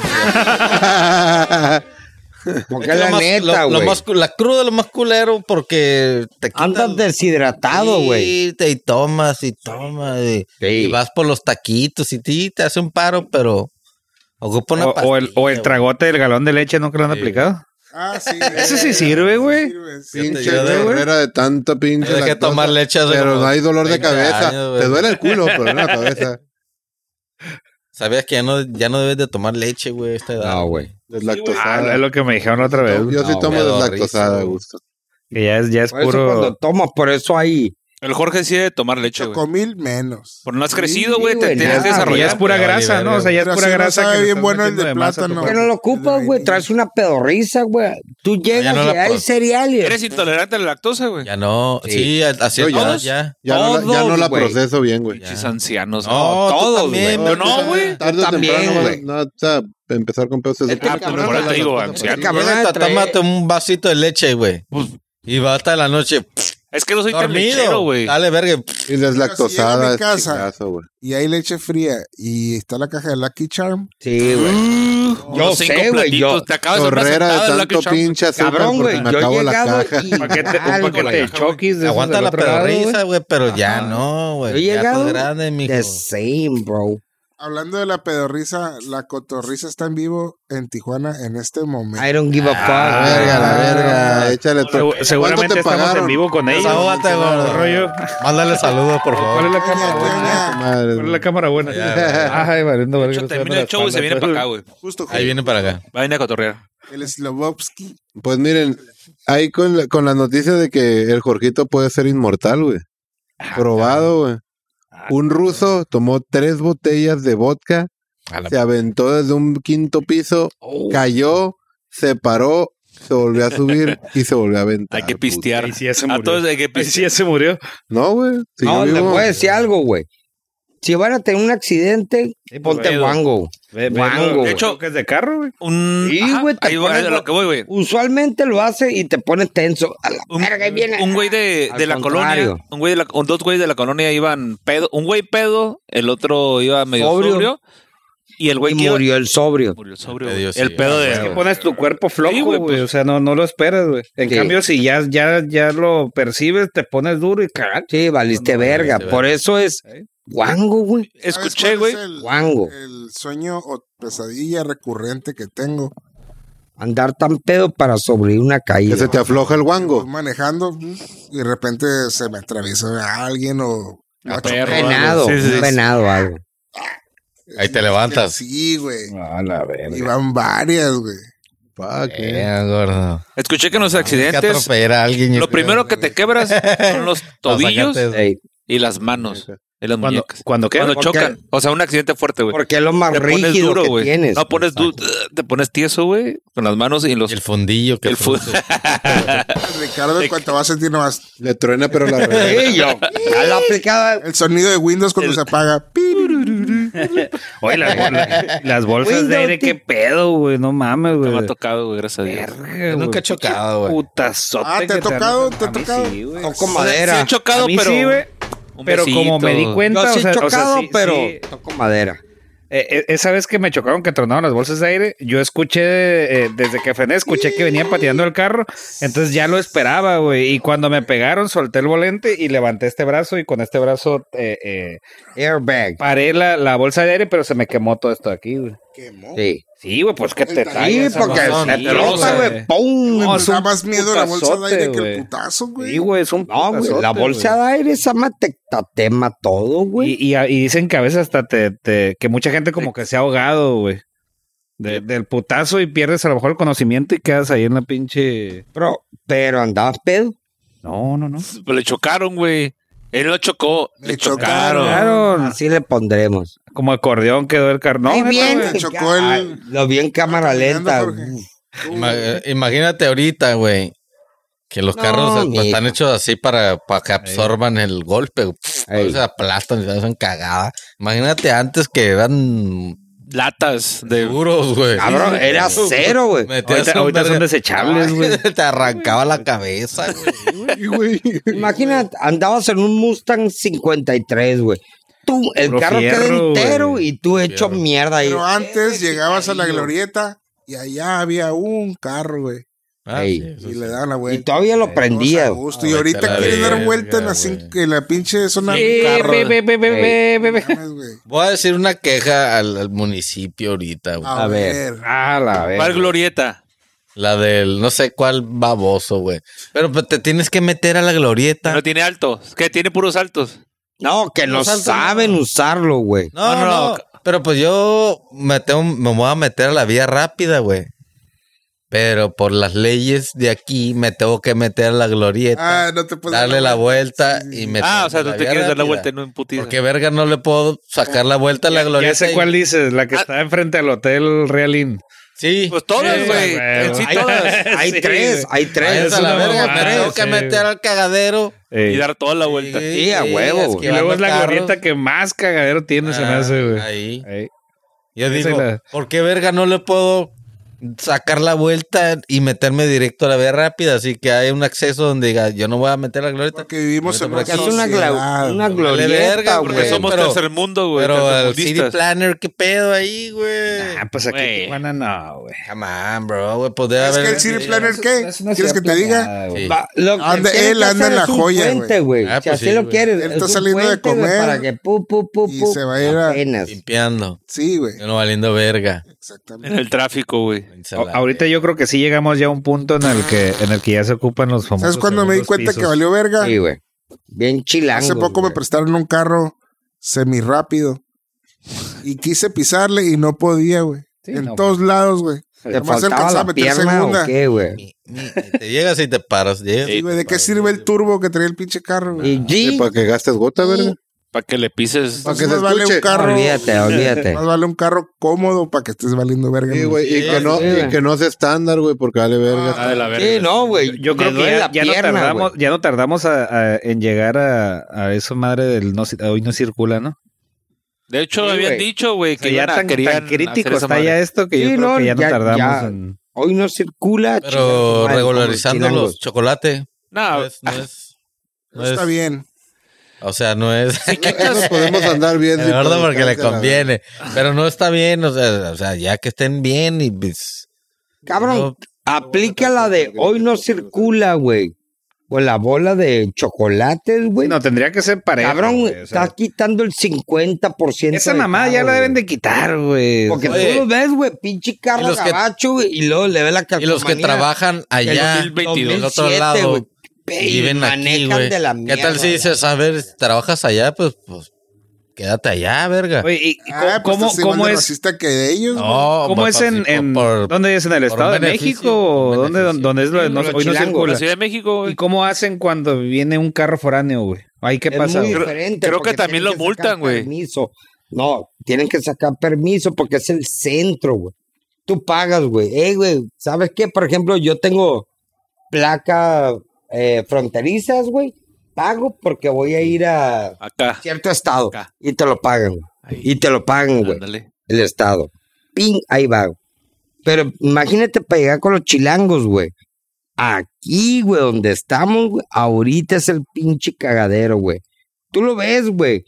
Porque lo la más- neta, lo- lo güey. más cu- La cruda es lo más culero porque te quita Andas el- deshidratado, Sí, güey. te- y tomas y tomas y, Sí. y vas por los taquitos y ti te hace un paro, pero ocupa una O, o el, o el pastilla, tragote del galón de leche, ¿no que lo han aplicado? Ah, sí. Ese sí sirve, güey. sí. Pinche yo de- carrera de tanta pinche. Yo dejé de lactosa, tomar leche hace Pero como no hay dolor de 30 cabeza. años, güey. Te duele el culo, pero no la cabeza. Sabías que ya no, ya no debes de tomar leche, güey, a esta edad. No, güey. Ah, Deslactosada. es lo que me dijeron la otra vez. Yo sí No, tomo me da deslactosada, risa, a güey. gusto. Que ya es, ya es Por eso cuando puro. tomas, por eso ahí. El Jorge sí debe tomar leche, güey. Chocomil menos. Pero no has Sí, crecido, sí, güey. Te güey, tienes que nada, que Ya es desarrollar. pura Ya vale, grasa, ¿no? verga. O sea, ya es Pero pura así no grasa. sabe que le bien estás bueno el metiendo de masa a tu plátano. Que cuerpo. no lo ocupas, güey. Traes una pedorriza, güey. Tú llegas no la y hay puedo. cereales. Eres intolerante a la lactosa, güey. Ya no, sí, así Yo ya. todos ya. Ya, no, la, ya no Todos, la güey. proceso bien, güey. Pinches ancianos. No, No, tú todos, también, güey. güey. Pero no, güey. Tarde o También, temprano, güey. güey. No, o sea, empezar con pedos. Es Este porque cabrón, no por eso está digo, la cosa, anciano. Cabrón, Neta, trae- tómate un vasito de leche, güey. Pues, Y va hasta la noche Es que no soy tan lechero, dormido. güey. Dale, verga. Y deslactosada. Pero si llega a mi es casa. chingazo, güey. Y hay leche fría. Y está la caja de Lucky Charm. Sí, Mm, güey. Yo Yo cinco sé, güey, platitos. yo- Te acabas de Chorrera de tanto pinche azúcar Cabrón, porque güey. me Yo acabo he la llegado caja. y. Un paquete, un algo, paquete güey. de choquis. De Aguanta la pedorriza, güey, pero ya Ajá. no, güey. Yo he Ya llegado estás grande, mijo. The same, bro. Hablando de la pedorrisa, la cotorrisa está en vivo en Tijuana en este I momento. don't give a fuck. Ah. La Ah, verga, la verga. Échale to- ¿Cuánto Seguramente te estamos en pagaron? vivo con ellos. Desahógate, gordo. Rollo. Mándale saludos, por ¿Cuál es favor. la cámara Ña, buena? Ña, Ña. Madre, ¿Cuál es la cámara buena? Ay, valiendo, De hecho, verga. termina el show y se viene para acá, güey. Justo, Jorge. Ahí viene para acá. Va a venir a cotorrear. El Slobovsky. Pues miren, ahí con la, con la noticia de que el Jorgito puede ser inmortal, güey. Probado, güey. Un ruso tomó tres botellas de vodka, A la- se aventó desde un quinto piso, cayó, se paró, se volvió a subir y se volvió a aventar. Hay que puta. pistear. Y si ya se A todos murió. hay que Y si pistear. ya se murió. No, güey. si No, yo te vivo- voy a decir algo, güey. Si van a tener un accidente, Sí, pues, ponte güey. guango. Ve- ve- Guango, ve- de hecho- choques de carro, güey. Un. Sí, Ajá, güey, te Ahí va, pones de la- lo que voy, güey. Usualmente lo hace y te pones tenso. A la Un, verga, ahí viene. un güey de, Al de la contrario. colonia. Un güey de la, un- dos güeyes de la colonia iban pedo. Un güey pedo, el otro iba medio Sobrio. sobrio. y el güey y que iba- murió el sobrio. murió sobrio. Te güey. dio, El sí, Ah, pedo güey. de. Es que Pones tu cuerpo flojo, Sí, güey. güey, pues. o sea, no, no lo esperas, güey. En Sí. cambio, si ya, ya, ya lo percibes, te pones duro y cagaste. Sí, valiste verga. valiste Por eso es ¿Eh? guango, güey. ¿Sabes Escuché, cuál güey. es el- Guango. El sueño o pesadilla recurrente que tengo. Andar tan pedo para sobrevivir una Que caída. se te afloja el Voy guango. manejando y de repente se me atraviesa alguien o. A o perro, choca. Venado, Sí, sí, sí. un venado, algo. Ahí te levantas. Sí, güey. A la verga. Y van varias, güey. Fuck, eh. Eh, gordo. Escuché que en los Hay Ah, que accidentes. atropellar a alguien. yo Lo creo. primero que te quebras son los Para tobillos sacarte de- Ey, y las manos. Y las Cuando, muñecas. cuando qué? Cuando ¿Por chocan. O sea, un accidente fuerte, güey. porque es lo más Te pones rígido duro, que güey. tienes. No pones du- te pones tieso, güey, con las manos y los El fundillo que el fu- produce. Ricardo, en cuanto va a sentir nomás Le truena, pero la regresa. Sí, yo. Ya lo aplicaba. el sonido de Windows cuando se apaga. Pi. Oye, las, bol- las bolsas de aire, qué pedo, güey. No mames, te me ha güey. tocado, güey, gracias a Dios. Verga, Yo nunca he güey. chocado, güey. Putazote Ah, ¿te ha que tocado? han- ¿Te ha a mí tocado? Sí, güey. Toco Sí madera. he chocado, A mí pero sí, güey. un Pero besito. como me di cuenta, Yo o sí sea, he o sea, chocado, sí- pero sí. toco madera. Eh, eh, esa vez que me chocaron que tronaron las bolsas de aire, yo escuché, eh, desde que frené, escuché que venían pateando el carro, entonces ya lo esperaba, güey. Y cuando me pegaron, solté el volante y levanté este brazo y con este brazo eh, eh, Airbag. paré la, la bolsa de aire, pero se me quemó todo esto aquí, güey. Sí. Sí, güey, pues que te Sí, traes. porque razón, se sí, te rosa, güey. güey. ¡Pum! Güey, No, me es un da más miedo la bolsa de putazote, aire que el güey. putazo, güey. Sí, güey, es un No, güey, la putazote, bolsa de aire esa mate tatema todo, güey. Y, y, y dicen que a veces hasta te, te- que mucha gente como que se ha ahogado, güey. De- del putazo y pierdes a lo mejor el conocimiento y quedas ahí en la pinche. Pero, pero andabas pedo. No, no, no. Pues Le chocaron, güey. Él lo chocó, Me le chocaron. Claro, Así le pondremos. como acordeón quedó el carnón. Ahí Ah. No, neta, viene. güey. Te chocó el- Ah, Ay, lo vi en cámara caminando, lenta. Jorge. Uf, Ima- eh, imagínate ahorita, güey. Que los No, carros eh, mijo. están hechos así para, para que absorban el golpe. güey. Ey. Se aplastan y se hacen cagada. Imagínate antes que eran Latas de. duros, güey. Cabrón, era acero, güey. Ah, Metías Ahorita, un ahorita son verga- desechables, güey. Te arrancaba la cabeza, güey. Imagina, andabas en un Mustang 53, güey. Tú, el Puro carro queda fierro, entero güey. y tú hecho mierda ahí. Pero ah, antes llegabas a la glorieta y allá había un carro, güey. Ah, Ey. sí, eso Y sí. le daban la Pues Y vuelta. todavía lo Todos a prendía. güey. gusto. Ah, Y vete ahorita a la quieren dar verga, vuelta en la, güey. cin- en la pinche zona Eh, de carro. ve, ve, ve, ve, ve, ve, ve. No mames, güey. Voy a decir una queja al, al municipio ahorita, güey. A, Pues, A ver. ver. Ah, la ¿Cuál verga. glorieta? La del no sé cuál baboso, güey. Pero pues, te tienes que meter a la glorieta. No tiene altos. ¿Qué? Tiene puros altos. No, que no Los altos, saben usarlo, güey. No, No, no, no, Pero pues yo me, tengo- me voy a meter a la vía rápida, güey. Pero por las leyes de aquí me tengo que meter a la glorieta. Ah, no te puedes darle la vuelta y meterme Ah, o sea, a la no te vía quieres dar la rápida. vuelta en un putiza. Porque verga no le puedo sacar la vuelta a la glorieta. Ya sé y- cuál dices, la que está enfrente al hotel Real Inn. Sí. Pues todas, Sí, güey. güey. En sí Ay, todas. Hay Sí, tres, güey. hay Váyanse tres. a la verga, mamada, me tengo sí, que meter güey. al cagadero. Ey. Y dar toda la vuelta. Sí, a huevo, güey. Y luego es la glorieta que más cagadero tiene, se me hace, güey. Ah, Ahí. Ey. Yo Esa digo, es la- ¿por qué verga no le puedo sacar la vuelta y meterme directo a la vía rápida? Así que hay un acceso donde diga, yo no voy a meter la glorieta. Porque vivimos Vete en por una Es una, glau- sociedad. una Vale glorieta, verga, Porque güey. Pues somos pero- tercer mundo, güey. Pero el City tercermundistas. Planner, ¿qué pedo ahí, güey? Ah, pues aquí Güey. en Tijuana no, güey. Come on, bro, güey. Pues debe Es que haber- ah, el City Planner, ¿qué? Es una ¿Quieres que ciudad te diga? planeada, güey. Sí. Va, lo que Anda- tienes él que anda hacer en la es un joya, güey. puente, güey. Ah, si pues así sí, lo güey. quieres. Él es está un saliendo de puente, güey, comer Para que pu, pu, pu, y pu, se va a ir a- apenas. Limpiando. Sí, güey. Yo no valiendo verga. Exactamente. En el tráfico, güey. A- ahorita yo creo que sí llegamos ya a un punto en el que en el que ya se ocupan los famosos. ¿Sabes cuándo me di segundos cuenta pisos. que valió verga? Sí, güey. Bien chilango. Hace poco me güey. prestaron un carro semirápido. Y quise pisarle y no podía, güey. Sí, en no, todos pues. lados, güey. ¿Te Nomás faltaba alcanzaba a la meter pierna segunda. o qué, güey? Ni- ni- Te llegas y te paras. llegas Sí, y güey, te ¿De qué paras. sirve el turbo que traía el pinche carro, güey? Y G, pues, Para que gastes gota, verga. Para que le pises. Pa' que Entonces pues se más vale un escuche. carro. olvídate, olvídate. Más vale un carro cómodo para que estés valiendo verga. Sí, ¿no? güey, y, Sí, que no, sí, y güey. que no sea estándar, güey, porque vale verga. Ah, de la verga. Sí, no, güey. Yo Me creo que duele ya, la ya no pierna, tardamos, güey. ya no tardamos a- a- en llegar a, a eso madre del no, ci- hoy no circula, ¿no? De hecho, Sí, habían güey. dicho, güey, Que que ya iban a- tan, querían tan crítico hacer esa está madre. ya esto que yo Sí, creo no, que ya, ya- no tardamos ya. en... Hoy no circula. Pero chingada madre, regularizando como los chocolates. No, No es, no es, no Ah, Está es- bien. O sea, no es. Nos podemos andar bien. Es sin verdad porque le percance, la verga. conviene. Pero no está bien, o sea, o sea, ya que estén bien y pues, chilangos. Cabrón, yo- aplica la de hoy no circula, güey. O la bola de chocolates, güey. No, tendría que ser parejo. Cabrón, güey, o sea, estás quitando el 50%. esa de mamá cada, ya la güey. deben de quitar, güey. Porque Oye. tú lo ves, güey, pinche carro Y los que- gabacho, güey, y luego le ve la y los que calcomanía. trabajan allá 2022, del otro 2007, güey. lado Ve, y viven aquí, manejan güey. de la ¿Qué tal si mierda, dices, a ver, si trabajas allá, pues, pues quédate allá, verga? Oye, ¿y y Ah, pues cómo, estás igual cómo de es? racista que de ellos, güey. no, ¿Cómo pues, es en, así, en- por- dónde es en el por Estado de beneficio, México? por ¿Dónde, beneficio. dónde es lo de no- Sí, hoy no los circula? la Ciudad de México, ¿Y güey. cómo hacen cuando viene un carro foráneo, güey? Ahí qué Es pasa, muy güey? diferente creo porque que también tienen lo sacar multan, güey. permiso. No, tienen que sacar permiso porque es el centro, güey. Tú pagas, güey. Ey, güey, ¿sabes qué? Por ejemplo, yo tengo placa eh, fronterizas, güey. Pago porque voy a ir a Acá. cierto estado. Acá. Y te lo pagan, güey. Ahí. Y te lo pagan, güey. Ándale. El estado. Ping, ahí va. güey. Pero imagínate para llegar con los chilangos, güey. Aquí, güey, donde estamos, güey, ahorita es el pinche cagadero, güey. Tú lo ves, güey.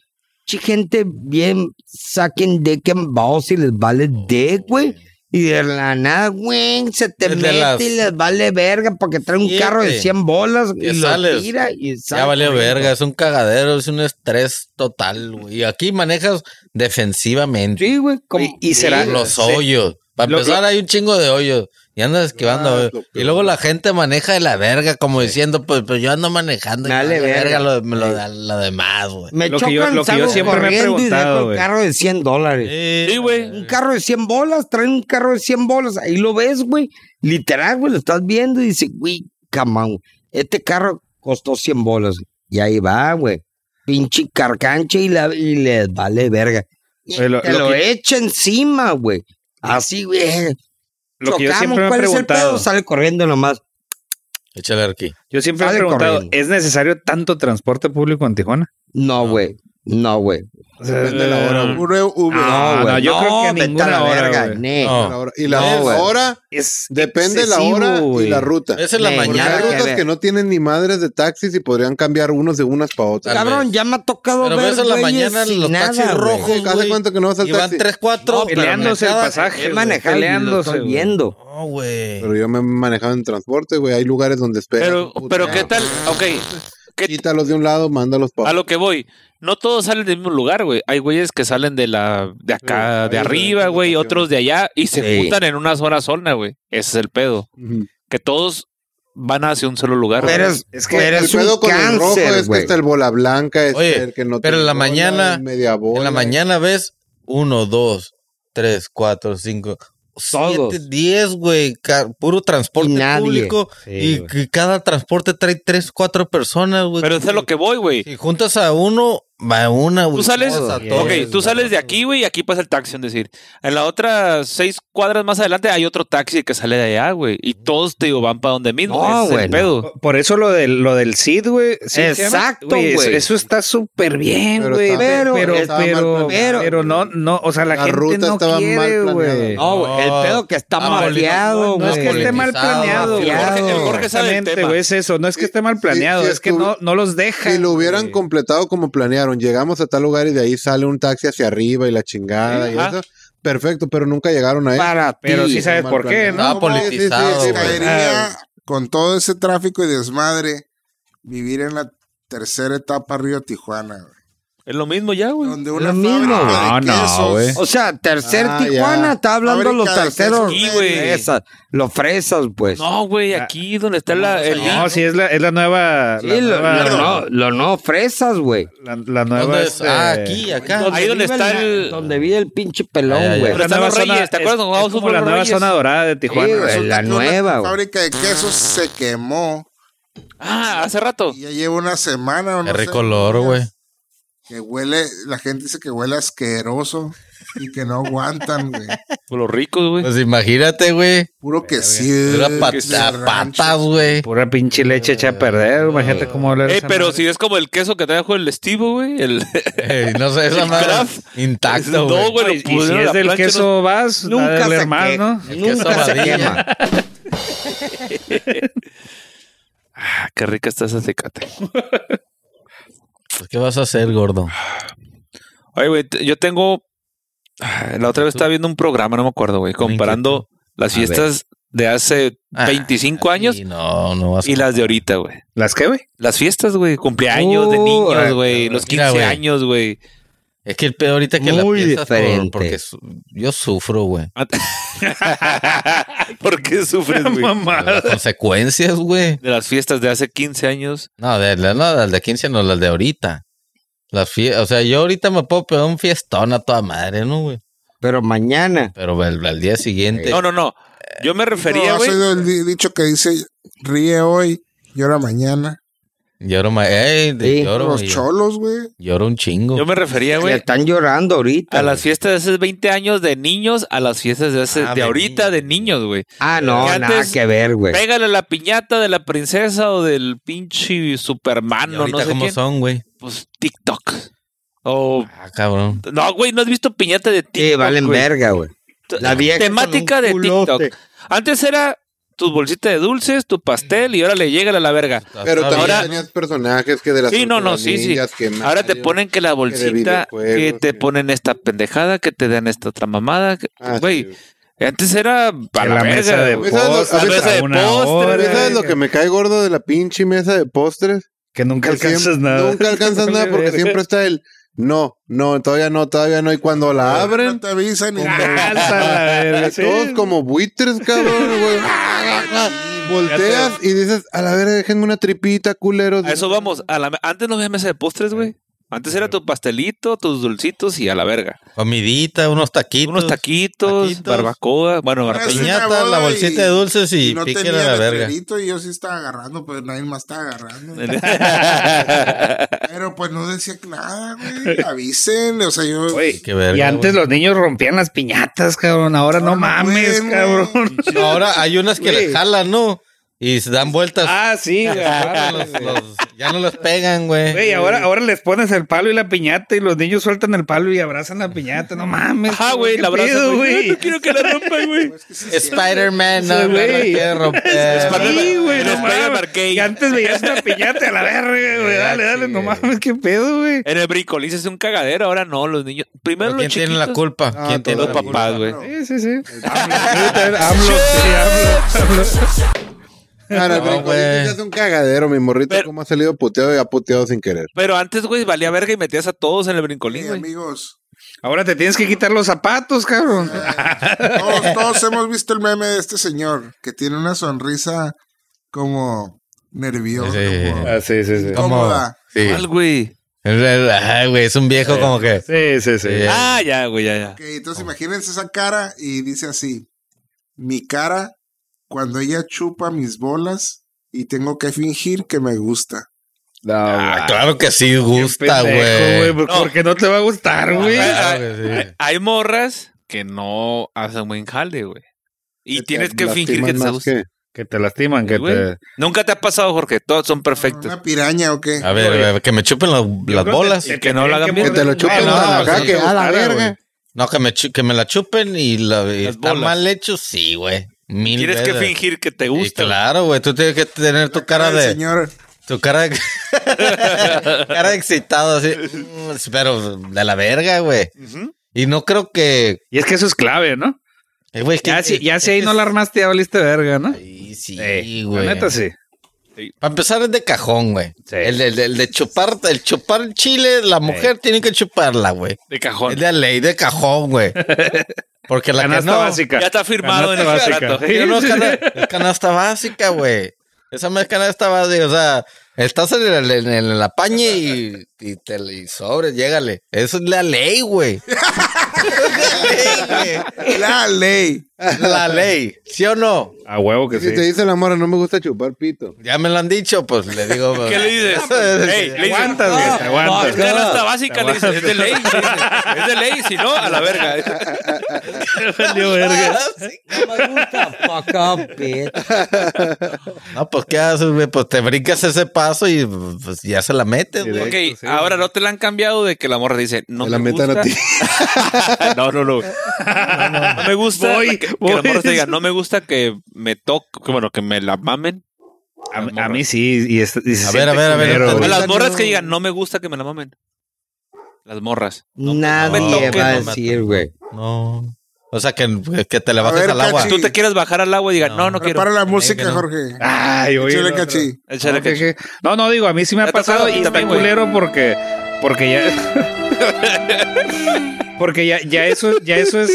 Chi gente bien saquen de que y les vale de, güey. Y de la nada, güey, se te Desde mete las- y les vale verga porque trae un Siete. carro de 100 bolas y Ya lo sales. tira y sale Ya valió corriendo. verga, es un cagadero, es un estrés total, güey. Y aquí manejas defensivamente. Sí, güey. como- Y- y será- Por los Sí. hoyos. Para Lo- empezar, hay un chingo de hoyos. Y andas esquivando Ah, hoyos. es lo Y luego la gente maneja de la verga, como diciendo, pues, pues yo ando manejando. y Dale me vale verga. lo, me lo da- lo demás, güey. Me Lo que chocan, yo- lo que yo salgo siempre me he corriendo y dejo preguntado, el güey. carro de 100 dólares. Sí, güey. Un carro de 100 bolas, traen un carro de 100 bolas. Ahí lo ves, güey. Literal, güey, lo estás viendo y dices, güey, come on, güey. Este carro costó 100 bolas. Y ahí va, güey. Pinche carcanche y, la, y les vale verga. Y Oye, lo- te lo lo, que- echa encima, güey. Así, güey. lo que yo Chocamos, siempre me he ¿cuál es el preguntado, pedo? Sale corriendo nomás. Échale aquí. yo siempre me he Sale preguntado, corriendo. ¿es necesario tanto transporte público en Tijuana? No, güey. No, güey. Depende de la Mm. hora. Eh, güey. Uno es Uber. Ah, no, güey. yo creo que vete a ninguna la hora, verga, güey. ne. No. La hora- Y la No, güey. hora, Es depende de la excesivo, hora y güey. la ruta. Esa es la Me- Porque hay mañana. Nada que rutas ver. que no tienen ni madres de taxis y podrían cambiar unos de unas para otras. Tal Cabrón, vez. ya me ha tocado Pero ver ves en la güeyes mañana sin los nada, taxis güey. rojos. ¿Hace güey. cuánto que no vas al Y van taxi? 3, 4. No, peleándose el pasaje. He güey, manejado y lo peleándose, estoy güey. viendo. No, güey. Pero yo me he manejado en transporte, güey. Hay lugares donde esperan. Pero, Puta, pero ¿qué tal? Ok, ¿qué, Quítalos de un lado, mándalos para a lo que voy. No todos salen del mismo lugar, güey. Hay güeyes que salen de la de acá, Sí, de hay arriba, diferentes güey, opciones. otros de allá y se Sí. juntan en una sola zona, güey. Ese es el pedo. Que todos van hacia un solo lugar. Pero güey. es, Es que que eres el pedo un con el rojo cáncer, es que güey. está el bola blanca, es Oye, el que no pero en tiene bola, la mañana- el media bola. En la mañana ves 1, 2, 3, 4, 5, 7, Todos. 10, güey. ca- Puro transporte Y nadie. público. y que cada transporte trae 3, 4 personas, güey. Pero eso es lo que voy, güey. Si juntas a uno, va a una, güey. pues, Tú sales, Todos a ok, todos, ok, tú güey. sales de aquí, güey, y aquí pasa el taxi, es decir. En la otra seis cuadras más adelante hay otro taxi que sale de allá, güey. Y todos, te digo, van para donde mismo. No, ese es güey, el no. pedo. Por- Por eso lo del, lo del CID, güey. ¿sí se llama? Exacto, eso- güey. Eso está súper bien, Pero güey. está- Pero, pero pero, estaba mal pero, planeado. pero no, no, o sea, la, La gente ruta no estaba mal quiere, planeada. güey. No, güey, el No. pedo que está Ah, mapeado, no, No güey. es que esté mal politizado, planeado. güey. mafiado. El Jorge- el Jorge sabe del Exactamente, tema. güey, es eso. No es que esté mal Sí, planeado, sí, es que estuve- no, no los dejan. Si lo hubieran güey. completado como planearon, llegamos a tal lugar y de ahí sale un taxi hacia arriba y la chingada Sí, y ajá. eso. Perfecto, pero nunca llegaron a eso. Para ti. Pero sí sabes mal por qué, planeado. ¿no? Ah, Estaba politizado, sí, sí, güey. Caería Ah. con todo ese tráfico y desmadre vivir en la tercera etapa Río Tijuana, güey. Es lo mismo ya, güey. Donde una Lo mismo, fábrica güey. de No, no, quesos, güey. O sea, tercer Ah, Tijuana, ya. está hablando los Fábrica de terceros. quesos, Sí, güey. Fresas, los fresas, pues. No, güey, aquí donde está la, el No, sí, es la, es la nueva. sí, la, lo- nueva lo- no, lo no fresas, güey. la- la nueva. ¿Dónde es? este, Ah, aquí, acá. Ahí donde vive está la- el- Donde vive el pinche Ay, pelón, ay, güey. Pero la están nueva los Reyes, zona- ¿te acuerdas cuando es- es jugábamos como fútbol la los nueva Reyes? zona dorada de Tijuana. güey. Eh, Resulta La que una nueva, güey. fábrica de quesos se quemó. Ah, hace rato. Y ya lleva una semana o no Qué sé, rico olor, güey. Que huele, la gente dice que huele asqueroso y que no aguantan, güey. Por los ricos, güey. Pues imagínate, güey. Puro que sí. Era Eh, de pata- rancho. patas, güey. Pura pinche leche hecha a perder. Imagínate cómo hablar. Eh, pero si es como el queso que trajo el Estivo, güey. El... Ey, No sé, esa El madre. Kraft. Intacto, No, güey. güey. Y si es del queso vas, Nunca se, más, que- ¿no? nunca se Queso quema. Ah, qué rica está esa tecate. Pues, ¿Qué vas a hacer, gordo? Oye, güey, te- yo tengo. Ah, La otra vez estaba viendo un programa, no me acuerdo, güey, comparando las A ver. fiestas de hace Ah, 25 años Sí, no, no vas a- y las de ahorita, güey. ¿Las qué, güey? Las fiestas, güey, cumpleaños de Uh, niños, ah, güey, los 15 mira, güey. años, güey. Es que el pedo ahorita es que la Muy piensas por- diferente. porque su- yo sufro, güey. ¿Por qué sufres, güey? Las consecuencias, güey. De las fiestas de hace 15 años. No, de, la- no, las de 15 no, las de ahorita. Las fie- o sea, yo ahorita me puedo pegar un fiestón a toda madre, ¿no, güey? Pero mañana. Pero al, al día siguiente. No, no, no. Yo eh, me refería, No, güey. has oído el di- dicho que dice ríe hoy, llora mañana. Lloro, ma- ey, de- Sí, lloro, Los güey. cholos, güey. Lloro un chingo. Yo me refería, Le Eh, güey, están llorando ahorita. a las fiestas de hace 20 años de niños a las fiestas de hace Ah, de de ahorita niños. de niños, güey. Ah, no, Que nada antes- que ver, güey. Pégale la piñata de la princesa o del pinche Superman ¿Y o no ahorita sé cómo quién. son, güey? Pues TikTok. O Ah, cabrón. no, güey, no has visto piñata de TikTok. Sí, valen güey? verga, güey. La vieja Temática con un de culote. TikTok. Antes era tus bolsitas de dulces, tu pastel y ahora le llega a la verga. Pero Está también Ahora- tenías personajes que de las Sí, no, no, tortugas sí, sí. ninjas, que Ahora te Mario. ponen que la que de bolsita, que, videojuegos, te que- ponen esta pendejada, que te dan esta otra mamada. que- Ah, sí, Güey, güey. antes era para En la la verga, mesa de güey. güey. ¿Sabes lo- a postres, veces- a una de postres, hora, Pero ¿sabes lo que me cae gordo de la pinche mesa de postres? Que nunca Que alcanzas siempre- nada. Nunca alcanzas nada porque siempre está el no, no, todavía no, todavía no. Y cuando Ah. la No abren, te avisan Ah, y Alza la verga, sí. todos como buitres, cabrón, güey. Volteas y dices, a la verga, déjenme una tripita, culeros. A eso vamos. A la, antes no había mesa de postres, güey. Antes era tu pastelito, tus dulcitos y a la verga. Comidita, unos taquitos. Unos taquitos, taquitos. barbacoa. Bueno, barbacoa. sí. Piñata, Una boda la bolsita y- de dulces y, y no pique tenía a la verga. letrerito y yo sí estaba agarrando, pero nadie más estaba agarrando. Pero pues no decía nada, güey. Avisen, o sea, yo. eh, Güey, Qué verga, y antes güey. los niños rompían las piñatas, cabrón. Ahora no Ahora, mames, güey, cabrón. Ahora hay unas que las jalan, ¿no? Y se dan vueltas. Ah, sí, güey. Ahora los- los- ya no los pegan, güey. Güey, ahora, ahora les pones el palo y la piñata y los niños sueltan el palo y abrazan la piñata. No mames. Ajá, güey, ¿qué la pedo, abrazo, güey. No quiero que la rompan, güey. Spider-Man, no, Sí, no, no güey. quiere romper. Sí, güey, El no Spider-Man mames. Arcade. Que antes veías una piñata a la verga, güey. Dale, dale, no mames, qué pedo, güey. En el bricoliz es un cagadero, ahora no, los niños. Primero Pero los ¿Quién tiene la chiquitos, culpa? ¿Quién tiene los la culpa? papás, güey. Sí, sí, sí. AMLO, sí, AMLO. Ahora, No, Brincolín, güey. es un cagadero, mi morrito. Pero- ¿Cómo ha salido puteado y ha puteado sin querer? Pero antes, güey, valía verga y metías a todos en el brincolín, Hey, güey. amigos, Ahora te tienes que quitar los zapatos, cabrón. todos, todos hemos visto el meme de este señor que tiene una sonrisa como nerviosa, Sí. como Ah, sí, sí, sí. incómoda. Sí. ¿Cuál, güey? Ay, güey, es un viejo como que. Sí, sí, sí. Sí. Ah, ya, güey, ya, ya. Ok, entonces imagínense esa cara y dice así: Mi cara cuando ella chupa mis bolas y tengo que fingir que me gusta. Ah, claro que sí gusta, Pendejo, güey. Ah, güey. No. Porque no te va a gustar, güey. Claro que sí. Hay morras que no hacen buen jale, güey. Y tienes que fingir Lastiman que te más gusta. Que te lastiman, que Güey. te. Nunca te ha pasado, Jorge. Todos son perfectos. ¿Una piraña o qué? A ver, a ver, que me chupen las- las bolas. que no la hagan Que te lo chupen no, hasta pues, acá, no que te a la verga. No, que me, chu- que me la chupen y la y Las está bolas. mal hecho, sí, güey. Mil Tienes que veces. fingir que te Sí, gusta. güey. claro, güey. Tú tienes que tener tu cara del de. Señor, Tu cara de. cara de excitado, así. mm, Pero de la verga, güey. Y no creo que. Y es que eso es clave, ¿no? eh, güey, es que- Ya si, ya es si ahí que no la armaste, ya valiste verga, ¿no? Sí, Eh, sí, la güey. neta sí. Para empezar es de cajón, güey. Sí. El, de- el de- el de chupar, el chupar el chile, la mujer tiene que chuparla, güey. De Es cajón. de ley de cajón, güey. Porque la Canasta que no, básica. Ya está firmado en el Canasta básica. contrato. Yo no, cana- es canasta básica, güey. Esa no es canasta básica, o sea, estás en el, en el- en la paña y, y te y sobre, llégale. Eso es la ley, güey. Eh, Es la ley, la ley. güey. La ley, ¿sí o no? A huevo que Si te sí. dice la mora, no me gusta chupar pito. Ya me lo han dicho, pues le digo. ¿Qué le dices? Ey, le dices, Aguantas, güey, te Es aguantas. canasta básica, le dices, es de ley. le dices, Es de ley, si no, a la verga. Valió verga. "Ah". No me gusta, fuck up, bitch. No, pues ¿qué haces, güey? Pues te brincas ese paso y pues, ya se la metes, güey. Ok, ahora no te la han cambiado de que la morra dice, no Te la me metan gusta. a ti. No, no, no. No me gusta Voy, que, que la voy. morra te diga, no me gusta que me toque, que, bueno, que me la mamen. A, a mí sí. Y es, y se A ver, a siente ver, a ver, culero, no te- A güey. las morras no. que digan, no me gusta que me la mamen. Las morras. Nadie no me va a toques, no me decir, güey. No. O sea, que, que te le bajes ver, al agua. Cachi. Ah, Tú te quieres bajar al agua y digan, No. no, no quiero. Prepara la que música, no. Jorge. Ay, oye. Échale, no, Cachi. Échale no, que- que- que- No, no, digo, a mí sí me ha Te ha tocado pasado a y ti está también, güey. culero porque. Porque ya. Porque ya, ya eso, ya eso es.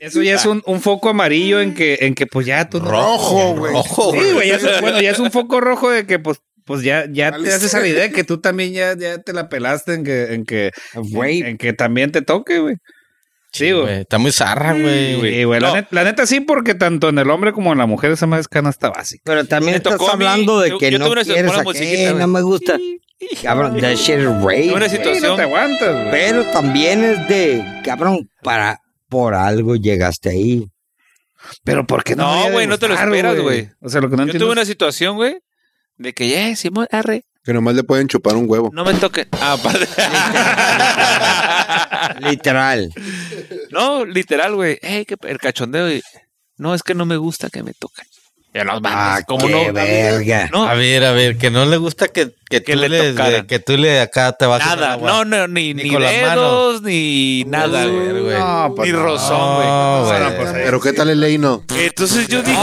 Eso ya es un, un foco amarillo en que, en que pues ya tú no- Rojo, güey. Rojo, Sí, güey, ya es un- bueno, ya es un foco rojo de que pues, pues ya, ya te Valiste. haces esa idea de que tú también ya, ya te la pelaste en que, en que, en, Güey, en que también te toque, güey. Sí, güey. Está muy zarra, Sí, güey. güey, la, No. net- la neta sí, porque tanto en el hombre como en la mujer esa más canasta básica. pero también Me estás tocó a mí, hablando de yo- que yo no tuve una- quieres una a musiquita, que, güey. no me gusta. Cabrón, that shit is rape, Una güey. Sí, no te aguantas, güey. Pero también es de, cabrón, para por algo llegaste ahí. Pero ¿por qué no? No, me voy a güey, no te lo gustar, esperas, güey. O sea, lo que no Yo entiendo tuve es- una situación, güey, de que, ya, Simón, arre, Que nomás le pueden chupar un huevo. no me toquen. Ah, padre. Literal. no, literal, güey. Ey, que el cachondeo. y, no, es que no me gusta que me toquen. Ya no Ah, mames, pues, ¿cómo qué no? verga. No, A ver, a ver, que no le gusta que, que, Ah. Que tú, le le, tocaran. de- que tú le acá te vas nada, no, no, ni, Ni ni, con las dedos, ni nada, güey. No, Ni pues no. rozón, güey. Ah, Pero qué tal el leino. Entonces yo dije,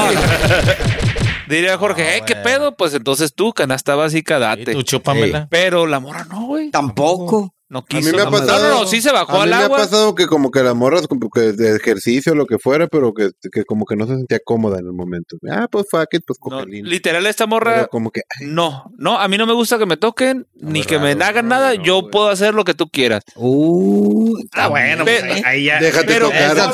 diría Jorge, eh, ¿qué pedo? Pues entonces tú, canasta básica, date. tú chúpamela. Pero la morra no, güey. Tampoco. No A quiso. mí me ha no, pasado- no, no, sí se bajó A mí al me ha agua. pasado que como que la morra como que de ejercicio lo que fuera, pero que, que como que no se sentía cómoda en el momento. Ah, pues fuck it, pues No, cocaína. literal, esta morra. Pero como que ay, No, no, a mí no me gusta que me toquen, ni muy que me raro, hagan no, nada. no, Yo güey. puedo hacer lo que tú quieras. Uh, Ah, bueno, pues, Ve- ahí- ahí ya. déjate pero- tocar. esa-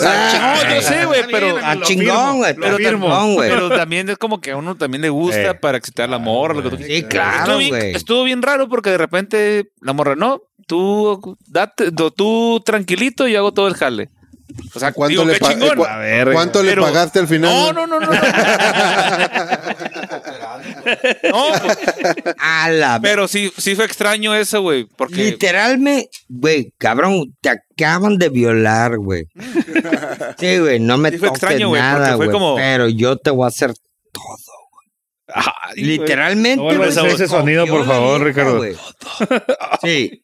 Ah, No, yo sé, güey, pero. Ah, chingón, güey, Pero, pero tam- chingón, güey. pero también es como que a uno también le gusta Eh. para excitar la morra, lo que tú Sí, quieras. claro, estuvo, bien, güey. estuvo bien raro porque de repente la morra, no, tú, date, do- tú tranquilito y yo hago todo el jale. O sea, ¿Cuánto digo, le qué pa- chingón. eh, cua- A ver, ¿Cuánto pero- le pagaste al final? No, no, no, no. No, No, pues, a la pero sí, sí fue extraño eso, güey. Porque Literalmente, güey, cabrón, te acaban de violar, güey. Sí, güey, no me Sí fue toques extraño, güey, porque nada, fue güey. como- Pero yo te voy a hacer Ay, güey. literalmente. No vuelvas güey, a se ese sonido, copió por la favor, vieja, Ricardo. güey. Sí,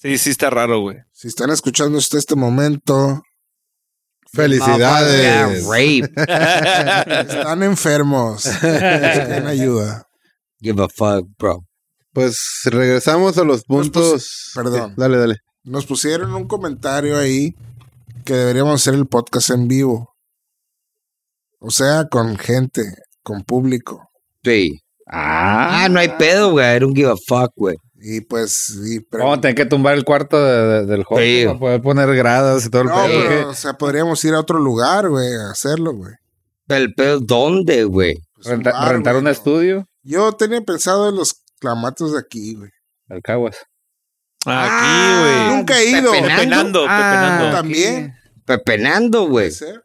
Sí, sí está raro, güey. Si están escuchando hasta este momento, Felicidades. Motherfucker, Rape. están enfermos. Busquen ayuda. Give a fuck, bro. Pues regresamos a los Pues, pues, puntos. perdón. Sí, dale, dale. Nos pusieron un comentario ahí que deberíamos hacer el podcast en vivo. O sea, con gente, con público. Sí. Ah, Ah, no hay pedo, güey. I don't give a fuck, güey. Y pues, y pre- Vamos a tener que tumbar el cuarto de- de- del juego Sí. para poder poner gradas y todo el no, pedo. pero, ¿qué? o sea, podríamos ir a otro lugar, güey, a hacerlo, güey. El pedo, ¿dónde, güey? Pues, Renta- bar, rentar güey, un no. estudio. Yo tenía pensado en los clamatos de aquí, güey. Al Caguas. Aquí, güey. Ah, Nunca he ido. Pepe Nando. Pepenando, Ah, pepenando. También. Ah, Pepenando, güey. Puede ser.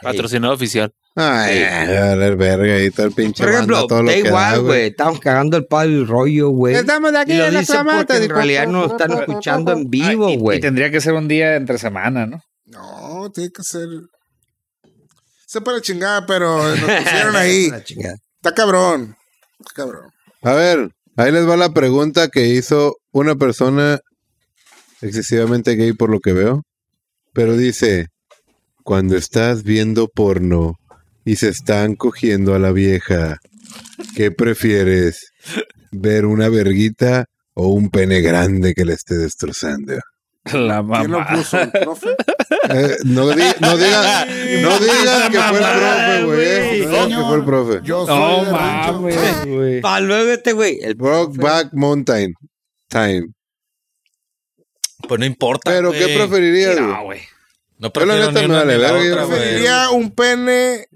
Patrocinado oficial. Ay, a ver, verga, ahí está el pinche Por ejemplo, banda, todo lo da que da, igual, güey. Estamos cagando el palo y el rollo, güey. Estamos aquí Y lo en la dicen clamata, porque en disculpa. realidad nos están escuchando en vivo, Y- Y güey. tendría que ser un día entre semana, ¿no? No, tiene que ser. Se para chingada, pero nos pusieron ahí. La chingada. Está cabrón. Está cabrón. A ver, ahí les va la pregunta que hizo una persona excesivamente gay por lo que veo. Pero dice, cuando estás viendo porno y se están cogiendo a la vieja, ¿qué prefieres? ¿Ver una verguita o un pene grande que le esté destrozando? La mamá. ¿Quién lo puso? ¿El profe? Eh, no, di- no digas no digas que fue el profe, güey. eh, No digas que fue el profe. Yo No de rancho. mames, güey. Pa' luego este, güey. El Brokeback Mountain. Time. Pues no importa. Pero, ¿qué güey. preferirías? güey? No, güey. No prefiero Yo la neta ni me una vale ni la verga, yo otra, güey. Preferiría un pene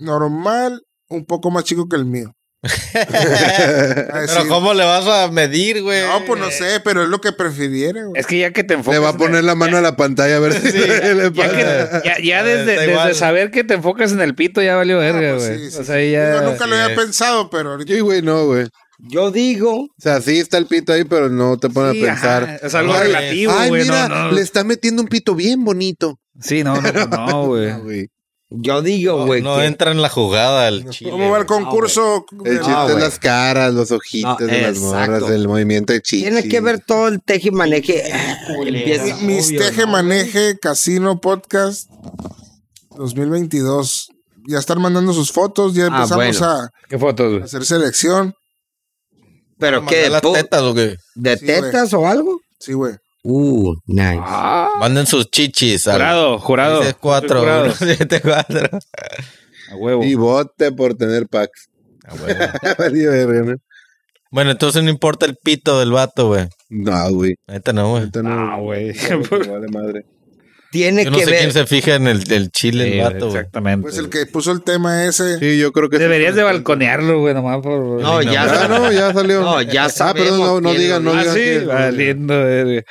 normal, un poco más chico que el mío. A decir, Pero ¿cómo le vas a medir, güey? no, pues no sé, pero es lo que prefiriera, güey. Es que ya que te Le enfocas. va a en poner el- la mano a la pantalla a ver si le Ya, que- pasa. ya- ya Eh, desde, está desde igual. saber que te enfocas en el pito ya valió verga, Ah, güey. pues sí, sí, o sea, sí. ya. Digo, nunca lo había Sí. pensado, pero ahorita. Sí, güey, no, güey. O Yo digo, sea, sí está el pito ahí, pero no te pones Sí, a pensar. ajá, Es algo Ay, relativo, Ay, güey. mira, No, no. le está metiendo un pito bien bonito. Sí, no, no, no, güey. Ah, güey. yo digo, güey. No que- entra en la jugada el chile. ¿Cómo va el güey. concurso? El chiste Ah, es güey. las caras, los ojitos No, de las exacto. morras, el movimiento de chichi. Tienes que ver todo el teje y maneje. Empieza Mi- Mis obvio, Teje ¿no? Maneje Casino Podcast 2022. Ya están mandando sus fotos, ya Ah, empezamos bueno. ¿Qué fotos, güey? a hacer selección. Pero qué, De de, las po- tetas, o qué? de Sí, güey. tetas o algo. Sí, güey. Uh, nice. Manden sus chichis. al- Jurado, jurado. 64, Jurado. 174. A huevo. Y bote por tener packs. Ah, güey. Valió verga, ¿no? Bueno, entonces no importa el pito del vato, güey. No, güey. Neta no, güey. Ahorita no. Ah, güey. Vale madre. Tiene Yo no que sé ver. quién se fija en el, el chile Sí, del vato, güey. exactamente. Pues el que puso el tema ese. Sí, yo creo que sí. Deberías de balconearlo, güey, nomás por. No, Sí, no, ya, güey. Ah, no, ya salió. No, ya Ah, sabemos perdón, no, no quién digan, no lo Ah, digan. sí, quién. valiendo, verga.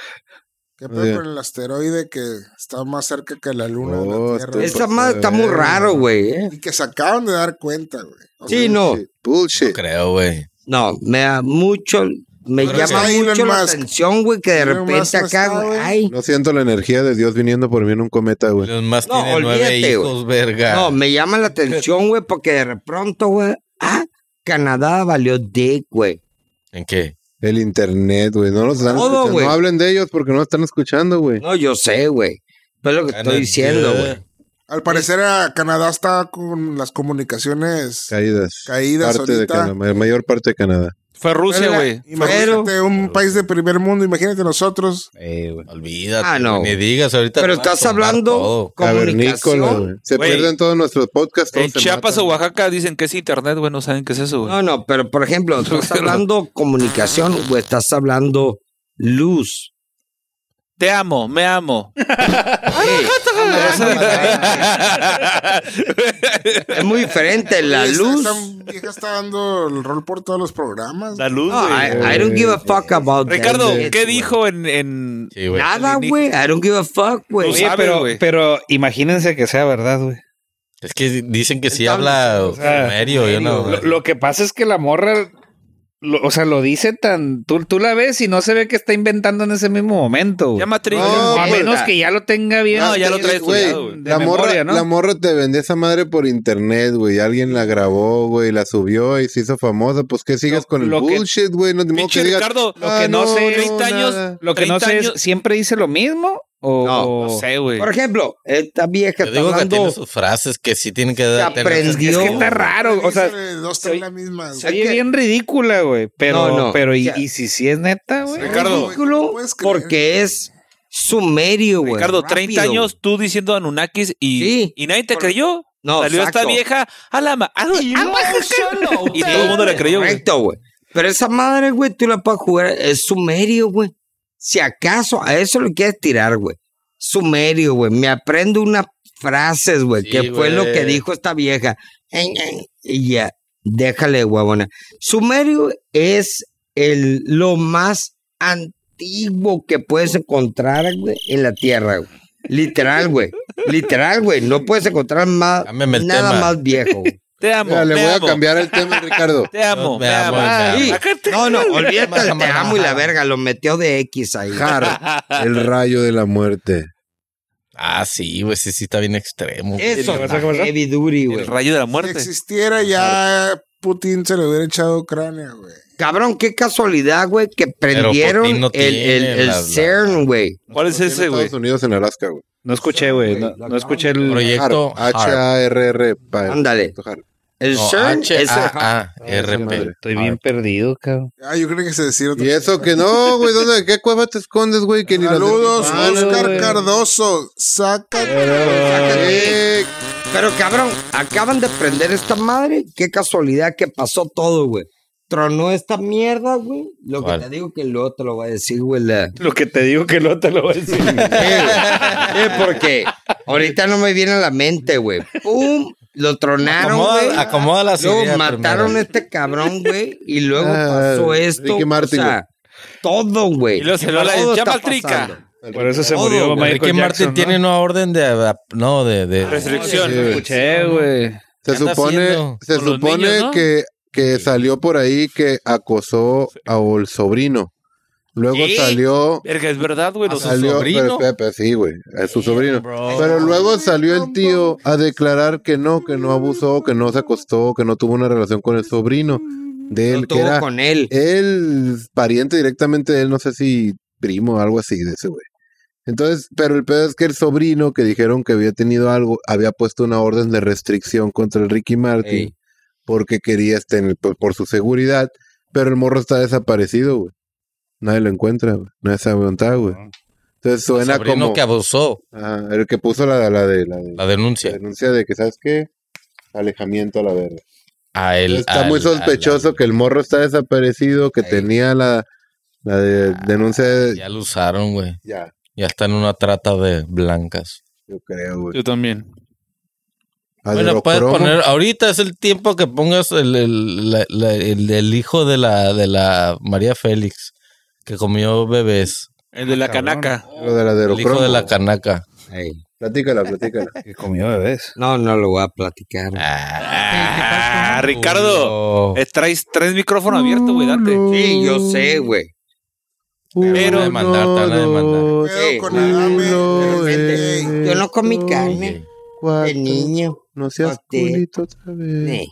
¿Qué Muy pedo bien. con el asteroide que está más cerca que la luna de Oh, la Tierra? pues, este- Esa madre está muy raro, güey. eh. Y que se acaban de dar cuenta, güey. O Sí, no. Bullshit. Creo, güey. No, me da mucho. Me Pero llama está Elon mucho la Musk. atención, güey, que de Elon Musk repente no acá, está, güey. güey. Ay. No siento la energía de Dios viniendo por mí en un cometa, güey. Los más No, tiene nueve olvídate, hijos, verga. No, me llama la atención, güey, porque de pronto, güey, ah, Canadá valió dick, güey. ¿En qué? El internet, güey. No nos están Todo, escuchando. güey. No hablen de ellos porque no nos están escuchando, güey. No, yo sé, güey. Pero es lo que Ana, estoy diciendo, eh, güey. Al parecer a Canadá está con las comunicaciones Caídas. caídas Parte de ahorita. Canadá, ma- mayor parte de Canadá. Fue Rusia, güey. Imagínate este un país de primer mundo, imagínate nosotros. Eh, güey, olvídate. Ah, no. güey, Ni digas ahorita. Pero te van a estás tumbar hablando todo. Cavernícola, güey. comunicación. Se Güey. pierden todos nuestros podcasts. todos En se Chiapas matan. o Oaxaca dicen que es internet, güey. No saben qué es eso, güey. No, no, pero por ejemplo, estás hablando comunicación o estás hablando luz. Te amo, me amo. Sí. es muy diferente la Esta- luz. Esta vieja está dando el rol por todos los programas. La luz, No, güey. I, I don't give a fuck about that Ricardo, shit, ¿qué güey. dijo en, en- Sí, güey. Nada, güey. I don't give a fuck, güey. No Oye, saben, pero, güey. pero imagínense que sea verdad, güey. Es que dicen que sí Estamos- habla o sea, medio, yo no. Lo, lo que pasa es que la morra, lo- o sea, lo dice tan. Tú, tú la ves y no se ve que está inventando en ese mismo momento. güey. Ya Matrix. No, a güey. menos que ya lo tenga bien. No, ya lo traes Güey, estudiado, güey. de la, memoria, morra, ¿no? la morra te vendió esa madre por internet, güey. Alguien la grabó, güey, la subió y se hizo famosa. Pues qué sigues Lo- con el lo que- bullshit, güey. No te modo Pinche que digas, Ricardo, lo que no sé, 30 años- nada. Lo que no 30 sé es, años- ¿siempre dice lo mismo? O, No, o- No sé, güey. Por ejemplo, esta vieja Yo está digo que hablando. tiene sus frases que sí tienen que dar. tener- aprendió. Es que está raro, o sea, Dice de dos, soy- tres la misma. se güey. oye que- bien ridícula, güey. Pero, No, no, pero, y, ya. y si sí es neta, güey? Ricardo. ridículo Puedes creer. porque es sumerio, güey. Ricardo, 30 rápido, años tú diciendo Anunnakis y, Sí. y nadie te creyó. No, Salió exacto. esta vieja a la ma- a- a- güey. Y todo el mundo le creyó, güey. Correcto, güey. Pero esa madre, güey, tú la puedes jugar. Es sumerio, güey. Si acaso, a eso lo quieres tirar, güey. Sumerio, güey. Me aprendo unas frases, güey, Sí, que fue güey. lo que dijo esta vieja. En, en, Y ya, déjale, huevona. Sumerio es el, lo más antiguo que puedes encontrar, güey, en la tierra, güey. Literal, güey. Literal, güey. No puedes encontrar más, Cámbiame el nada tema. más viejo, güey. Te amo. Mira, le te voy amo, a cambiar el tema, Ricardo. Te amo. No, me me amo, amo. me Sí. amo. Acá te- No, no, olvídate del te amo y la verga, lo metió de X ahí. Jar, el rayo de la muerte. Ah, sí, güey, sí, sí está bien extremo. güey. Eso, ¿Qué pasó, qué pasó? heavy duty, El güey. rayo de la Si muerte. existiera ya, Putin se le hubiera echado cráneo, güey. Cabrón, qué casualidad, güey, que Putin prendieron no el, tiene el, el la- la- CERN, güey. ¿Cuál es ese, Estados güey? Unidos en Alaska, güey. No escuché, güey. No, no escuché el. Proyecto Har, Har. H-A-R-R. pa- Ándale. Har. El No, CERN es el- H-A-A-R-P. Estoy bien perdido, cabrón. Ah, yo creo que se decía otra Y eso que no, güey, ¿dónde, ¿de qué cueva te escondes, güey? Que ni las- Saludos, Ah, no, Oscar güey. Cardoso. Saca. Eh, Pero cabrón, acaban de prender esta madre. Qué casualidad que pasó todo, güey. Tronó esta mierda, güey. Lo ¿Cuál? que te digo que luego te lo va a decir, güey. la- Lo que te digo que no te lo voy a decir. Eh, porque ahorita no me viene a la mente, güey. ¡Pum! Lo tronaron, Acomoda- Ah, güey. Acomoda las Luego ideas mataron primero. a este cabrón, güey, y luego Ah, pasó esto. Ricky Martin, o sea, todo, güey. Y luego se lo la- Todo está llama al trica. pasando. Por eso se Todo, murió güey. Michael Ricky Martin Jackson, ¿no? tiene una orden de. No, de. de Resurrección. Sí, güey. Escuché, güey. Se ¿Qué anda supone, haciendo se con los supone niños, no? que, que salió por ahí que acosó al sobrino. Luego ¿Qué? salió. Verga, es verdad, güey. A no sé. salió sobrino? pero- pero- sí, güey, a su sobrino. bro. Pero luego salió el tío a declarar que no, que no abusó, que no se acostó, que no tuvo una relación con el sobrino de Lo él, que tuvo era con él. el pariente directamente de él, no sé si primo o algo así de ese güey. Entonces, pero el pedo es que el sobrino que dijeron que había tenido algo, había puesto una orden de restricción contra el Ricky Martin Ey. porque quería estar en el- por, por su seguridad, pero el morro está desaparecido, güey. Nadie lo encuentra, güey. Nadie sabe dónde está, güey. Entonces suena sobrino como que abusó Ajá, el que puso la, la de la, de- la la denuncia. denuncia de que, ¿sabes qué? Alejamiento a la verga. A él. Está al- muy sospechoso al- que el morro está desaparecido, que Ahí. Ah, tenía la, la de- denuncia de... Ya. Ya lo usaron, güey. Ya está en una trata de blancas. yo creo, güey. Yo también. Bueno, puedes Aderocromo. poner. Ahorita es el tiempo que pongas el, el, la- la- el- el hijo de la, de la María Félix, que comió bebés. El de la Cabrón. canaca. Lo de la El hijo de la cana. canaca. Ey. Platícala, platícala. Que comió bebés. No, no lo voy a platicar. Ah, Ricardo. Oh. eh, Traes tres micrófonos abiertos, güey. Date. Sí, yo sé, güey. Te van a demandar, te van a demandar. dos, Pedo con Sí. Adame. Uno, Ey, eh. Yo no comí carne de cuatro. niño. No seas Cuate. culito otra Ey. vez.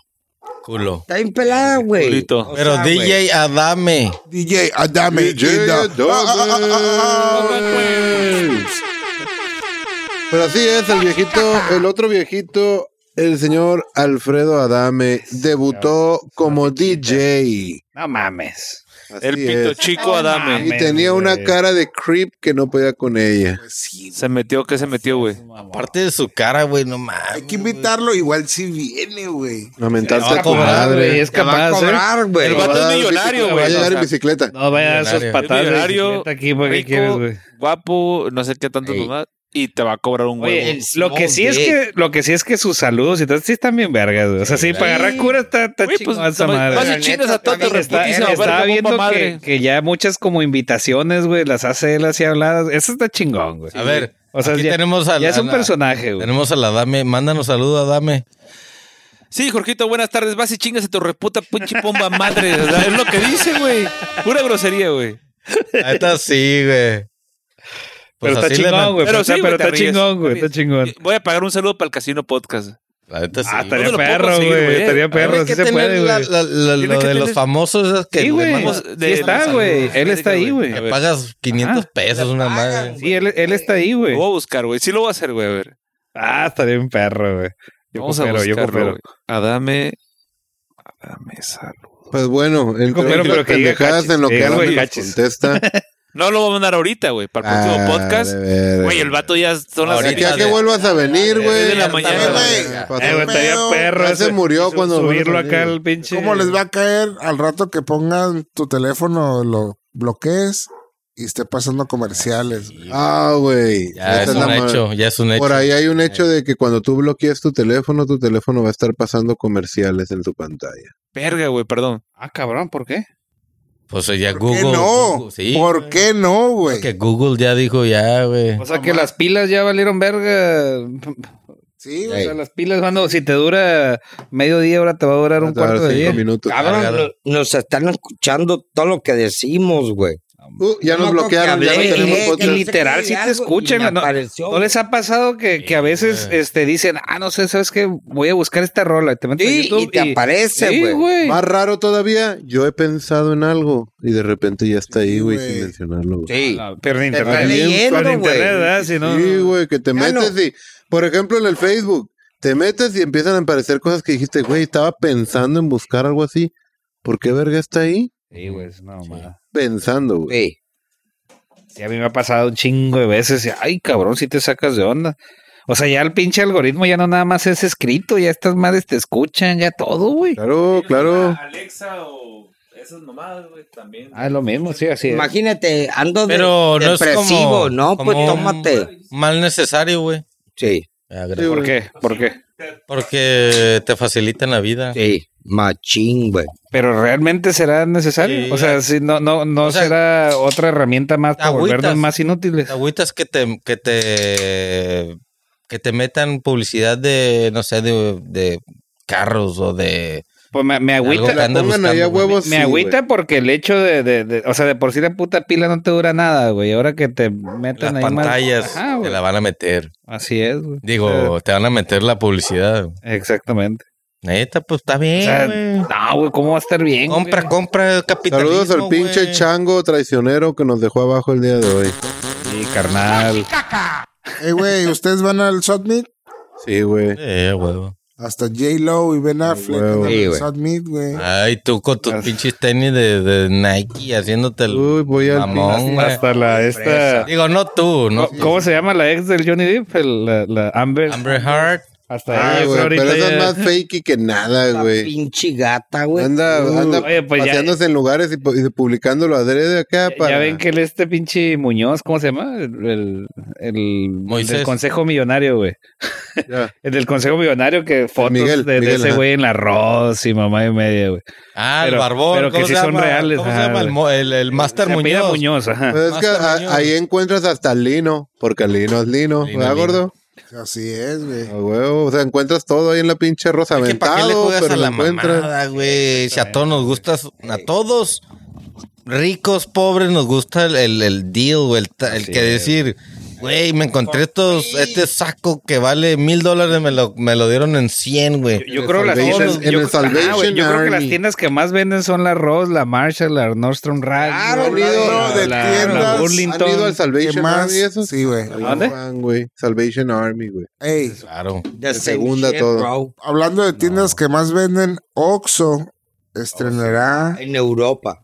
Culo. Está bien pelada, güey. Culito. O Pero sea, DJ güey, Adame. DJ Adame. DJ Ida. Adame. Ah, ah, ah, ah, ah, ah. Pero así es, el viejito, el otro viejito El señor Alfredo Adame debutó como DJ. No mames. Así El pito es. chico Adame. Y tenía una cara de creep que no podía con ella. Se metió, ¿qué se metió, güey? Aparte de su cara, güey, no mames. Hay que invitarlo, igual si viene, güey. Lamentarse a tu cobrar, Ah, pues, güey, madre. es capaz. ¿eh? Te va a cobrar, güey. El vato Va a es dar millonario, bicicleta, güey, Va a llegar o en sea. bicicleta. No vaya a sus Millonario. patadas. de Millonario, bicicleta aquí, güey, ¿qué rico, quieres, güey? guapo, no sé qué tanto Ey. nomás. Y te va a cobrar un huevo. Oye, el lo que small sí es que, lo que sí es que sus saludos y todo, sí están bien vergas, güey. O sea, sí, Sí, para agarrar cura está, está Güey, chingón pues, esa no, madre. no La se chingas neta, a todos, también está- reputísima, estaba verga, viendo bomba que, madre. que ya muchas como invitaciones, güey, las hace él así habladas. Eso está chingón, güey. A ver, o sea, aquí ya, tenemos a ya la- es un la- personaje, güey. Tenemos a la Dame. Mándanos saludos a Dame. Sí, Jorgito, buenas tardes. Vas y chingas a tu reputa pinche pomba madre. O sea, es lo que dice, güey. Pura grosería, güey. Ahí está sí, güey. Pues pero está así le chingón, man- güey. Pero, Pero está- sí, güey, pero te está ríes, chingón, te güey. Está ríes. chingón. Voy a pagar un saludo para el Casino Podcast. La neta sí. Ah, estaría ¿Dónde lo puedo perro, conseguir, güey. güey? Estaría perro, Hay sí que se tener puede, la- güey. la- la- Tiene lo que de los tener- famosos es que Sí, le güey. mandas- de- Sí está, de- güey. Él de- está de- ahí, güey. A le ver. pagas 500 pesos una madre. Sí, él, él está ahí, güey. Lo voy a buscar, güey. Sí lo voy a hacer, güey. A ver. Ah, estaría bien perro, güey. Yo Vamos a coopero, yo buscarlo, coopero. güey. Adame. Adame salud. Pues bueno, el Pero- pero que diga pendejadas cachis. en lo Sí, que ahora güey, nos cachis. contesta. No lo voy a mandar ahorita, güey. Para el próximo Ah, podcast. de ver. Güey, el vato ya son las Así Ahorita que a que de- vuelvas a venir, de- güey. de la mañana, Eh, güey. güey, Eh, güey, estaría Pero, perro. ya se ese- murió su- cuando- Subirlo acá al pinche. ¿Cómo les va a caer al rato que pongan tu teléfono, lo bloquees y esté pasando comerciales? güey? Ah, güey. Esa Ya es es la un ma- hecho, ya es un hecho. Por ahí hay un hecho de que cuando tú bloquees tu teléfono, tu teléfono va a estar pasando comerciales en tu pantalla. Verga, güey, perdón. Ah, cabrón, ¿por qué? Pues ya ¿Por Google. qué no? Google, sí. ¿Por qué no, güey? Que Google ya dijo ya, güey. O sea, que las pilas ya valieron verga. Sí, O güey. sea, las pilas, mano, si te dura medio día, ahora te va a durar un Te va a dar cuarto de cinco día. minutos. Cabrón, Cargado. no- nos están escuchando todo lo que decimos, güey. Uh, ya nos Loco que bloquearon, ya no hablé, tenemos eh, podcast. que Literal, sé sí qué te algo, escuchan, y me ¿no? apareció, ¿No les ha pasado que, que a veces güey. este, dicen, ah, no sé, sabes qué? Voy a buscar esta rola. Y te metes Sí, a YouTube y te aparece, Sí, güey. güey. Más raro todavía, yo he pensado en algo y de repente ya está ahí, güey, sin güey. mencionarlo. güey. Sí. No, Pero en Te está internet. están leyendo, Pero en güey. internet, ¿verdad? Si no- Sí, güey, que te Ya metes no. y, por ejemplo, en el Facebook, te metes y empiezan a aparecer cosas que dijiste, güey, estaba pensando en buscar algo así. ¿Por qué verga está ahí? Sí, güey, no, ma. Pensando, güey. Sí. Sí, a mí me ha pasado un chingo de veces. y, Ay, cabrón, si te sacas de onda. O sea, ya el pinche algoritmo ya no nada más es escrito, ya estas madres te escuchan, ya todo, güey. Claro, claro. Alexa o esas mamadas, güey, también. Ah, es lo mismo, sí, así es. Imagínate, ando de, ¿eh? Pero no es Pues, depresivo, como- ¿no? Pues como un- tómate. Mal necesario, güey. Sí, Ya, Sí, gracias. güey. ¿Por qué? ¿Por qué? Porque te facilitan la vida. sí. Machín, güey. Pero realmente será necesario. Sí. o sea, si no, no, no O sea, será otra herramienta más para agüitas. volvernos más inútiles. Te agüitas que te, que te, que te metan publicidad de, no sé, de, de carros o de... Pues me, me Algo agüita. que andas Pongan ahí a buscando, güey. huevos. Me sí, agüita porque el hecho de, de- de- o sea, de por sí la puta pila no te dura nada, güey. Ahora que te Las meten ahí más- pantallas Ajá, te güey. la van a meter. Así es, güey. Digo, te van a meter la publicidad. Exactamente. Neta, pues está O bien, sea, güey. no, güey, ¿cómo va a estar bien? Compra, güey? compra güey. capitalismo, Saludos al pinche güey. chango traicionero que nos dejó abajo el día de hoy. Sí, carnal. Eh, güey, ¿ustedes van al Submit? Sí, güey. Eh, huevo. Hasta J-Lo y Ben Affleck huevo. andan Sí, en el güey. Submit, güey. Ay, tú con tus pinches tenis de, de Nike haciéndote el Uy, voy al mamón, güey. Hasta la esta. Digo, no tú, no. ¿Cómo- ¿Cómo se llama la ex del Johnny Depp? El- la, la Amber. Amber Heart. Hasta Ah, ahí, güey, pero eso ya- es más fakey que nada, güey. Pinche gata, güey. Anda, anda Oye, pues ya- paseándose en lugares y, pu- y publicándolo adrede acá para... Ya ven que el este pinche Muñoz, ¿cómo se llama? El, el, el- Moisés. el del Consejo Millonario, güey. Ya. El del Consejo Millonario que fotos Miguel, de, de Miguel, ese ajá. güey en la arroz y mamá y media, güey. Ah, Pero- el barbón. pero que ¿Cómo sí se son llama? reales, ¿Cómo se ajá, llama? El, güey. mo- el, el Master Se apellida Muñoz. Muñoz, ajá. Pues es que Master a- Muñoz. ahí encuentras hasta Lino, porque Lino es Lino, Lino, ¿verdad, Lino. gordo? Así es, güey. A huevo, o sea, encuentras todo ahí en la pinche rosa Es que ¿Para qué le aventado, juegas pero a lo la encuentras. mamada, güey? Si a todos nos gustas, a todos, ricos, pobres, nos gusta el, el, el deal, güey. El, ta- el Así que es. decir, Güey, me encontré estos, este saco que vale mil dólares, me lo, me lo dieron en 100, güey. Yo creo, las Salvation- tiendas, en yo, el ajá, güey, Salvation yo creo que las Army. tiendas que más venden son la Ross, la Marshall, la Nordstrom Rack. Claro, güey, han ido la- de la- tiendas, la han ¿Han ido al Burlington. Salvation más? Army eso? Sí, güey. ¿A dónde? güey. Salvation Army, güey. Ey, Claro. The same segunda shit, todo. bro. hablando de tiendas que más venden, Oxxo estrenará. En Europa.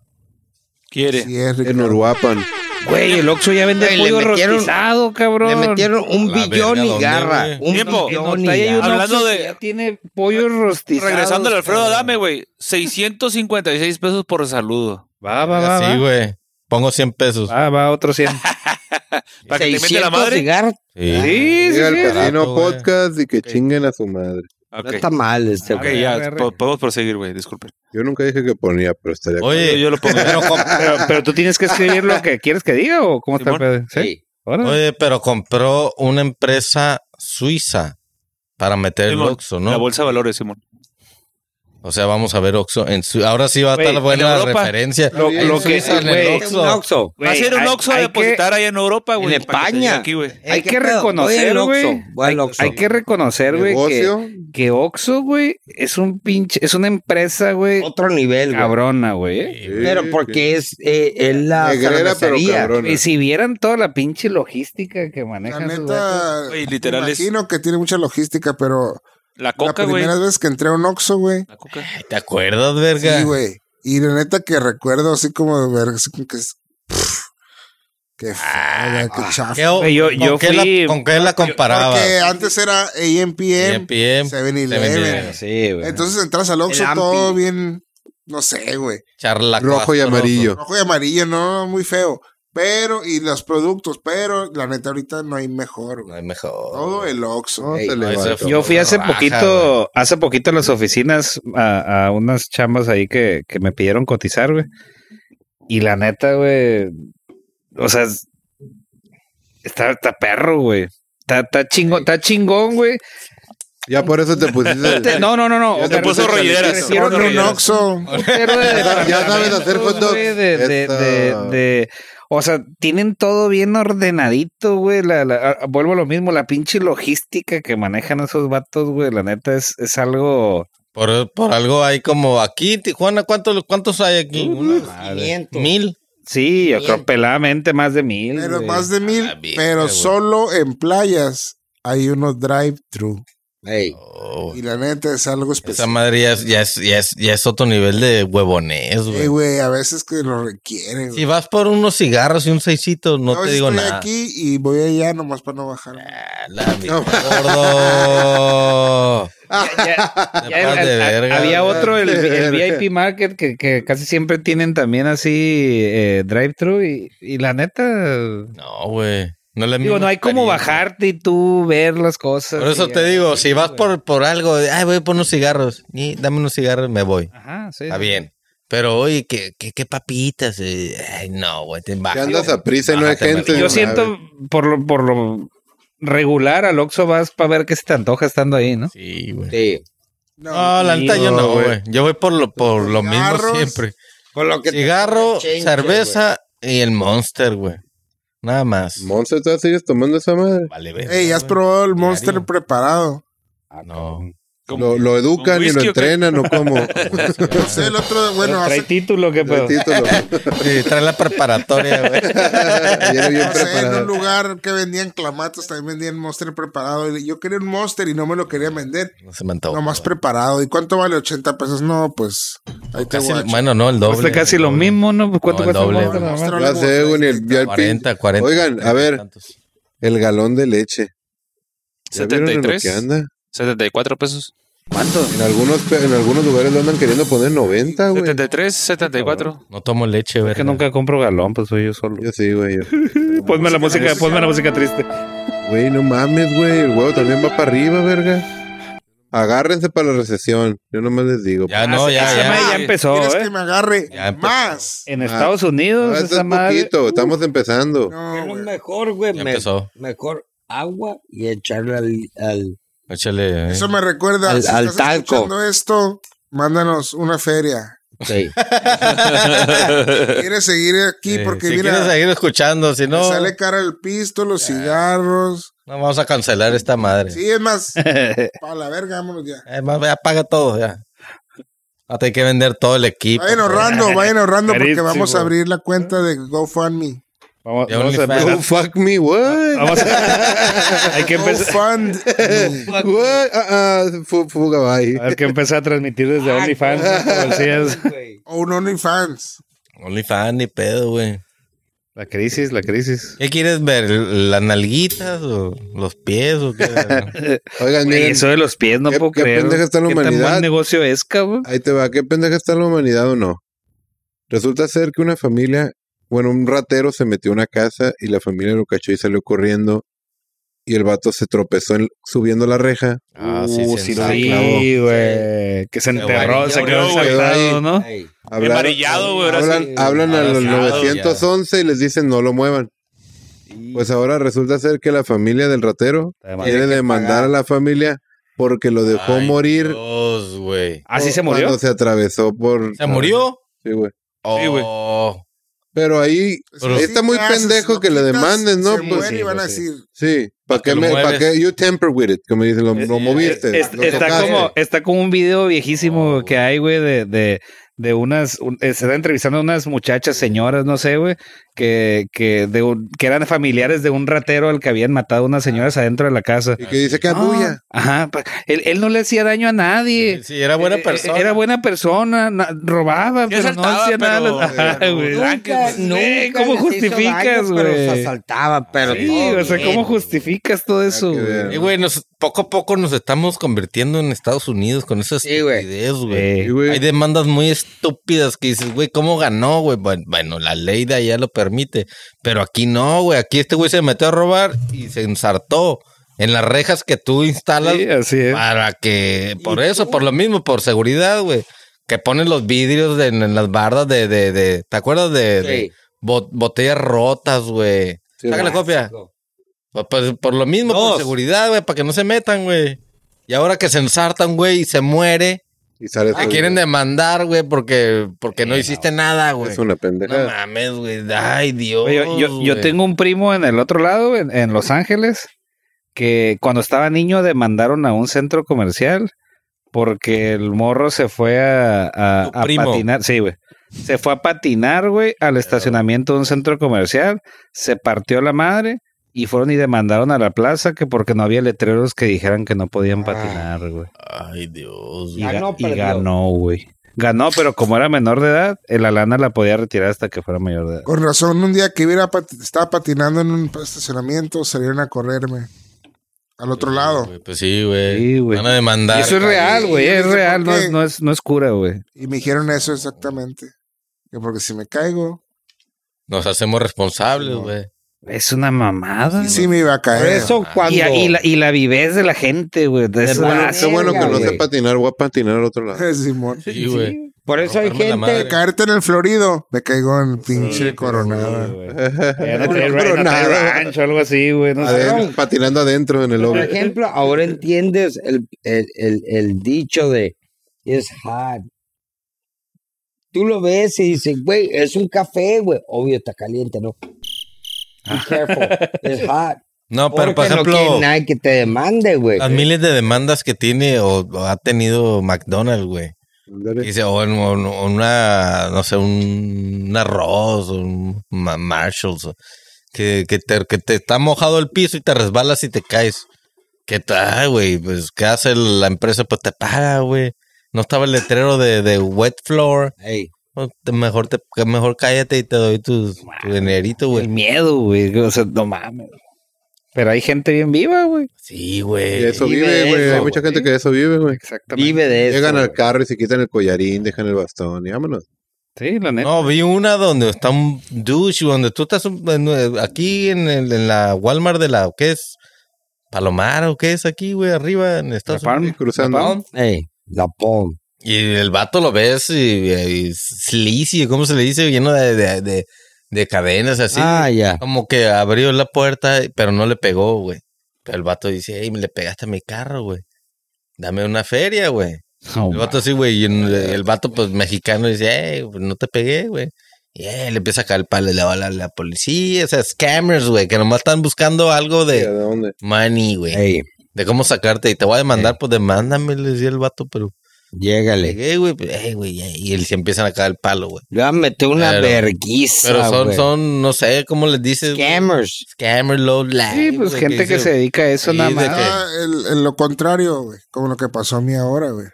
Quiere. Sí, es En Ricardo. Uruapan. Güey, el Oxxo ya vende Güey, le pollo metieron- rostizado, cabrón. Le metieron un La billón verga, y ¿dónde, garra. güey? Un Tiempo. billón y Ahí hay un garra. Hablando Oxxo de- que ya tiene pollo rostizado. Regresando al Alfredo cabrón. Adame, güey. 656 pesos por saludo. Va, va, va. Sí, va. güey. Pongo 100 pesos. Va, va, otro 100. Para que te mete la 600 y madre. garra. Sí. Sí, sí, Llega al sí. casino Rato, güey. podcast y que chinguen a su madre. Ok, No está mal este Ok, güey. ya. po- Podemos proseguir, güey. Disculpen. Yo nunca dije que ponía, pero estaría. Yo, Oye, yo lo pongo. pero com- Pero, pero tú tienes que escribir lo que quieres que diga o cómo está el pedo? Sí. Sí. Órale. oye, pero compró una empresa suiza para meter el Simón, Oxxo, La ¿no? bolsa de valores, Simón. O sea, vamos a ver Oxxo. En su- Ahora sí va a Güey, estar en buena la Europa. referencia. Lo- En lo que- Suiza, en el güey, Oxxo. Un Oxxo. Va a Güey, ser un hay- Oxxo a hay que- depositar allá en Europa, güey. En para que te España. llegue Aquí, güey. Ey, Hay ¿qué que pedo? reconocer, Voy al Oxxo, güey. voy al Oxxo. Hay que reconocer, güey, que, Negocio. que Oxxo, güey, es un pinche, es una empresa, güey, Otro nivel, güey. cabrona, güey. Sí, Pero que- porque es, eh, es la Negrera, pero cervecería. cabrona. Y si vieran toda la pinche logística que La manejan esos vatos. neta. Güey, literal me es- imagino que tiene mucha logística, pero La la coca, güey. primera vez que entré a un Oxxo, güey. La coca. ¿Te acuerdas, verga? Sí, güey. Y la neta que recuerdo así como de verga, así como que es. pff, Qué feo, güey, qué chafa. ¿Qué o- Güey, yo- con, yo qué fui- la, ¿Con qué la comparabas? Porque antes era AMPM, 7 7-Eleven. Sí, güey. Entonces entras al Oxxo El Ampi. todo bien, no sé, güey. Charla Rojo y amarillo. Rojo y amarillo, no, muy feo. Pero, y los productos, pero la neta ahorita no hay mejor, No güey. hay mejor. Todo el Oxxo. se le no, ese va. fue- Yo fui hace Raja, poquito, hace poquito a las oficinas, a, a unas chambas ahí que, que me pidieron cotizar, güey. Y la neta, güey, o sea, es- está, está perro, güey. Está, está chingo- está chingón, güey. Ya por eso te pusiste. Te- No, no, no, no. Ya te Me puso refiero- rolleras. me refiero Pon a un un Oxxo. putero de Ya sabes hacer hot dogs. güey, De, de, Esta- de- de- o sea, tienen todo bien ordenadito, güey. La, la- a- vuelvo a lo mismo, la pinche logística que manejan esos vatos, güey. La neta es, es algo... Por, por algo hay como aquí, en Tijuana, ¿cuántos, cuántos hay aquí? Una madre. 500. Mil. Sí, yo Bien. creo peladamente más de mil. Pero güey. más de mil, la vida, pero güey. solo en playas hay unos drive-thru. Ey. Oh, Y la neta es algo esa especial. madre ya es, ya, es, ya, es, ya es otro nivel de huevonés, Ey, güey. güey, a veces que lo requieren. güey. Si vas por unos cigarros y un seisito, no A te veces digo estoy nada. aquí y voy allá nomás para no bajar. Ah, la vida, gordo. Te Ya, pasas el- de a- verga, había güey. otro, el, el verga. VIP Market, que, que casi siempre tienen también así eh, drive-thru. Y, y la neta, No, güey. No es la digo, misma no hay como experiencia. bajarte y tú ver las cosas. Por eso y- te digo, si vas güey. por, por algo, de, ay, voy por unos cigarros, y dame unos cigarros, me voy. Ajá, sí. Está sí. bien. Pero, oye, ¿qué, qué, qué papitas? eh, Ay, no, güey, te Que bajas. andas a prisa y no hay Bájate, gente. güey. Yo no siento, sabes. por lo, por lo regular, al Oxxo vas para ver qué se te antoja estando ahí, ¿no? Sí, güey. Sí. No, Ah, la neta yo no, güey. Yo voy por lo, por lo mismo Cigarros. siempre. Por lo que te- Cigarro, Change, cerveza y el Monster, güey. Nada más. Monster, ¿todavía sigues tomando esa madre? Vale, Ah, ver. Ey, ¿has probado el Monster Diario. preparado? No. Lo, lo educan ¿Con y lo whisky o qué? entrenan, ¿o cómo? No sé, el otro, bueno, Trae hace, título, qué pedo. El título. Sí, trae la preparatoria, güey. Viene bien no sé, en un preparado. lugar que vendían clamatos, también vendían Monster preparado. Y Yo quería un Monster y no me lo quería vender. No se me antojó. Nomás preparado. ¿Y cuánto vale? ¿80 pesos? No, pues ahí te Casi- guacho. bueno, no, el doble. Cuesta Pues casi el lo doble. mismo, ¿no? Pues, ¿Cuánto No, el cuesta doble, un vaso güey. nomás? Monster Ya vale sé, como güey, ni el 30. VIP. 40, 40. Oigan, a ver. Tantos. El galón de leche. ¿Ya vieron en lo 73. que anda? 74 pesos. En algunos, pe- en algunos lugares lo andan queriendo poner 90, Ah, güey. 73, 74. No tomo leche, güey. Es que nunca compro galón, pues soy yo solo. Yo sí, güey. yo- Ponme la música, ponme la música triste. Güey, no mames, güey. El huevo también va para arriba, verga. Agárrense para la recesión. Yo nomás les digo. Ah, Ah, Ya no, ya, Esa madre ya. ya empezó, ¿Quieres ¿eh? que me agarre Ya empezó. más? En Ah, Estados Ah, Unidos, esto esa es madre. poquito. Estamos empezando. No, Pero güey. mejor, güey. Ya me- empezó. mejor agua y echarle al, al- Échale. eh. Eso me recuerda. Al- si al estás talco. escuchando esto, mándanos una feria. Sí. Quieres seguir aquí porque eh. si quieres mira, seguir escuchando, si te no, sale cara el pisto, los cigarros. no vamos a cancelar esta madre. Sí, es más, para la verga, vámonos ya. Es más, ya paga todo, ya. Va a tener que vender todo el equipo. Vayan ahorrando, vayan ahorrando porque Carísimo. vamos a abrir la cuenta de GoFundMe. Vamos, De vamos a OnlyFans. Oh, empezar. fuck me, what? Vamos a- hay, que empezar, GoFundMe. ah. What? Ah, ah, fu- fuga, bye. hay que empezar a transmitir desde Ah, OnlyFans. como decías. O un OnlyFans. OnlyFans ni pedo, güey. La crisis, la Pues, crisis. ¿Qué quieres ver? ¿Las nalguitas o los pies o qué? Oigan, miren, eso de los pies, no qué- puedo qué creer. pendeja está la ¿Qué tan humanidad? buen negocio es, cabrón? ahí te va. ¿Qué pendeja está la humanidad o no? Resulta ser que una familia, bueno, un ratero se metió a una casa y la familia lo cachó y salió corriendo. Y el vato se tropezó en- subiendo la reja. Ah, sí, Uh, sí, lo sí. clavó. Sí, güey. Que se enterró, guay, se quedó güey. sentado, ¿no? Ey, Hablaron- Amarillado, güey, ahora hablan sí. hablan Ahora a los sí. 911 y les dicen no lo muevan. Pues ahora resulta ser que la familia del ratero quiere demandar a la familia porque lo dejó Ay, morir. Dios, güey. ¿Así se murió? Eh, Cuando se atravesó por. Ah, ¿Se murió? Sí, güey. Sí, güey. Oh. Pero ahí Pero- está muy ¿qué haces? pendejo Lo que le quitas, demanden, ¿no? Se Pues- muere y Sí, van a sí. decir, Sí, ¿para que qué lo me, mueves. para qué you temper with it? Como dicen, lo, lo Es- moviste. Es- lo está tocaste. como, está como un video viejísimo Oh. que hay, güey, de, de, de unas, un- eh, se está entrevistando a unas muchachas, señoras, no sé, güey, que, que, de, un- que eran familiares de un ratero al que habían matado unas señoras adentro de la casa. Y que dice que Ah, abuya. ajá, pa- él, él no le hacía daño a nadie. Sí, sí, era buena Eh, eh, persona. Era buena persona, na- robaba, pero no asaltaba, hacía pero- nada. Ajá, pero- güey. Nunca, Sí, ¿Cómo les hizo justificas, daño, Pero se güey? asaltaba, pero. Sí, todo o sea, bien. ¿cómo justificas todo eso, que güey? ver. Y, Eh, güey, nos- poco a poco nos estamos convirtiendo en Estados Unidos con esas Sí, güey. estupidez, güey. Y, Eh, güey, Hay demandas muy estúpidas que dices, güey, ¿cómo ganó, güey? Bueno, bueno, la ley de allá lo permite, pero aquí no, güey. Aquí este güey se metió a robar y se ensartó en las rejas que tú instalas Sí, así es. para que, por eso, por lo mismo, por seguridad, güey. Que ponen los vidrios de- en, en las bardas de, de, de- ¿te acuerdas? De, Sí. de bot- botellas rotas, güey. Sí, Saca la copia. Pues, pues, por lo mismo, por Dos. seguridad, güey, para que no se metan, güey. Y ahora que se ensartan, güey, y se muere, y sale te todo. Ah, quieren demandar, güey, porque, porque no hiciste nada, güey. Es una No pendeja. mames, güey. Ay, Dios. Oye, yo, yo- yo güey. tengo un primo en el otro lado, en, en Los Ángeles, que cuando estaba niño demandaron a un centro comercial porque el morro se fue a, a- Tu a primo. patinar. Sí, güey. Se fue a patinar, güey, al estacionamiento de un centro comercial, se partió la madre y fueron y demandaron a la plaza que porque no había letreros que dijeran que no podían Ah. patinar, güey. Ay, Dios, Y, güey. ga- Ganó, y Ah, perdió. ganó, güey. Ganó, pero como era menor de edad, eh, la lana la podía retirar hasta que fuera mayor de edad. Con razón, un día que hubiera pat- estaba patinando en un estacionamiento, salieron a correrme al otro lado. Güey, Pues sí, güey. Sí, güey. Van a demandar. Y eso es cabrón. real, güey, es ¿Por qué? real, no es, no es, no es cura, güey. Y me dijeron eso exactamente. Que porque si me caigo, Nos hacemos responsables, Sí, güey. Es una mamada. y sí me iba a Ah, Por caer. eso, cuando. Y, y la, y la vivez de la gente, güey. de eso bueno, da- Qué bueno que no Verga, sé güey. patinar, voy a patinar al otro lado. Simón. Sí, güey. Por eso hay Romperme la De madre. gente. caerte en el Florido, me caigo en pinche coronada. Ya no trae- No, no trae pero nada. rancho, algo así, güey. no sé. Adentro, patinando adentro en el Por lobby. ejemplo, ahora entiendes el, el, el, el dicho de es hot. Tú lo ves y dices, güey, es un café, güey. Obvio, está caliente, ¿no? Be careful. Es hot. No, pero por Porque no ejemplo, quiere nadie que te demande, güey. las miles de demandas que tiene o, o ha tenido McDonald's, güey. Dice, o en, o en- o en una, no sé, un, un arroz, o un Ma- Marshalls, o- que, que, te, que te está mojado el piso y te resbalas y te caes. ¿Qué tal, güey? Pues, ¿qué hace la empresa? Pues te paga, güey. No estaba el letrero de, de wet floor. Ey, Pues, te- mejor, te, que mejor cállate y te doy tu, tu dinerito, El güey. miedo, güey. O sea, no mames. Pero hay gente bien viva, güey. Sí, Y güey. eso Eh, Vive vive, güey. eso, Hay mucha güey. gente que de eso vive, güey. Exactamente. vive de eso. Llegan al güey. carro y se quitan el collarín, dejan el bastón y vámonos. Sí, la neta. No, vi una donde está un douche, donde tú estás un- en- aquí en, el- en la Walmart de la, ¿qué es? Palomar o qué es aquí, güey, arriba en Estados La Palm. Unidos. Cruzando. La Palm. Ey, la pon. Y el vato lo ves y, y sleazy, ¿cómo se le dice? Lleno de, de, de- de cadenas así. Ah, ya. Como que abrió la puerta, pero no le pegó, güey. Pero el vato dice, hey, le pegaste a mi carro, güey. Dame una feria, güey. Oh, El vato así, güey. Y en- el vato, pues, mexicano, dice, "Ey, pues, no te pegué, güey. Y eh, le empieza a caer el palo, le va a la, la policía. O sea, scammers, güey, que nomás están buscando algo ¿De de dónde? money, güey. Ey, De cómo sacarte. Y te voy a demandar, pues, demándame, le decía el vato, pero... llégale. Llegué, güey, pues, "Ey, güey, ey", Y él se empiezan a caer el palo, güey. Ah, Le va a meter una Pero- verguiza, Pero son, güey. son, no sé, ¿cómo les dices? güey? Scammers. Scammer, low life. Sí, pues güey, gente que dice, se dedica a eso Sí, nada de más. que- Ah, el- el- lo contrario, güey. Como lo que pasó a mí ahora, güey.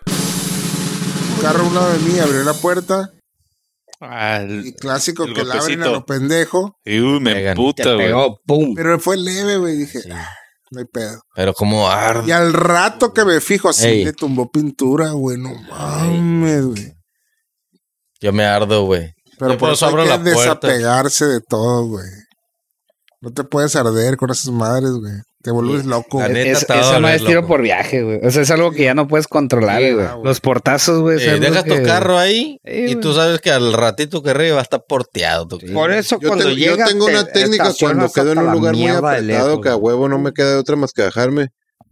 Un carro a un lado de mí abrió la puerta Ah, y clásico El que la abren a golpecito. lo pendejo. y, uy, me Pegan. Te puta, güey. pegó, pum. Pero fue leve, güey. Dije, "Ah, no hay pedo. Pero como arde. Y al rato que me fijo así, Ey. le tumbó pintura, güey. No mames, güey. Yo me ardo, güey. Pero Yo por eso hay que la puerta. desapegarse de todo, güey. No te puedes arder con esas madres, güey. Te vuelves loco, La güey. neta, Es, te va a esa doler, madre es tiro loco. por viaje, güey. O sea, es algo que ya no puedes controlar, Sí, güey. ah, güey. Los portazos, güey. es Eh, algo dejas tu que- carro ahí Sí, y güey. tú sabes que al ratito que arriba va a estar porteado. tu carro. Por eso Yo, cuando te- yo llega tengo te- una técnica cuando estacionas quedo en hasta un la lugar muy mierda de apretado lejos, que a huevo no me queda de otra más que bajarme.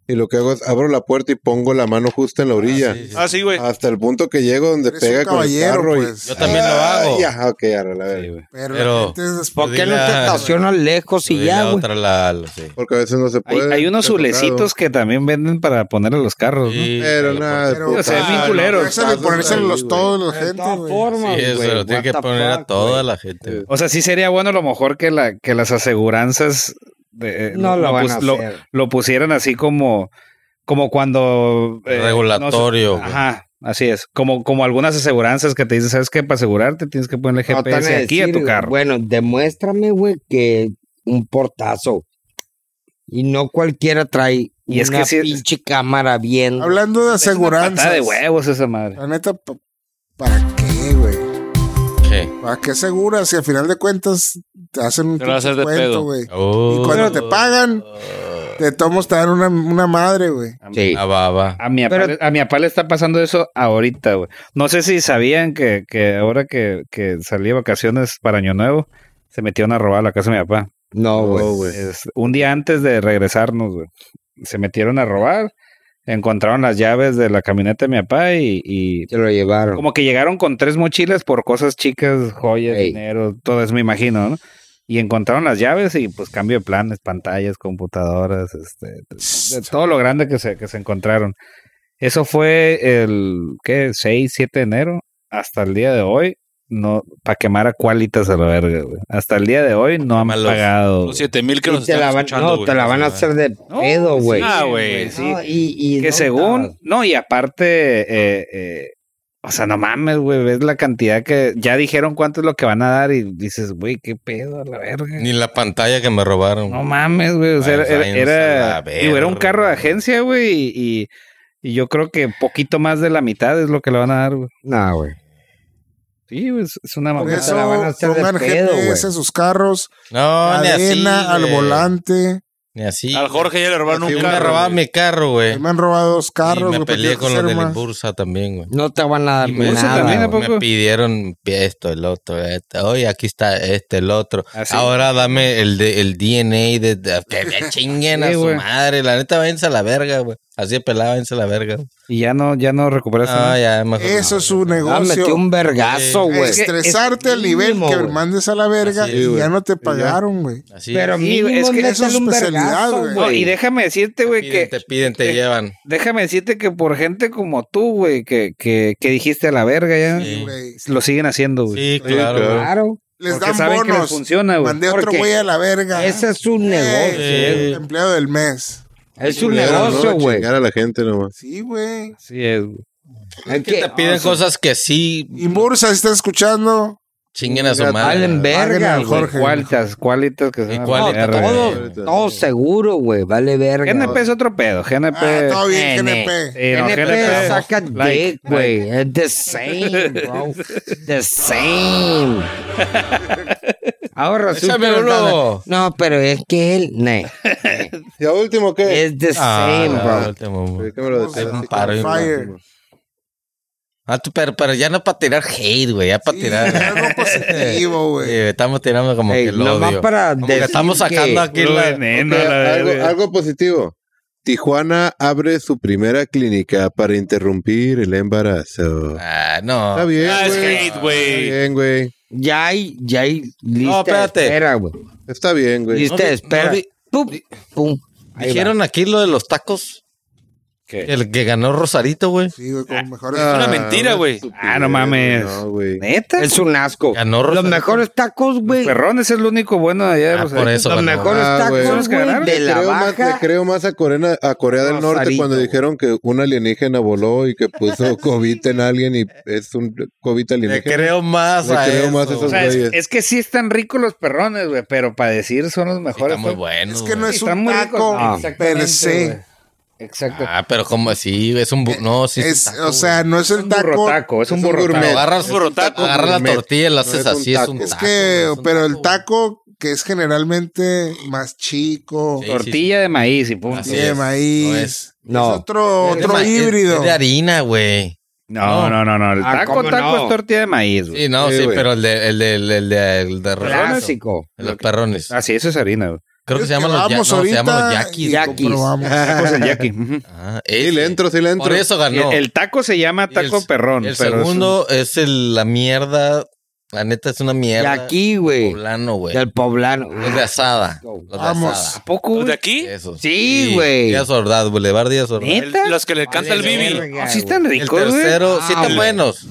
Y lo que hago es abro la puerta y pongo la mano justo en la orilla. sí, sí. pues. Ah, sí, güey. Hasta el punto que llego donde Eres pega un con el caballero, carro. y- pues. Yo también lo Ah, hago. Ya, ok, ahora la verga. Pero, Pero- la neta es desp- ¿Por qué no Dile te a- estacionas lejos Y y ya, la güey? otra la... la- sí. Porque a veces no se Hay, puede. hay unos Te he tocado. zulecitos que también venden para poner a los carros, ¿no? Sí, pues, Pero la nada. pero- puta, o sea, es bien no, culero. estás Ponérselo- ponérselos ahí, todos De la gente, todas güey. formas, Sí, eso güey, lo tiene what que the poner a fuck, toda güey. la gente. güey. O sea, sí sería bueno a lo mejor que, la, que las aseguranzas de, eh, No lo van a pus- lo- hacer. lo pusieran así como, como cuando... eh, Regulatorio, no sé. güey. ajá, así es. Como, como algunas aseguranzas que te dicen, ¿sabes qué? Para asegurarte tienes que ponerle No, te van GPS aquí a decir, tu carro. Bueno, demuéstrame, güey, que un portazo. Y no cualquiera trae Y es una que sí- pinche cámara bien. Hablando de Está aseguranza. de huevos esa madre. La neta, pa- ¿para qué, güey? Sí. ¿Para qué aseguras? Si al final de cuentas te hacen un Te lo vas a hacer de descuento, pedo. Ah, güey. Oh. Y cuando te pagan, te tomos te dan una, una madre, güey. Sí. Ah, va, va. A mi, papá, Pero- a mi papá le está pasando eso ahorita, güey. No sé si sabían que, que ahora que, que salí de vacaciones para Año Nuevo, se metieron a robar la casa de mi papá. No, güey. Es- un día antes de regresarnos, güey. Se metieron a robar, encontraron las llaves de la camioneta de mi papá y, y Se lo llevaron. como que llegaron con tres mochilas por cosas chicas, joyas, Ey. dinero, todo eso me imagino, ¿no? Y encontraron las llaves y pues cambio de planes, pantallas, computadoras, este, de todo lo grande que se, que se encontraron. Eso fue el, ¿qué? 6, 7 de enero hasta el día de hoy. No, para quemar a cualitas a la verga, güey. Hasta el día de hoy no han Malos. pagado. Los güey. 7000 que Y nos te están la van, escuchando, no, güey. te la van a hacer de No, pedo, sí, güey. Ah, güey, sí. No, y, y que no según, estás. no, y aparte, eh, eh, o sea, no mames, güey, ves la cantidad que ya dijeron cuánto es lo que van a dar y dices, güey, qué pedo, a la verga. Ni la pantalla que me robaron. No mames, güey, o sea, Ay, era, váyanse era- a la digo, era un verga. carro de agencia, güey, y, y- y yo creo que poquito más de la mitad es lo que le van a dar, güey. No, güey. Sí, güey, es es una Por Porque mamada. eso te la van a hacer de pongan pedo, GPS güey. en sus carros, No, ni así. cadena al güey. volante. Ni así. Al Jorge ya le robaron Así un Yo un me carro. robaban güey. mi carro, güey. Me han robado dos carros, Y me güey, pues, peleé tienes que con los hacer de la más. bursa también, güey. No te van a Ah, dar Y me, ¿Bursa nada. también, güey. ¿a poco? Ah, me pidieron esto, el otro, este. Oye, aquí está este, el otro. Ah, sí. Ahora dame el, de, el DNA de, de- que le chinguen a Sí, su güey. madre. La neta, váyanse a la verga, güey. Así de pelada, váyanse a la verga. Y ya no, ya no recuperas. Ah, ya, mejor. Eso es un Ah, metí negocio. un vergazo, A güey. Estresarte Es al nivel mínimo, que güey. mandes a la verga Así es, y güey. ya no te ya. pagaron, güey. Así Pero es. mínimo es que métele eso es un especialidad, vergazo, güey. No, y déjame decirte, este güey, que Piden, te piden, te eh, llevan. Déjame decirte que por gente como tú, güey, que, que, que dijiste a la verga ya, Sí. güey. lo siguen haciendo, güey. Sí, Sí, claro. claro. güey. Claro. Les Porque dan saben que les bonos. funciona, güey. Mandé a otro Porque güey a la verga. Ese es un Eh, negocio. negocio. Empleado del mes. Es un Le dan, ¿no? negocio, güey. Chingar a la gente nomás. Sí, güey. Así es, güey. Es Que te Ah, piden cosas que sí Y Bursa, si estás escuchando, chinguen a su Mira, madre. Valen Páguenle verga, al güey. Jorge. Cualitas, cualitas que Y son. cualitas, verga. todo. Todo seguro, güey. Vale verga. GNP es otro pedo. GNP. Ah, todo bien, Nene. GNP. Sí, no, NP GNP. saca Like, dick, güey. Es the same, bro. The same. Ahora resulta Échame que uno. andaba- No, pero es que él, ne, Y a último, ¿qué? es the Ah, same, la bro. última, güey. ¿Qué me lo Hay decías? un paro y- Fire. Ah, tú, pero, pero ya no para tirar hate, güey. Ya para Sí, tirar. algo positivo, güey. Sí, estamos tirando como Ey, que el nomás odio. para Como que decir estamos que- sacando aquí Puro la... veneno, Ok, Eh, la algo, verga. algo positivo. Tijuana abre su primera clínica para interrumpir el embarazo. Ah, no. Está bien. Ah, es güey. hate, güey. Está bien, güey. Ya hay, ya hay lista No, de espérate. espera, güey. Está bien, güey. Lista No de di- espera. no di- pum, pum. Ahí va. Dijeron aquí lo de los tacos. ¿Qué? El que ganó Rosarito, güey. Sí, güey, con mejores. Ah, una mentira, güey. estupidez, Ah, no mames. No, güey. ¿Neta? Es un asco. Ganó Los Rosarito. mejores tacos, güey. Perrón, ese es el único bueno de allá. Ah, o sea, por eso Los ganó. mejores Ah, güey. tacos, Los que güey, ganaron. de Le la creo, más, baja. le creo más a Corea, a Corea del Norte Rosarito, cuando dijeron que un alienígena voló y que puso COVID en alguien y es un COVID Le alienígena. creo más Le a creo eso. más a esos o sea, es, güeyes. es que sí están ricos los perrones, güey, pero para decir son los Está mejores. muy güey. bueno. Es que no güey. es Están un muy ricos. taco Ah, per exactamente, güey. se. Exacto. Ah, pero como así, es un... bu- No, sí Es, es un taco, o sea, no es es el un taco. burro taco, es un es un burro güey. gourmet. taco. agarras, es un taco agarra la gourmet. tortilla y la No haces es un así, es taco. un taco. Es Es que, güey, es un pero el güey. taco que es generalmente más chico, Sí, Tortilla de maíz y punto. Así tiene es, maíz. no es. es. No. otro, Es de otro ma- es- híbrido. Es de harina, güey. No, no, no, no. El Ah, taco, ¿cómo taco no? es tortilla de maíz, güey. Sí, no, Sí, sí, güey. pero el de, el de, el de, el de, el de perrones, Clásico. de los perrones. Ah, sí, eso es harina, güey. Creo que se Es que llaman los, ya, no, vamos se llaman los ahorita yaquis. y güey. Yaquis. comprobamos. Pues el yaqui. ujú. Ah, Sí, le ese. entro, sí le entro. Por eso ganó. El, el taco se llama Ah, Y el- taco perrón. El pero es un- segundo es, el- la mierda. La neta es una De mierda. aquí, güey. Poblano, güey. Del poblano. Los de asada. Los de Vamos. asada. poco, ¿Los de güey? aquí? Esos. Sí, güey. Díaz Ordaz, Boulevard Díaz Ordaz. ¿Neta? El- los que le canta el sí, Bibi. güey. Ah, sí están El ricos, güey. tercero, sí Ah, están güey. buenos.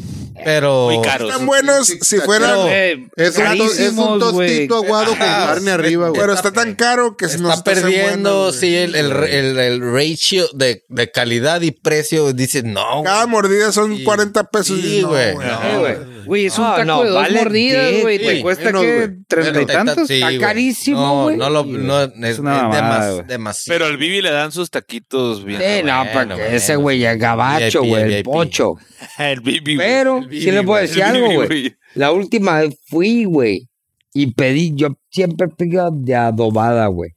Pero. Muy caros. Están buenos si fueran, Pero- Güey, Es un, to- es un Eh, carísimos, güey. tostito aguado con Ah, carne arriba, güey. pero está tan caro que se Está nos hace perdiendo, bueno, güey. sí, el, el, el, el ratio de, de calidad y precio. Dice, no. Cada güey. mordida son 40 pesos. Sí, y no, Ah, güey. güey. No. Eh, güey. Güey, es un No, taco no, de dos vale diez, mordidas, güey. Te sí, cuesta menos, que güey. treinta y Pero tantos. sí, Está güey. carísimo, No, güey. No, lo, no, es, es una demas- mamada, güey. demasiado. Pero al Bibi le dan sus taquitos bien. Sí, no, bueno, porque bueno. ese güey es gabacho, VIP, güey, el VIP. pocho. El Bibi. güey. Pero, el sí les voy a Bibi, decir El algo, Bibi, güey. La última vez fui, güey, y pedí, yo siempre pido de adobada, güey.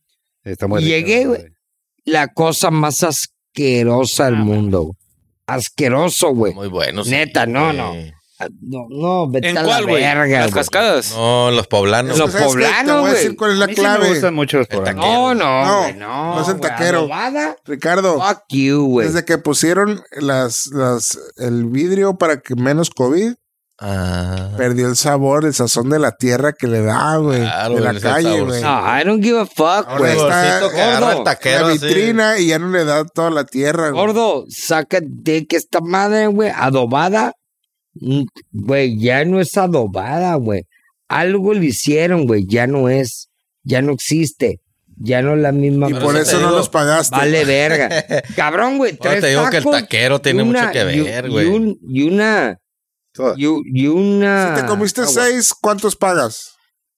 Está muy rico, Llegué, güey. La cosa más asquerosa del mundo, güey. Asqueroso, güey. Muy buenos. Neta, no, no. Ah, No, no, vete ¿En a cuál, la güey? verga, Las güey. cascadas. No, los poblanos. Los- Pues, ¿Sabes qué? Te poblanos, voy a güey. decir cuál es A la mí sí me clave. gustan mucho los programas. No, No, no, güey, no. no es el güey, taquero. Adobada, Ricardo, Ah, fuck you, güey. desde que pusieron las, las, el vidrio para que menos COVID, Ah, perdió el sabor, el sazón de la tierra que le da, güey. Claro, de la ese calle, sabor, güey. sí. No, I don't give a fuck, Ahora güey. el está bolsito que agarra el taquero. la así. vitrina y ya no le da toda la tierra, güey. Gordo, saca de que esta madre, güey, adobada, mm, güey, ya no es adobada, güey. Algo le hicieron, güey, ya no es, ya no existe, ya no es la misma. Y Por por eso eso te no digo, los pagaste. Vale verga. Cabrón, güey, Ahora tres te digo que el tacos taquero y tiene mucho una- que y un- ver, y güey. un- Y una, Toda. y, u- y una... Si te comiste Ah, güey. seis, ¿cuántos pagas?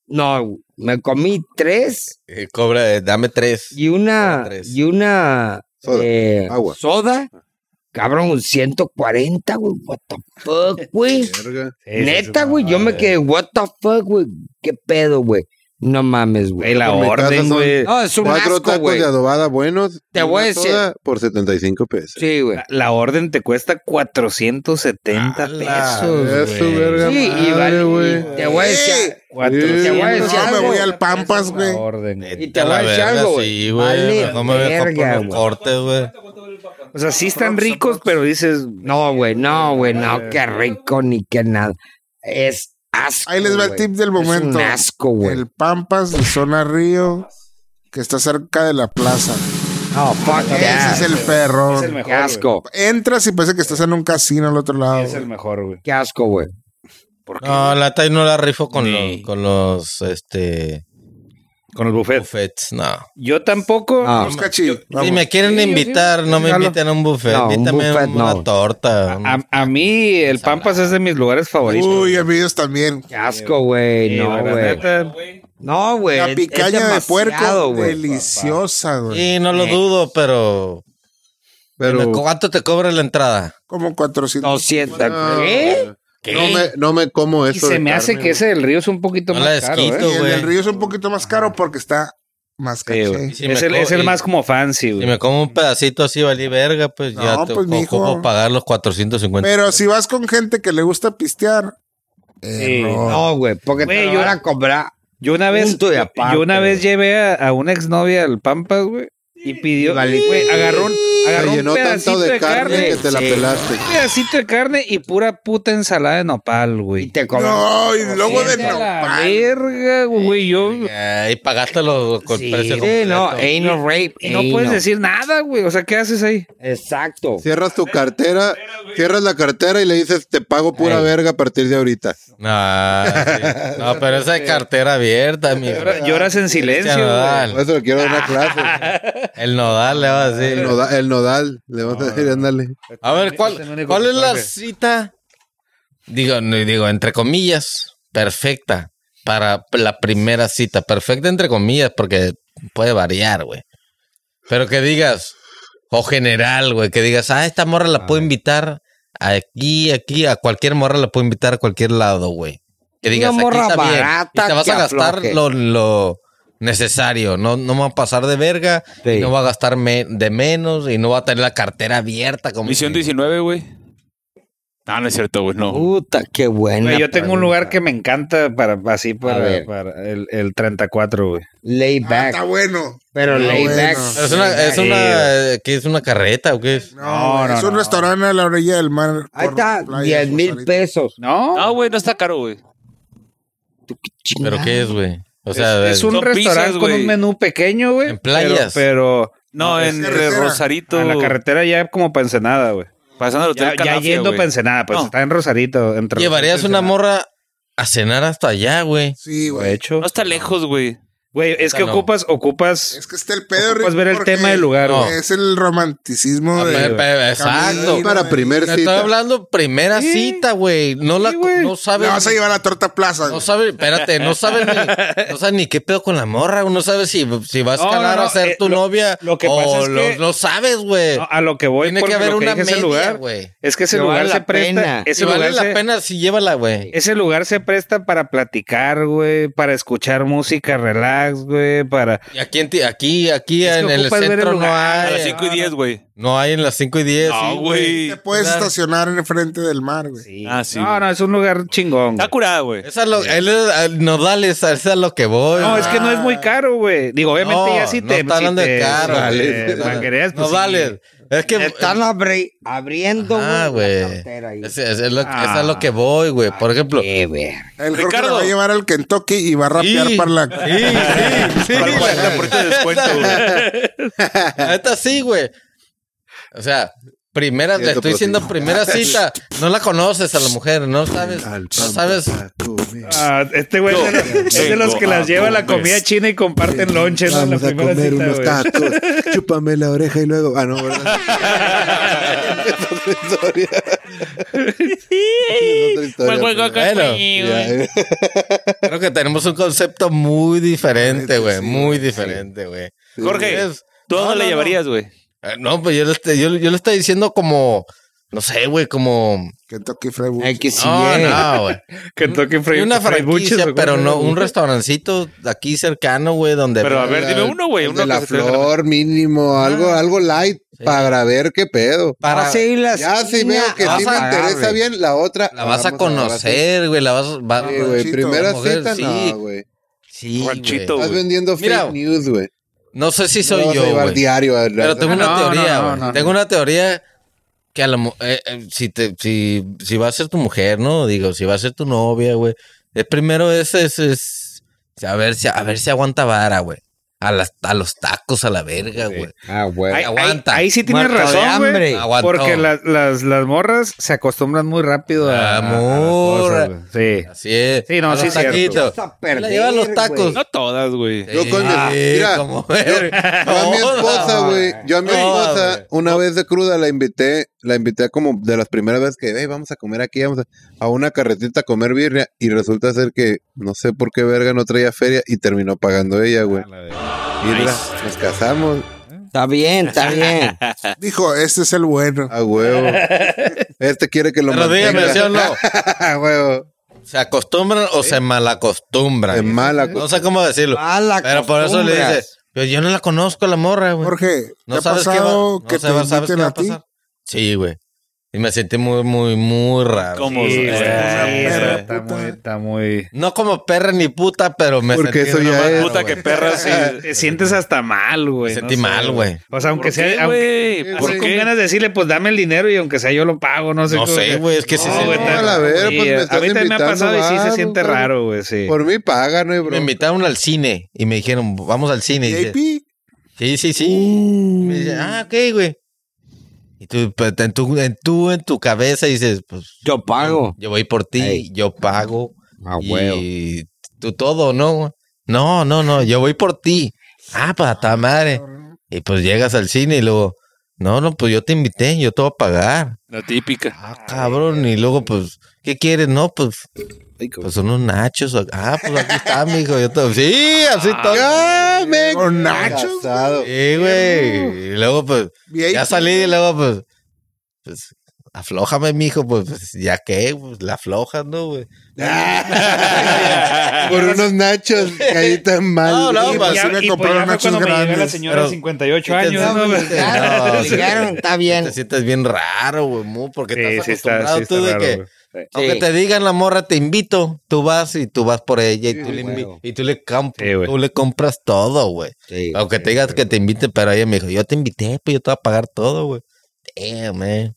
No, me comí tres Eh, Cobra, eh, dame tres. y una, Ahora tres. y una... Soda, eh, agua. soda. Ah. Cabrón, 140, güey. What the fuck, güey. Verga. Neta, güey, yo me quedé, what the fuck, güey, qué pedo, güey. No mames, güey. Güey, la Por mi casa orden, son- güey. No, es un Cuatro asco, tacos güey. de adobada buenos. Te y voy a una decir- soda Por 75 pesos. Sí, güey. La- La orden te cuesta 470 ¡Hala! pesos. Ya güey. Ah, su verga Sí, y madre, vale, güey. Te voy a decir, Te voy a Pues 400. decir No, algo. La orden. La orden, güey. y te voy a La decir verga, algo, güey. Sí, Vale, güey. No me voy a verga, comprar unos güey. cortes, güey. O sea, sí están ricos, pero dices, No, güey, no, güey, no, qué rico ni qué nada. Es asco. Ahí les va el güey. tip del Es momento. un asco, güey. El Pampas de Zona Río, que está cerca de la plaza. No, fuck that. Ese es el perro. es el mejor. Qué asco, Entras y parece que estás en un casino al otro lado. es el mejor, güey. qué asco, güey. No, la TAI no la rifo con, Ni- los, con los este, Con el buffet. buffets, no. Yo tampoco. No. Vamos, Cachi, vamos. Si me quieren invitar, no me Jalo. inviten a un buffet. No, un Invítame buffet, una no. torta. un- A, a mí, el Pampas es de mis lugares favoritos. Uy, amigos también. Qué asco, güey. Sí, No, la güey. neta. No, güey. La es picaña de demasiado, puerco, güey. deliciosa, güey. Sí, no Eh. lo dudo, pero... Pero. ¿Cuánto te cobra la entrada? Como 400. 200. No, ¿Qué? No me, no me como Y eso. se de me hace carne, que güey. ese del río es un poquito No la más caro, desquito, ¿eh? Y el güey. del río es un poquito más caro porque está más Sí, caché. güey. Sí, es, me el, co- es el y- más como fancy, Si güey. me como un pedacito así, valí verga, pues No, ya te pues, mijo. ocupo pagar los 450. Pero si vas con gente que le gusta pistear, error. No, güey. Porque Güey, te lo yo- van a cobrar. Yo una vez, Punto y aparte, yo una vez güey. llevé a, a una exnovia al Pampas, güey. y pidió, Vale. güey, agarró un, agarró Te un llenó pedacito tanto de, de carne, que te la sí. pelaste. Un pedacito de carne y pura puta ensalada de nopal, Y güey. te comes. No, y luego de Vete a la nopal. verga, güey, yo... Eh, y pagátelo con Sí, precio sí, completo. no, anal rape. y no puedes anal. decir nada, güey. O sea, ¿qué haces ahí? Exacto. Cierras tu cartera, cierras la cartera y le dices, te pago pura verga a partir de ahorita. No, sí. No, pero esa es cartera abierta, mi Llora- Lloras este, en silencio, Cristian güey. Por Nodal. eso le quiero dar una clase. El nodal le va a decir. El noda- el nodal, le vas a decir, ándale. este, A ver, Es el ¿cuál, único cuál que es la sabe. cita? Digo, no, digo, entre comillas, perfecta para la primera cita. Perfecta entre comillas, porque puede variar, güey. Pero que digas, o general, güey, que digas, ah, esta morra la puedo invitar aquí, aquí, a cualquier morra la puedo invitar a cualquier lado, güey. Que Una digas, aquí morra está bien, barata y te vas que a gastar afloje. lo, lo necesario. No, no me va a pasar de verga, Sí. y no va a gastar me- de menos y no va a tener la cartera abierta. Como Misión que- 19, güey. Ah, No, no es cierto, güey, Uh. no. Puta, qué buena. Güey, yo tengo un pregunta. lugar que me encanta para así para, ver. para el, el 34, güey. Lay Ah, back. está bueno. pero está lay bueno. back. Es una, es una, ¿qué es una carreta o qué es? No, No, no, es un no. restaurante a la orilla del mar. Ahí por está, playa, 10 mil Rosarito. pesos. No, No, güey, no está caro, güey. ¿Pero qué es, güey? O sea, es, es un son pizzas, restaurante con güey. un menú pequeño, güey. En playas. Pero, No, es en carretera. pero Rosarito. a la carretera ya como para Ensenada, güey. Pasando el hotel Ya, ya Calafia, yendo güey. para Ensenada, pues No. está en Rosarito. Entre ¿Llevarías una morra a cenar hasta allá, güey? Sí, De güey. hecho. No está lejos, güey. Güey, es que no. ocupas, ocupas. Es que está el pedo. Ocupas Rick, ver el porque tema del lugar, No. güey. Es el romanticismo A de. ver, pe- Exacto. Camino, Para güey. primer Te Estoy cita. hablando primera Sí. cita, güey. No la Sí, güey. no Le sabes. vas a llevar a Torta Plaza. No güey. sabes, espérate, no sabes ni, no sabes ni qué pedo con la morra, güey. no sabes si, si va a No, escalar no, no, a ser eh, tu lo- novia lo que o pasa es que- lo- no sabes, güey. No, a lo que voy, Tiene porque que haber lo una dije, ese media, lugar, güey. Es que ese Que lugar vale se la presta. pena. Ese Si vale lugar la se- pena, si llévala, güey. Ese lugar se presta para platicar, güey, para escuchar música relax, güey, para... Y aquí, en ti- aquí, aquí Es que en el ocupas ver el centro no lugar. A las hay. 5 y 10, güey. No hay en las 5 y 10. No, güey. Te puedes Claro. estacionar en el frente del mar, güey. Ah, sí. no, güey. no, es un lugar chingón. Está güey. curada, güey. Esa lo, él es- al nodal es, es a lo que voy. No, es que no es muy caro, güey. Digo, obviamente Ah. No, ya sí no te... está sí hablando de te- caro. eh, güey. manguereas, pues, no sí. vale. Es que. Están abri- abriendo, Ah, güey. la güey. cartera ahí. Es, es- es lo- es Ah. a lo que voy, güey. Por ejemplo. Sí, Qué ver. El Jorge Ricardo. la va a llevar al Kentucky y va a rapear sí, para la. sí, sí. Para el 40% de descuento, güey. Esta sí, güey. O sea, primera, le Siento estoy por ti. diciendo primera cita. No la conoces a la mujer, no sabes. Al No pan sabes. para comer. Ah, este güey es de los- es de los que vengo las lleva a a la comida comer. china y comparten lonches ¿no? en la Vamos a primera comer cita, unos güey. tacos. Chúpame la oreja y luego. Ah, no, ¿verdad? Esa es otra historia. Esa es otra historia, pero- Bueno, Ya, creo que tenemos un concepto muy diferente, güey. Muy diferente, güey. Jorge, Es- ¿tú a dónde le no, llevarías, güey? Eh, No, pues yo le, estoy, yo, yo le estoy diciendo como, no sé, güey, como... Kentucky Fried Ay, Wood. que sí, No, eh. no, güey. Kentucky Fried Y una Fried Bunches, franquicia, güey. pero no, un restaurancito de aquí cercano, güey, donde... Pero a ver, dime uno, güey. el de Uno la que se te- flor mínimo, algo, algo light para ver qué pedo. Para, Vas a ir las Ya si niñas. veo Ah, que vas sí a me pagar, interesa güey. bien, la otra. la vas a vamos agarrar así. conocer, güey, la vas... va- Sí, güey, Ranchito. primera Mujer, cita, sí. no, güey. sí, güey. Ranchito, Estás güey. vendiendo Mira, fake news, güey. No sé si No soy vas a yo, llevar güey. diario a la- Pero tengo Ah, una no, teoría, no, güey. no, tengo una teoría que a la mu- eh, eh, si te si, si va a ser tu mujer, ¿no? Digo, si va a ser tu novia, güey. El primero es, es, es a ver si a ver si aguanta vara, güey. A las a los tacos a la verga, güey. Ah, güey. Ahí, Aguanta. ahí- ahí sí tienes Muerto de razón, güey. hambre. Aguantó. Porque las, las, las morras se acostumbran muy rápido Ah, a, a- a las Amor. cosas, güey. sí. Así es. Sí, no, A sí los es cierto. taquitos. Vas a perder, La lleva a los tacos. No todas, güey. Yo con- mira, como- Yo a mi esposa, no, güey. Yo a mi no, esposa, güey. una vez de cruda la invité, la invité como de las primeras veces que, "Ey, vamos a comer aquí, vamos a, a una carretita a comer birria. Y resulta ser que no sé por qué verga no traía feria y terminó pagando ella, güey. Y mira, nos casamos Está bien, está bien. Dijo, este es el bueno. a huevo. Este quiere que lo Pero dígame, ¿sí o mantenga. no? A huevo. ¿Se acostumbran o se malacostumbran? Es mala. No sé cómo decirlo. Ah, Mala Pero por eso le costumbres. dice, pero yo no la conozco la morra, güey. Jorge, ¿te No ha sabes qué va, pasado no que sabes- te sabes qué inviten va a ti? pasar. Sí, güey. Y me sentí muy, muy, muy raro. Como Sí, güey, eh, sí, perra, está puta. muy, está muy. No como perra ni puta, pero me Porque sentí eso una ya más es. puta que perra sí. Te sientes hasta mal, güey. Me sentí mal, güey. O sea, aunque ¿Por sea, qué, aunque güey? ¿Por ¿Por así con qué? ganas de decirle, pues dame el dinero y aunque sea yo lo pago, no sé. No como sé, que- güey, es que sí No, se güey, siente- está- A la verga, pues, me sí, a estás mí también me ha invitando pasado y sí se algo, siente cabrón. raro, güey, sí. Por mí paga, no hay Me bronca. invitaron al cine y me dijeron, vamos al cine. Y dije, JP. sí, sí, sí. Y me dice, ah, ok, güey. Y tú pues, en, tu, en, tu, en tu cabeza dices, pues Yo pago. yo voy por ti, Ey. yo pago. Ah, huevo. y tú todo, ¿no? No, no, no, yo voy por ti. Ah, para ta madre. Y pues llegas al cine y luego, no, no, pues yo te invité, yo te voy a pagar. La típica. Ah, cabrón. Y luego, pues, ¿qué quieres? No, pues, pues unos nachos. Ah, pues aquí está, mijo. Yo te... Sí, así todo. ¡Ah, me Con nachos, casado. Sí, güey. Y luego, pues, VIP. ya salí y luego, pues, pues, aflójame, mijo. Pues, pues, ya qué, pues, la aflojas, ¿no, güey? Por unos nachos, caí tan mal. No, no, Sí, pues, sí Ya- me y pues compraron ya fue nachos cuando me llegó la grandes. señora de Pero- 58 Sí, te años, estaba ¿no? invitando. Claro, llegaron, está bien. Te sientes bien raro, güey, mu, porque Sí, estás sí está, acostumbrado sí está tú de raro, que, güey. aunque Sí. te digan la morra, te invito, tú vas y tú vas por ella y, tú, le, güey. invi- y tú, le, camp- Sí, güey. tú le compras todo, güey. Sí. Aunque te digas que te invite, pero ella me dijo, yo te invité, pues yo te voy a pagar todo, güey. Damn, man.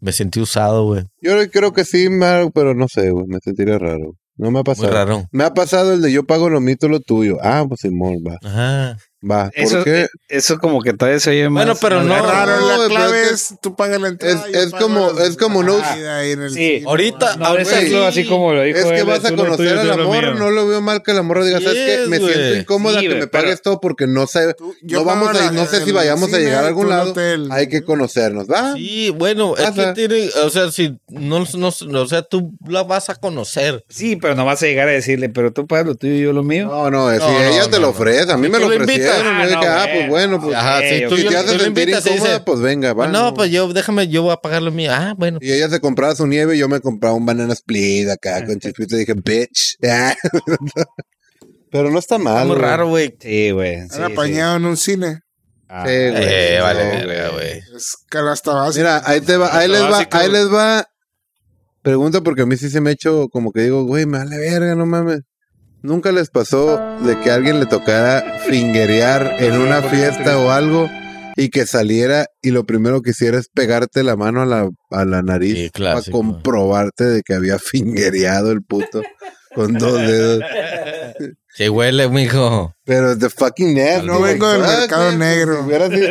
Me sentí usado, güey. Yo creo que sí, Mar, pero no sé, güey. Me sentiré raro. No me ha Muy pasado. raro. Me ha pasado el de yo pago lo mito lo tuyo. Ah, pues Simón, va. Ajá. Va. Eso, ¿Por qué? eh, eso como que todavía se oye más. Bueno, pero más no- Es raro. raro, No, la güey, clave pero es tú pagas la entrada. es- yo es pago como- la- es como la no- comida ahí en el Sí. cine. Ahorita, No, ahorita güey. déjalo Ah, así como lo dijo Es que él, vas a tú lo conocer tuyo, al tú lo amor, mío. no lo veo mal que el amor diga, Así ¿sabes qué? es, Me güey. siento incómoda Sí, que güey, me pagues todo porque no sé, Tú- yo no vamos pago a, la- no sé en si el vayamos a cine, llegar a algún tú en lado. hotel. Hay que conocernos, ¿va? Sí, bueno, es Pasa. que tiene, o sea, si no, no, o sea, tú la vas a conocer. Sí, pero no vas a llegar a decirle, pero tú pagas lo tuyo y yo lo mío. No, no, si No, no, ella te no, lo no. ofrece, a mí me Tú lo lo invitas. ofrecieron. Ah, yo dije, no, ah, güey. pues bueno, pues. Ajá, sí, ok, tú, Si yo- te hace tú lo sentir invitas y incómoda, dices, pues venga, va. Pues no, pues yo, déjame, yo voy a pagar lo mío. Ah, bueno. Y ella se compraba su nieve y yo me compraba un banana split Ah, acá con chispita y dije, bitch. Pero no está mal. Está muy güey. raro, güey. Sí, güey. sí, Han apañado en un cine. Ah, Sí, güey. Eh, No, vale, güey. verga, güey. Es canasta básica. Pues Mira, ahí te va, ahí les va, Básico, ahí güey. les va. Pregunta porque a mí sí se me ha hecho como que digo, güey, me vale verga, no mames. Nunca les pasó de que alguien le tocara fingerear en una fiesta o algo y que saliera y lo primero que hiciera es pegarte la mano a la, a la nariz Sí, para clásico. comprobarte de que había fingereado el puto con dos dedos. Sí, huele, mijo. Pero the fucking nasty. No vengo del Ah, mercado sí, negro. si hubiera sido-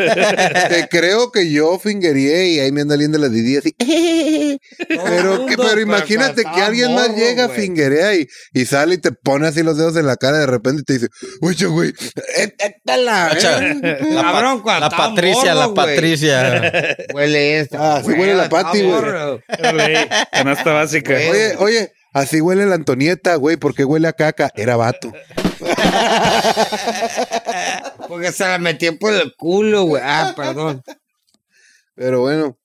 te creo que yo fingería y ahí me anda liendo la Didi así. pero, que- pero imagínate que alguien más llega, fingerea y, y sale y te pone así los dedos en la cara de repente y te dice, oye, güey, eh, eh, tala, eh". La, pa- Cabrón, cuando la estaba Patricia, morro, la güey. Patricia. Huele esta. Ah, sí huele la pati, güey. amor. güey, Canasta básica. Oye, oye, así huele la Antonieta, güey, porque huele a caca. Era vato. Porque se la metí por el culo, güey. Ah, perdón. Pero bueno.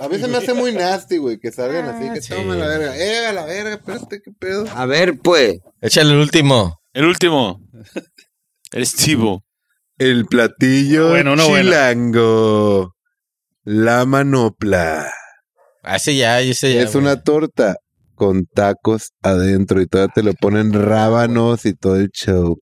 A veces me hace muy nasty, güey, que salgan así, que sí. tomen la verga. Eh, a la verga, espérate, qué pedo. A ver, pues. Échale el último. El último. El estivo. El platillo Bueno, uno bueno. chilango. La manopla. Así ya, Ah, ese ya. es una torta con tacos adentro y todavía te le ponen rábanos y todo el show.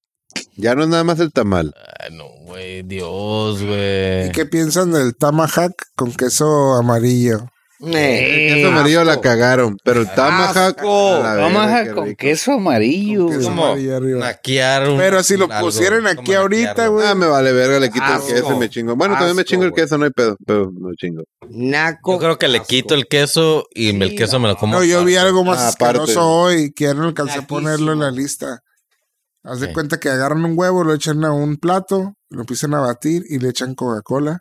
Ya no es nada más el tamal. Ay, Ah, no, güey, Dios, güey. ¿Y qué piensan del Tamahack con queso amarillo? Eh, El queso amarillo la cagaron, pero el tamahawk. Asco. a la verga, qué Vamos con rico. queso amarillo. Queso ¿Cómo? amarillo arriba. Naquear un- Pero si lo algo, pusieran ¿cómo aquí ahorita, naquearlo? güey. Ah, me vale verga, le quito Asco. el queso y me chingo. Bueno, también me Asco, chingo el güey. queso, no hay pedo, pero me chingo. Naco. Yo creo que le Asco. quito el queso y el queso me lo como. No, yo vi aparte. algo más Ah, aparte. asqueroso hoy que ya no alcancé a Naquísimo. ponerlo en la lista. Haz de Sí. cuenta que agarran un huevo, lo echan a un plato, lo empiezan a batir y le echan Coca-Cola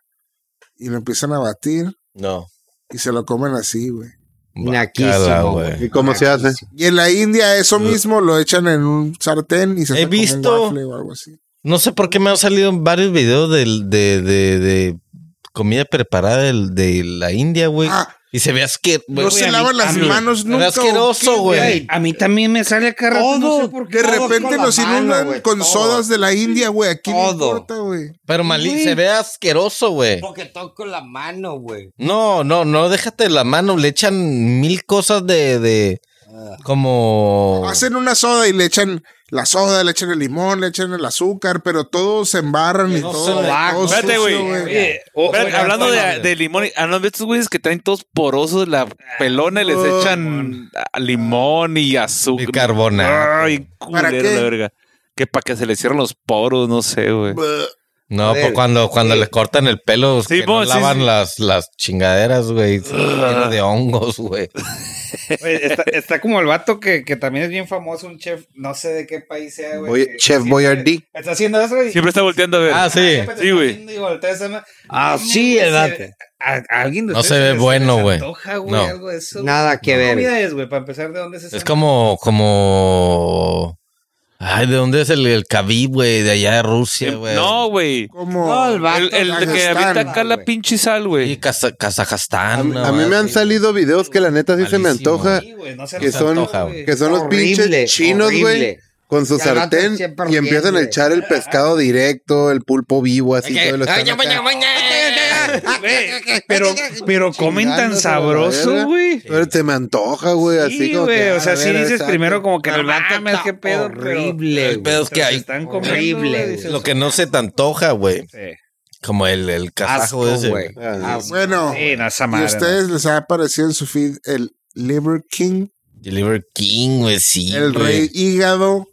y lo empiezan a batir No. y se lo comen así, güey. Bacala, Naquísimo, güey. ¿Y cómo se hace? Y en la India eso mismo lo echan en un sartén y se He hace como un visto- waffle o algo así. No sé por qué me han salido varios videos del- de, de, de comida preparada del- de, la India, güey. Ah, Y se ve asqueroso. No se a lavan mí- las a mí- manos Se ve nunca. asqueroso, güey. A mí también me sale acá rato, no sé por qué. De repente nos inundan con sodas de la India, güey. Aquí no Todo. importa, güey. Pero malí, se ve asqueroso, güey. Porque toco la mano, güey. No, no, no, déjate la mano. Le echan mil cosas de. de como. Hacen una soda y le echan la soda, le echan el limón, le echan el azúcar, pero todos se embarran y No todo. se lo todo hagan. sucio, Espérate, güey. güey. Oye, espérate, oigan, hablando de, oigan. de limón, ah, ¿han visto estos güeyes que traen todos porosos la pelona y les No, echan ah, limón y azúcar? Bicarbonato. Ay, ¿Para culero, qué? la verga. Que para que se le cierren los poros, no sé, güey. No, A ver, pues cuando, cuando le cortan el pelo, Sí, que pues, no sí, lavan sí. Ah. Las, las chingaderas, güey. Lleno de hongos, güey. Güey, Está, está como el vato que, que también es bien famoso, un chef, no sé de qué país sea, güey. Oye, que- Chef siempre Boyardee. Está haciendo eso y... Siempre está volteando a ver. Ah, sí. siempre te Sí, está güey. viendo y voltea esa ma- Ah, No, sí, el se- vato. a- a alguien de No ustedes se ve les- bueno, les güey. antoja, güey, No. algo de eso, güey? Nada que ¿Qué ver. comida es, güey? Para empezar, ¿de dónde es esa Es como, como. Ay, ¿de dónde es el, el Khabib, güey? De allá de Rusia, Eh, Em- güey. no, güey. Como No, el vato El, el que Kazajstán, avienta acá la güey. pinche sal, Y güey. Kaza- Kazajstán. A, mí- no, a mí me han así. salido videos que la neta sí se me Malísimo. antoja. Sí, güey, no se que les son, antoja, güey. que son los Horrible, pinches chinos, güey. horrible. Con su Y al rato sartén siempre y empiezan a horrible. echar el pescado directo, el pulpo vivo, así. todo lo están acá Ah, Güey, Pero, pero comen tan chingándose a la sabroso, verga. güey. Pero se me antoja, güey, así Sí, como güey. que, "Ah, O sea, a sí ver, dices exacto. primero como que El no vato mames, está qué pedo. pero- horrible, El güey. pedo es que pero se hay. Están Horrible, comiendo, güey. Lo que no se te antoja, güey. Sí. Como el, el Asco, kazajo ese. güey. Ah, Asco. Bueno, Sí, no, esa ¿y madre, a ustedes les ha aparecido en su feed el Liver King, Deliver King, güey, sí. el güey. rey hígado?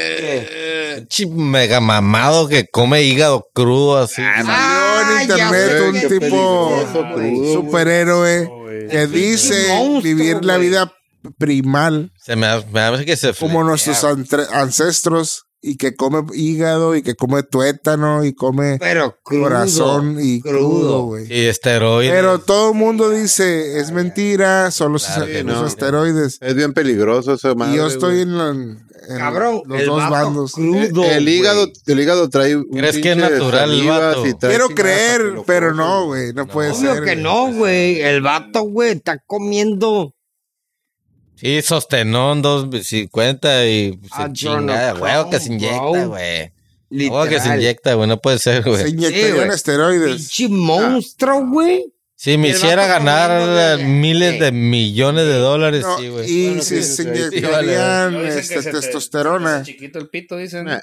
Pinche mega mamado que come hígado crudo así. Ah, Salió en ya internet sé un qué qué tipo peligroso, güey. crudo, superhéroe no, güey. que dice monstruo, vivir la güey. vida primal Se me, ha- me hace que se pues, como nuestros antre- ancestros y que come hígado y que come tuétano y come Pero crudo. corazón y crudo, crudo. güey. Y esteroides. Pero todo el mundo dice, es mentira, solo se Claro usan que los no. esteroides. Es bien peligroso eso, madre, y yo güey. estoy en, la- en Cabrón, los el dos vato bandos. Crudo. el hígado, güey. el hígado trae un ¿Crees que es pinche natural el salivas vato? y trae chingadas hasta Quiero que creer, lo pero comen. no, güey, no, No. puede Obvio ser. Obvio que güey. no, güey. El vato, güey, está comiendo. Sí, sostenón 250 y se Ah, chinga. Jonah Huevo que se Crow, inyecta, bro. güey. Huevo Literal. que se inyecta, güey. No puede ser, Se güey. inyectarían güey. esteroides. Pinche monstruo, güey. Si me El hiciera vato ganar comiendo, eh, güey. miles Sí. de millones de dólares, No, sí, güey. y Bueno, si sí, se sí, sí, inyectarían No, dicen que este, se te- testosterona. se te hace Chiquito el pito, dicen. Nah.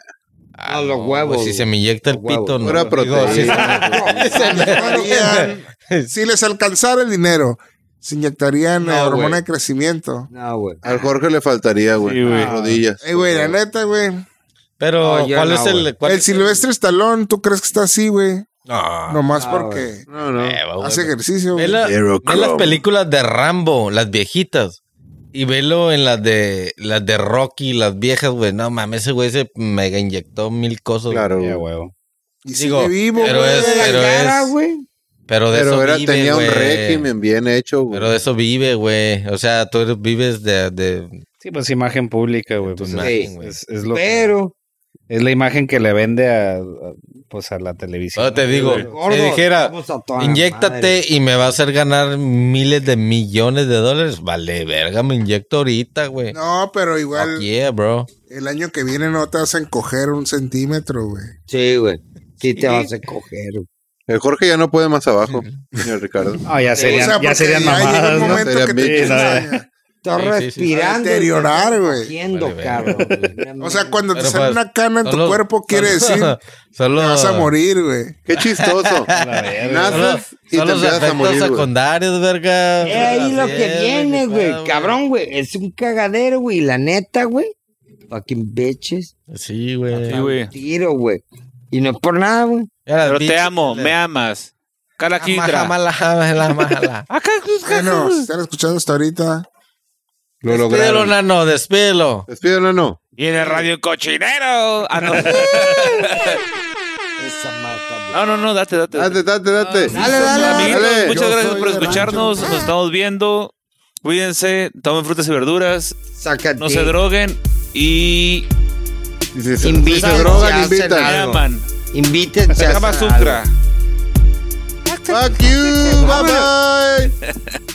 Ah, No, los no, huevos, güey, Si se me inyecta el los huevos. pito, no. Pura güey. Digo, proteína. sí, inyectarían- si les alcanzara el dinero, se inyectarían No, eh, hormona güey. de crecimiento. No, güey. Al Jorge le faltaría, güey. Sí, güey. Rodillas. Eh, güey, la neta, güey. Pero, No, yo ¿cuál no, es el...? güey. cuál el es Silvestre Estalón, ¿tú crees que está así, güey? No. Nomás Ah, porque No, no. Eh, güey, hace güey. ejercicio, Ve, güey. la- Zero Eh, ve las Chrome. películas de Rambo, las viejitas. Y velo en las de las de Rocky, las viejas, güey. No mames, ese güey se mega inyectó mil cosas. Claro, güey. güey. Y digo, sigue vivo, pero güey. es- La pero cara, es- güey. Pero de Pero eso era, vive, tenía un güey. régimen bien hecho, güey. Pero de eso vive, güey. O sea, tú eres- vives de, de Sí, pues imagen pública, güey. tu pues, imagen, güey. es, es lo que- Pero. es la imagen que le vende a, a- pues a la televisión. Pero te digo, güey. si dijera, vamos a toda inyéctate madre. y me va a hacer ganar miles de millones de dólares. Vale, verga, me inyecto ahorita, güey. No, pero Fuck igual yeah, bro. el año que viene no te hacen coger un centímetro, güey. Sí, güey. Sí, te vas a coger. güey. El Jorge ya no puede más abajo, señor Ricardo. Ah, ya serían, ya porque serían ya llega mamadas, un ¿no? momento Serían que te bitches. empiezas a- Estás Sí, sí, sí. respirando. y te Deteriorar, estás güey. cogiendo, Vale, cabrón, verga. güey. No O sea, cuando te Pero sale pues, una cana en tu solo- cuerpo, quiere decir solo- que solo- vas a morir, güey. Qué chistoso. Naces y te Son los empiezas a efectos morir, güey. secundarios, verga. Es Eh, ahí lo que viene, güey. Cabrón, güey. Es un cagadero, güey. La neta, güey. Fucking bitches. Sí, güey. Sí, güey. Tiro, güey. Y no es por nada, güey. Pero te amo, me amas. Cala Kindra. Acá, Bueno, si están escuchando hasta ahorita, Lo Despídelo, lograron. nano, despídelo. Despídelo, no. Y en el radio cochinero. Ah, no. Esa mata, güey. No, no, no, date, date. Date, date, date. Dale, dale. Amiguitos, Dale. muchas Yo gracias soy por de rancho. escucharnos. Nos estamos viendo. Cuídense, tomen frutas y verduras, Sácate. no se droguen y Y Si se, si Invita, se ya drogan, hacen invitan. algo. aman. Invítense a Kama hacer Sutra. algo. Fuck you. Bye bye.